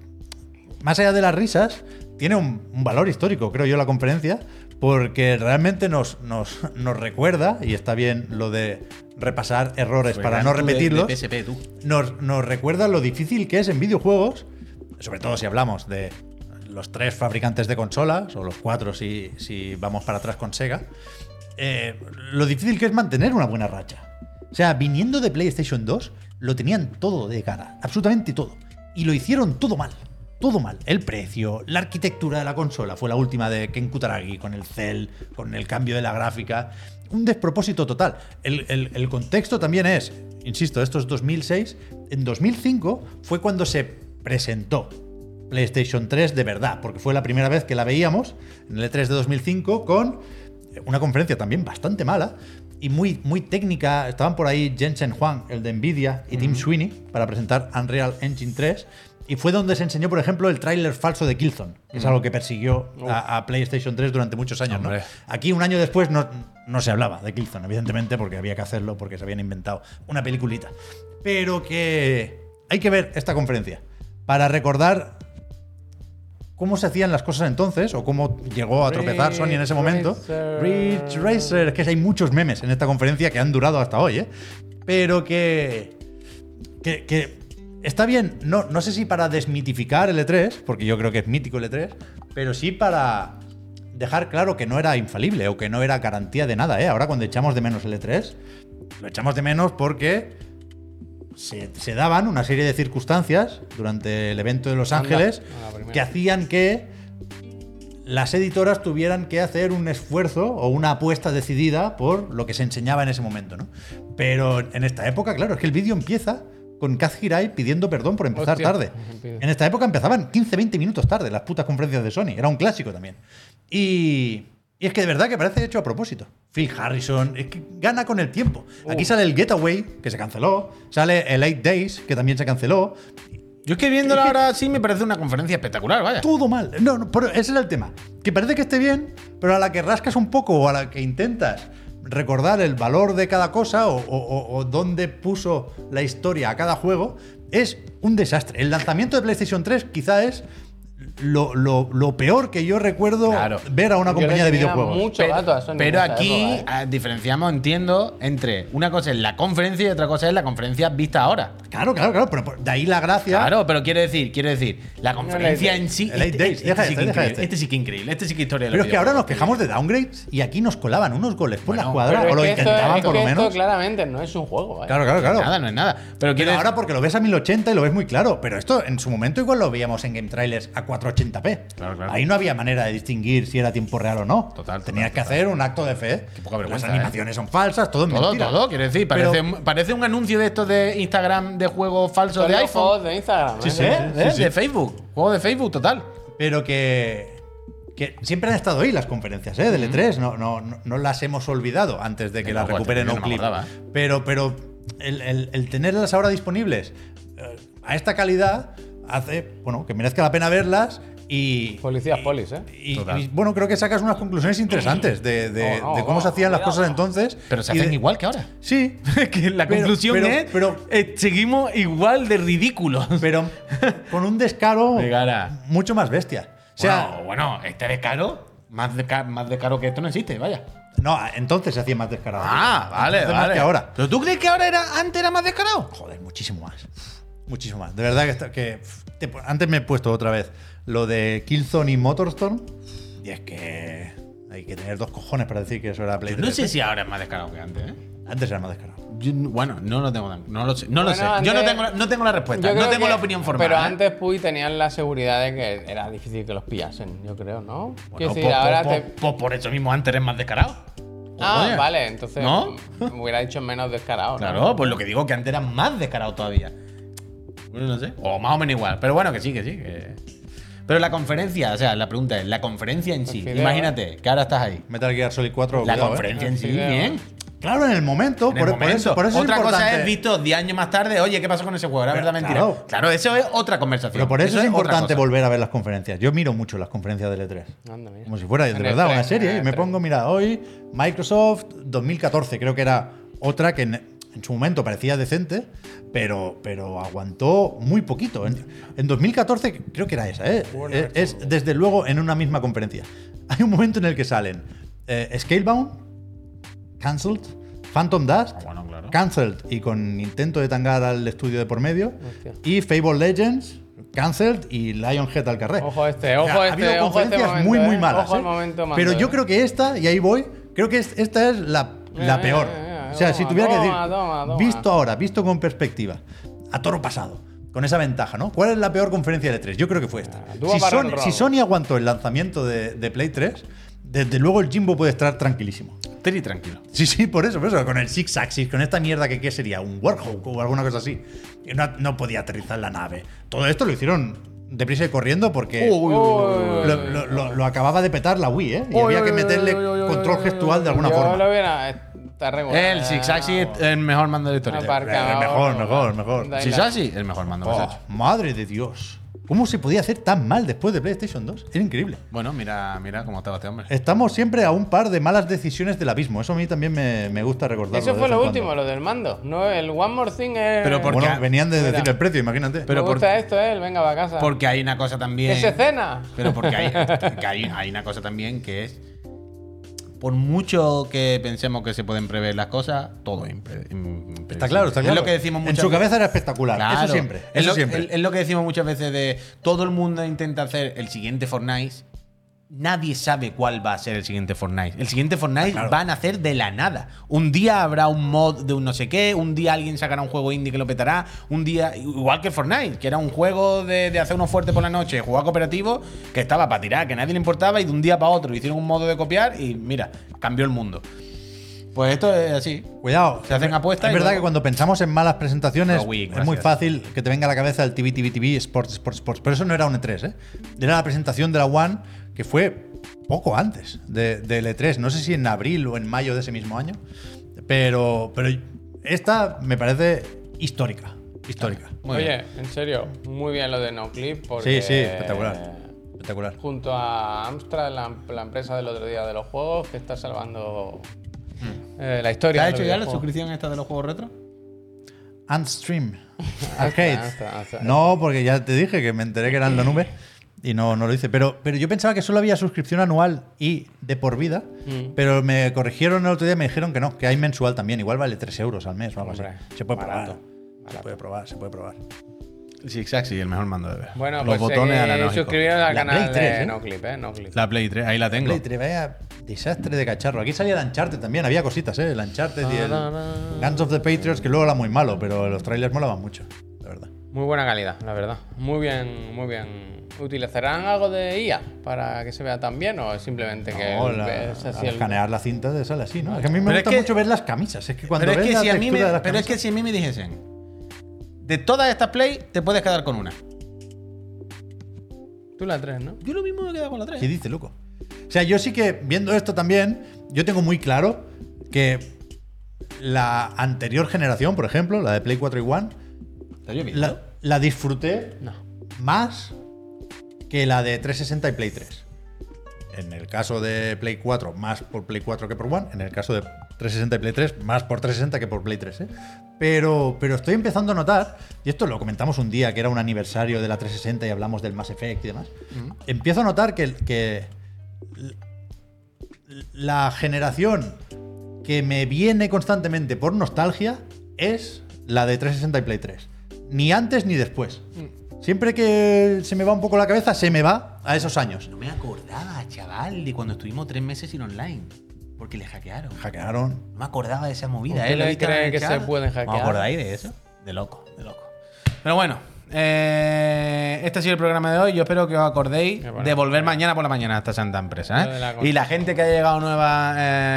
B: más allá de las risas, tiene un, un valor histórico, creo yo, la conferencia, porque realmente nos, nos, nos recuerda, y está bien lo de repasar errores para no
A: Pues Tú de-
B: repetirlos
A: de PSP, tú.
B: nos, nos recuerda lo difícil que es en videojuegos, sobre todo si hablamos de los tres fabricantes de consolas, o los cuatro si, si vamos para atrás con Sega, eh, lo difícil que es mantener una buena racha. O sea, viniendo de PlayStation 2, lo tenían todo de cara, absolutamente todo. Y lo hicieron todo mal, todo mal. El precio, la arquitectura de la consola, fue la última de Ken Kutaragi, con el cel, con el cambio de la gráfica. Un despropósito total. El, el- el contexto también es, insisto, esto es 2006. En 2005 fue cuando se presentó PlayStation 3 de verdad, porque fue la primera vez que la veíamos en el E3 de 2005 con una conferencia también bastante mala y muy, muy técnica. Estaban por ahí Jensen Huang, el de Nvidia, y Tim Sweeney para presentar Unreal Engine 3. Y fue donde se enseñó, por ejemplo, el tráiler falso de Killzone, que es algo que persiguió a, a PlayStation 3 durante muchos años. ¿no?
A: Hombre.
B: Aquí, un año después, no, no se hablaba de Killzone, evidentemente, porque había que hacerlo, porque se habían inventado una peliculita. Pero que hay que ver esta conferencia para recordar cómo se hacían las cosas entonces o cómo llegó a tropezar Sony en ese momento.
C: Ridge Racer.
B: Ridge Racer, es que hay muchos memes en esta conferencia que han durado hasta hoy, ¿eh? Pero que que, que está bien, no, no sé si para desmitificar el E3, porque yo creo que es mítico el E3, pero sí para dejar claro que no era infalible o que no era garantía de nada. ¿eh? Ahora cuando echamos de menos el E3, lo echamos de menos porque se, se daban una serie de circunstancias durante el evento de Los
C: Anda,
B: Ángeles
C: a la primera.
B: que hacían que las editoras tuvieran que hacer un esfuerzo o una apuesta decidida por lo que se enseñaba en ese momento, ¿no? Pero en esta época, claro, es que el vídeo empieza con Kaz Hirai pidiendo perdón por empezar
C: Hostia,
B: tarde.
C: empieza.
B: En esta época empezaban 15-20 minutos tarde las putas conferencias de Sony. Era un clásico también. Y, y es que de verdad que parece hecho a propósito. Phil Harrison, es que gana con el tiempo. Aquí sale el Getaway, que se canceló. Sale el Eight Days, que también se canceló.
A: Yo es que viéndola ahora sí me parece una conferencia espectacular, vaya.
B: Todo mal. No, no, pero ese era el tema. Que parece que esté bien, pero a la que rascas un poco o a la que intentas recordar el valor de cada cosa o, o- o- o dónde puso la historia a cada juego, es un desastre. El lanzamiento de PlayStation 3 quizá es lo, lo- lo peor que yo recuerdo
A: Claro.
B: ver a una
C: Yo le
B: compañía de
C: tenía
B: videojuegos.
C: Mucho gato a Sony.
A: Pero
C: en esa
A: aquí
C: época, ¿eh?
A: ah, diferenciamos, entiendo, entre una cosa es la conferencia y otra cosa es la conferencia vista ahora.
B: Claro, claro, claro, pero por- de ahí la gracia.
A: Claro, pero quiero decir, quiero decir, la conferencia en sí.
B: El eight days. Deja
A: sí
B: este,
A: que
B: deja
A: increíble,
B: este.
A: este sí que increíble, este sí que historia de
B: Pero
A: los
B: es que ahora nos
A: videojuegos.
B: quejamos de downgrades y aquí nos colaban unos goles por
A: Bueno,
B: la
C: Pero
B: cuadra,
C: es
B: o lo
C: que esto-
B: intentaban
C: es
B: por
C: que
B: lo menos.
C: Esto claramente no es un juego, ¿eh?
B: Claro, claro, claro.
A: Nada, no es nada. Pero quiero
B: Pero
A: decir-
B: ahora porque lo ves a 1080 y lo ves muy claro, pero esto en su momento igual lo veíamos en game trailers a 480p.
A: Claro, claro.
B: Ahí no había manera de distinguir si era tiempo real o no.
A: Total, total,
B: Tenías que
A: total.
B: hacer un acto de fe.
A: Qué poca vergüenza, ¿eh?
B: Las animaciones son falsas, todo es
A: Todo,
B: mentira.
A: todo, quiero decir,
B: Pero-
A: parece, un- parece un anuncio de estos de Instagram de juegos falsos
C: Son
A: de
C: los
A: iPhone.
C: juegos de Instagram.
B: Sí,
C: ¿eh?
B: sí,
A: ¿Eh? ¿Eh?
B: sí, sí.
A: De Facebook, juego de Facebook total.
B: pero que, que siempre han estado ahí las conferencias ¿eh? del E3, no, no, no, no las hemos olvidado antes de que
A: Eh,
B: las
A: no, guau,
B: recuperen
A: yo
B: un
A: no me
B: clip.
A: acordaba, ¿eh?
B: Pero, pero el, el- el tenerlas ahora disponibles eh, a esta calidad hace bueno, que merezca la pena verlas Y,
C: Policías polis, ¿eh?
B: y-
A: Total.
B: y, bueno, creo que sacas unas conclusiones interesantes de, de-
C: Oh, oh,
B: de cómo
C: oh,
B: se hacían las
C: cuidado.
B: cosas entonces.
A: Pero se
B: y de-
A: hacen igual que ahora.
B: Sí,
A: que la
B: Pero-
A: conclusión
B: pero-
A: es
B: pero-
A: eh, seguimos igual de ridículos.
B: pero con un descaro
A: De cara.
B: mucho más bestia. O sea,
A: bueno, bueno, este de caro, más de, ca- más de caro que esto no existe, vaya.
B: no, entonces se hacía más descarado.
A: Ah, vale,
B: Entonces,
A: vale.
B: más que ahora.
A: ¿Pero tú crees que ahora era, antes era más descarado?
B: Joder, muchísimo más. Muchísimo más. De verdad que, está- que te po- antes me he puesto otra vez lo de Killzone y Motorstorm. Y es que hay que tener dos cojones para decir que eso era Play
A: Yo no
B: 3.
A: sé si ahora es más descarado que antes, ¿eh?
B: Antes era más descarado.
A: Yo no- bueno, no lo tengo, tan- no lo sé. No lo
C: Bueno,
A: sé. Yo no
C: antes-
A: tengo, la- no tengo la
B: Pues
A: respuesta.
C: Yo
A: No
C: creo
A: tengo
C: que-
A: la opinión formada.
C: Pero
A: ¿eh?
C: antes Puy tenían la seguridad de que era difícil que los pillasen, yo creo, ¿no?
A: Bueno, pues,
C: Quiero
A: po-
B: pues,
C: decir,
A: po-
C: ahora
A: po-
C: te-
A: po- por eso mismo antes eres más descarado.
C: Ah,
A: Joder.
C: vale, entonces
A: ¿No?
C: me hubiera dicho menos descarado. ¿no?
A: Claro, pues lo que digo que antes era más descarado todavía. Bueno, no sé. O más o menos igual. Pero bueno, que sí, que sí. que- Pero la conferencia, o sea, la pregunta es, la conferencia en sí.
C: Los fideos,
A: Imagínate que ahora estás ahí.
B: Metal Gear Solid 4.
A: La
B: cuidado, ¿eh?
A: conferencia en
C: Los
A: sí,
C: fideos.
A: bien.
B: Claro, en el momento.
A: En
B: Oh, por,
A: el
B: por eso,
A: momento.
B: por eso es
A: otra cosa
B: importante.
A: es visto 10 años más tarde, oye, ¿qué pasó con ese juego? Era verdad mentira.
B: claro.
A: Claro. eso es otra conversación.
B: Pero por eso, es
A: otra
B: importante
A: cosa.
B: volver a ver las conferencias. Yo miro mucho las conferencias de E3.
C: Anda, mira.
B: pues, Como si fuera de
C: En este
B: verdad
A: E
C: E3,
B: una serie.
C: en
B: Y me
C: E3.
B: pongo, mira, hoy Microsoft 2014, creo que era otra que en, en su momento parecía decente, pero, pero aguantó muy poquito. En, en 2014 creo que era esa, ¿eh? Es- es, desde luego en una misma conferencia. Hay un momento en el que salen eh, Scalebound, Cancelled, Phantom Dust,
A: Ah, bueno, claro.
B: Cancelled y con intento de tangar al estudio de por medio,
C: Hostia.
B: y Fable Legends, Cancelled y Lionhead al carré.
C: Ojo este,
B: O sea,
C: ojo
B: ha
C: este,
B: habido
C: ojo este
B: conferencias
C: momento,
B: muy,
C: ¿eh?
B: muy malas.
C: Ojo al
B: ¿eh?
C: momento mando,
B: Pero yo
C: ¿eh?
B: creo que esta, y ahí voy, creo que es- esta es la,
C: Mira,
B: la
C: mira,
B: peor.
C: mira,
B: o sea, si
C: eh, toma,
B: tuviera que decir,
C: toma, toma, toma.
B: visto ahora, visto con perspectiva, a toro pasado, con esa ventaja, ¿no? ¿Cuál es la peor conferencia de 3? Yo creo que fue esta.
C: Ah, dúo
B: Si
C: barrel
B: Sony,
C: roll.
B: si Sony aguantó el lanzamiento de, de Play 3, desde luego el Jimbo puede estar tranquilísimo.
A: Tiri tranquilo.
B: Sí, sí, por eso, por eso, con el Six Axis, con esta mierda que ¿qué sería un Warhawk o alguna cosa así. Y No, no podía aterrizar la nave. Todo esto lo hicieron deprisa y corriendo porque
A: Uy, uy,
C: Uy.
B: lo, lo- lo- lo acababa de petar la Wii, ¿eh? Y había que meterle control gestual de alguna
C: yo
B: forma.
C: lo hubiera. Está regular. eh,
A: El Six Axis es el mejor mando de la historia.
C: Aparte. marcado.
B: Eh, Mejor, mejor, mejor.
C: Da-
A: Six Axis, el mejor mando que se ha
B: Oh,
A: hecho.
B: madre de Dios. ¿Cómo se podía hacer tan mal después de PlayStation 2? Era increíble.
A: Bueno, mira, mira cómo estaba este hombre.
B: Estamos siempre a un par de malas decisiones del abismo. Eso a mí también me, me gusta recordarlo.
C: Eso
B: de
C: fue
B: vez en
C: lo
B: cuando.
C: último, lo del mando. No, el One More Thing es.
A: Pero por-
B: Bueno,
A: Porque-
B: venían de
C: Mira.
B: decir el precio, imagínate.
A: pero
C: Me
A: por-
C: gusta esto, ¿eh? El venga va a casa.
A: Porque hay una cosa también.
C: ¡Que se cena!
A: Pero porque hay, que hay, hay una cosa también que es. Por mucho que pensemos que se pueden prever las cosas, todo es impre- impredecible.
B: Está claro, está claro.
A: Es lo que decimos muchas
B: En su
A: veces.
B: cabeza era espectacular. Eso
A: Claro.
B: siempre.
A: Es
B: eso
A: lo,
B: siempre.
A: es- es lo que decimos muchas veces de todo el mundo intenta hacer el siguiente Fortnite. Nadie sabe cuál va a ser el siguiente Fortnite. El siguiente Fortnite
B: Ah, claro.
A: van a hacer de la nada. Un día habrá un mod de un no sé qué, un día alguien sacará un juego indie que lo petará, un día, igual que Fortnite, que era un juego de, de hacer uno fuerte por la noche, jugar cooperativo, que estaba para tirar, que a nadie le importaba y de un día para otro hicieron un modo de copiar y mira, cambió el mundo. Pues esto es así.
B: Cuidado.
A: Se hacen apuestas
B: Es
A: y
B: verdad
A: luego-
B: que cuando pensamos en malas presentaciones
A: Pro Week,
B: es muy
A: gracias.
B: fácil que te venga a la cabeza el TV, TV, TV, Sports, Sports, Sports. Pero eso no era un E3, ¿eh? Era la presentación de la One que fue poco antes de- del E3. No sé si en abril o en mayo de ese mismo año. Pero, pero esta me parece histórica. Histórica.
A: Muy
C: Oye,
A: bien.
C: en serio, muy bien lo de NoClip.
B: Sí,
C: Porque...
B: sí, espectacular. Espectacular.
C: Junto a Amstrad, la, la empresa del otro día de los juegos, que está salvando eh, la
A: ¿Te
C: historia.
A: has
C: de
A: Mm.
C: los
A: hecho ya la
C: videojuegos.
A: suscripción esta de los juegos retro?
B: Unstream.
C: Ah,
B: Arcade.
C: Hasta- hasta-
B: No, porque ya te dije que me enteré que eran la nube y no, no lo hice. Pero, pero yo pensaba que solo había suscripción anual y de por vida.
C: Mm.
B: Pero me corrigieron el otro día y me dijeron que no, que hay mensual también. Igual vale 3 euros al mes o algo así.
C: Hombre,
B: Se puede
C: barato,
B: probar. Se puede probar, se puede probar.
A: Six Axis, el mejor mando de ver.
C: Bueno,
A: Los
C: pues
A: botones
C: seguid
A: analógicos.
C: suscribiros al
B: La Play
C: canal
B: 3,
C: de
B: ¿eh?
C: NoClip, ¿eh? NoClip.
A: La Play 3, ahí la tengo.
B: Play 3, vaya desastre de cacharro. Aquí salía el Uncharted también, había cositas, ¿eh? El Uncharted y el Guns of the Patriots, que luego era muy malo, pero los trailers molaban mucho, la verdad.
C: Muy buena calidad, la verdad. Muy bien, muy bien. ¿Utilizarán algo de IA para que se vea tan bien o simplemente que
B: No,
C: el-
B: la-
C: ves así
B: al
C: el-
B: escanear la cinta te sale así, ¿no? Es que a mí me
A: Pero es
B: gusta
A: que-
B: mucho ver las camisas. Es que cuando
A: pero, es
B: ves
A: que
B: la
A: si a mí me,
B: textura de las
A: pero es que
B: camisas-
A: si a mí me dijesen, de todas estas Play, te puedes quedar con una.
C: Tú la tres, ¿no?
A: Yo lo mismo me he quedado con la 3.
B: ¿Qué dice, loco? O sea, yo sí que viendo esto también, yo tengo muy claro que la anterior generación, por ejemplo, la de Play 4 y One,
A: ¿Te había visto?
B: la, la disfruté
C: No.
B: más que la de 360 y Play 3. En el caso de Play 4, más por Play 4 que por One. En el caso de 360 y Play 3, más por 360 que por Play 3. ¿eh? Pero, pero estoy empezando a notar, y esto lo comentamos un día, que era un aniversario de la 360 y hablamos del Mass Effect y demás. Empiezo a notar que, que la generación que me viene constantemente por nostalgia es la de 360 y Play 3. Ni antes ni después. Siempre que se me va un poco la cabeza, se me va a esos años.
A: No me acordaba, chaval, de cuando estuvimos tres meses sin online. Porque le hackearon.
B: Hackearon.
A: No me acordaba de esa
C: ¿Por
A: movida,
C: qué
A: ¿eh? Lo
C: le
A: he visto en
C: cree
A: el
C: que
A: chat.
C: se pueden hackear?
A: ¿Os acordáis de eso? De loco, de loco. Pero bueno, eh, este ha sido el programa de hoy. Yo espero que os acordéis
C: Me parece
A: de volver mañana por la mañana a esta santa empresa. ¿eh?
C: Lo de la
A: y la gente que haya llegado nueva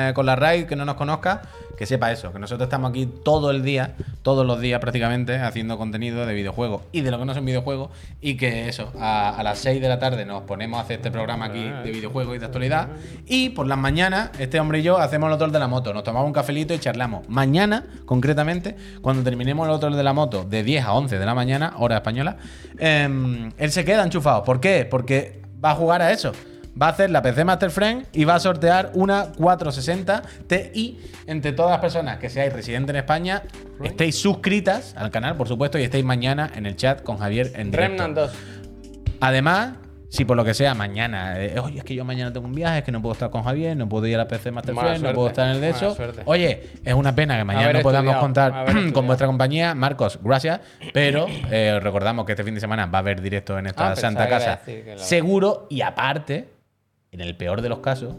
A: eh, con la RAID, que no nos conozca, que sepa eso, que nosotros estamos aquí todo el día, todos los días prácticamente, haciendo contenido de videojuegos y de lo que no son videojuegos. Y que eso, a, a las 6 de la tarde nos ponemos a hacer este programa aquí de videojuegos y de actualidad. Y por las mañanas, este hombre y yo hacemos el otro de la moto. Nos tomamos un cafelito y charlamos. Mañana, concretamente, cuando terminemos el otro de la moto, de 10 a 11 de la mañana, hora española, em, él se queda enchufado. ¿Por qué? Porque va a jugar a eso. Va a hacer la PC Master Friend y va a sortear una 460 Ti entre todas las personas que seáis residentes en España, estéis suscritas al canal, por supuesto, y estéis mañana en el chat con Javier en directo.
C: Remnant 2.
A: Además, si por lo que sea mañana, eh, oye, es que yo mañana tengo un viaje, es que no puedo estar con Javier, no puedo ir a la PC Master
C: Mala
A: Friend, no
C: suerte,
A: puedo estar en el de
C: mala
A: eso.
C: suerte.
A: Oye, es una pena que mañana
C: Haber
A: no podamos
C: estudiado,
A: contar
C: haber
A: con
C: estudiado.
A: vuestra compañía. Marcos, gracias, pero eh, recordamos que este fin de semana va a haber directo en esta
C: Ah, pensaba
A: Santa
C: que iba a
A: Casa.
C: decir que la-
A: Seguro, y aparte, en el peor de los casos,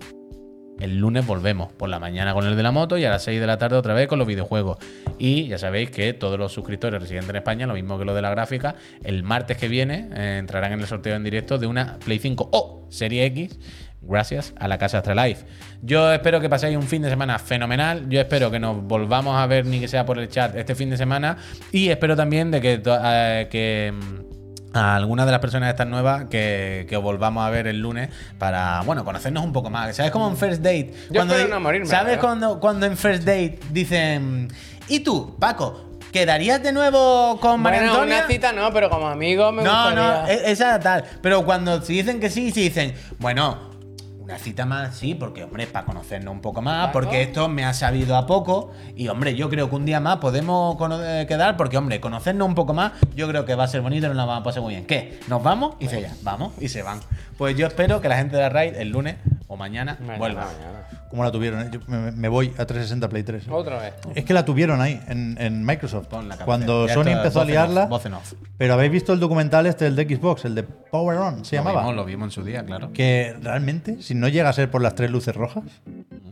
A: el lunes volvemos por la mañana con el de la moto y a las 6 de la tarde otra vez con los videojuegos. Y ya sabéis que todos los suscriptores residentes en España, lo mismo que lo de la gráfica, el martes que viene eh, entrarán en el sorteo en directo de una Play 5 o Serie X. Gracias a la casa Astralife. Yo espero que paséis un fin de semana fenomenal. Yo espero que nos volvamos a ver, ni que sea por el chat, este fin de semana. Y espero también de que, to- eh, que mm, a algunas de las personas estas nuevas que, que os volvamos a ver el lunes para, bueno, conocernos un poco más. ¿Sabes? Como en First Date.
C: Yo espero
A: di-
C: no morirme, ¿eh?
A: ¿Sabes
C: ¿verdad?
A: cuando, cuando en First Date dicen, ¿y tú, Paco, quedarías de nuevo con María
C: Bueno,
A: Antonia?
C: una cita no, pero como amigo me
A: no, no,
C: gustaría.
A: e- esa tal. Pero cuando si dicen que sí, si dicen, bueno, una cita más, sí, porque, hombre, para conocernos un poco más,
C: Claro.
A: porque esto me ha sabido a poco. Y, hombre, yo creo que un día más podemos cono- eh, quedar, porque, hombre, conocernos un poco más, yo creo que va a ser bonito, nos la vamos a pasar muy bien. ¿Qué? ¿Nos vamos? Y se ya, vamos, y se van. Pues yo espero que la gente de la raid el lunes o mañana
C: Mañana,
A: vuelva.
C: mañana.
B: ¿Cómo la tuvieron? eh? Yo me, me voy a 360 Play 3.
C: Otra vez.
B: Es que la tuvieron ahí, en, en Microsoft.
A: Pon la cabeza.
B: Cuando
A: Ya
B: Sony
A: está,
B: empezó a
A: voz en off,
B: liarla.
A: voz en off.
B: Pero habéis visto el documental este del de Xbox, el de Power On, se
A: Lo
B: llamaba.
A: vimos, lo vimos en su día, claro.
B: Que realmente, si no llega a ser por las tres luces rojas,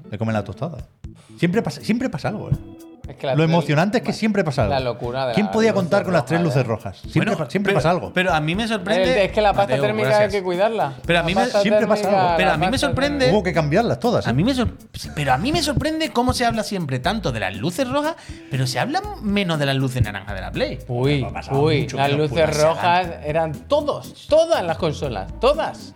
B: le comen la tostada. Siempre pasa, siempre pasa algo, ¿eh?
C: Es que la
B: Lo
C: tele-
B: emocionante es que
C: Bueno,
B: siempre pasa algo.
C: La locura de
B: ¿Quién
C: las
B: podía
C: luces
B: contar con las tres
C: rojas,
B: luces
C: eh?
B: rojas? Siempre,
A: Bueno,
B: pa- siempre
A: pero-
B: pasa algo.
A: Pero a mí me sorprende.
C: Es que la pasta
A: Mateo,
C: térmica
A: gracias.
C: hay que cuidarla.
A: Pero a
C: La
A: mí me-
C: pasta
B: siempre pasa
C: térmica,
B: algo.
A: Pero
C: la
A: a mí me
C: pasta
A: sorprende-
C: térmica.
B: Hubo que cambiarlas todas. ¿eh?
A: A mí me sor- pero a mí me sorprende cómo se habla siempre tanto de las luces rojas, pero se habla menos de las luces naranjas de la Play.
C: Uy,
B: ha pasado
C: uy,
B: mucho,
C: las
B: pero puta,
C: luces
A: se
C: rojas eran todos, todas las consolas, todas.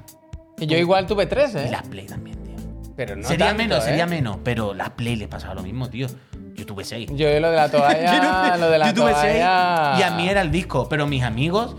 C: Y yo igual tuve tres,
A: Y
C: ¿eh?
A: las Play también, tío.
C: Pero no
A: sería
C: tanto,
A: menos,
C: ¿eh?
A: sería menos, pero las Play le pasaba lo mismo, tío. Yo tuve seis.
C: Yo lo de la toalla, lo de la
A: yo tuve seis
C: toalla.
A: y a mí era el disco, pero mis amigos,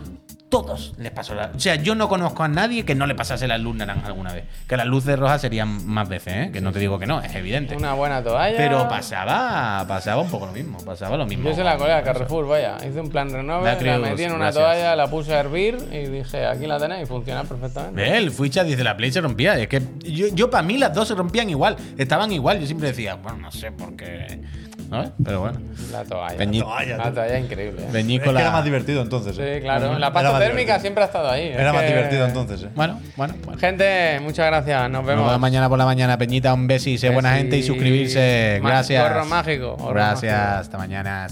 A: todos les pasó la. O sea, yo no conozco a nadie que no le pasase la luz naranja alguna vez. Que las luces rojas serían más veces, ¿eh? Que no te digo que no, es evidente.
C: una buena toalla.
A: Pero pasaba, pasaba un poco lo mismo, pasaba lo mismo.
C: Yo se la colé a Carrefour, vaya. Hice un plan renove,
A: La
C: la,
A: Creus,
C: metí en una
A: gracias.
C: toalla, la puse a hervir y dije, aquí la tenéis, funciona perfectamente.
A: Ve, El Fuicha dice la Play se rompía. Es que yo, yo para mí las dos se rompían igual. Estaban igual. Yo siempre decía, bueno, no sé por qué. ¿No? Pero bueno.
C: La toalla.
A: Peñi-
B: Toalla,
C: La toalla increíble.
B: Es
C: ¿eh?
B: que
A: Peñícola.
B: era más divertido entonces. ¿eh?
C: Sí, claro. La
B: Era
C: pasta
B: más
C: térmica
B: divertido.
C: siempre ha estado ahí.
B: Era
C: Es
B: más
C: que-
B: divertido entonces. ¿eh?
A: Bueno, bueno, bueno.
C: Gente, muchas gracias. Nos
A: Nos
C: vemos.
A: vemos mañana por la mañana, Peñita. Un beso y sé buena
C: Besis.
A: gente y suscribirse.
C: Ma-
A: Gracias.
C: gorro mágico, gorro
A: Gracias.
C: mágico.
A: Hasta mañana.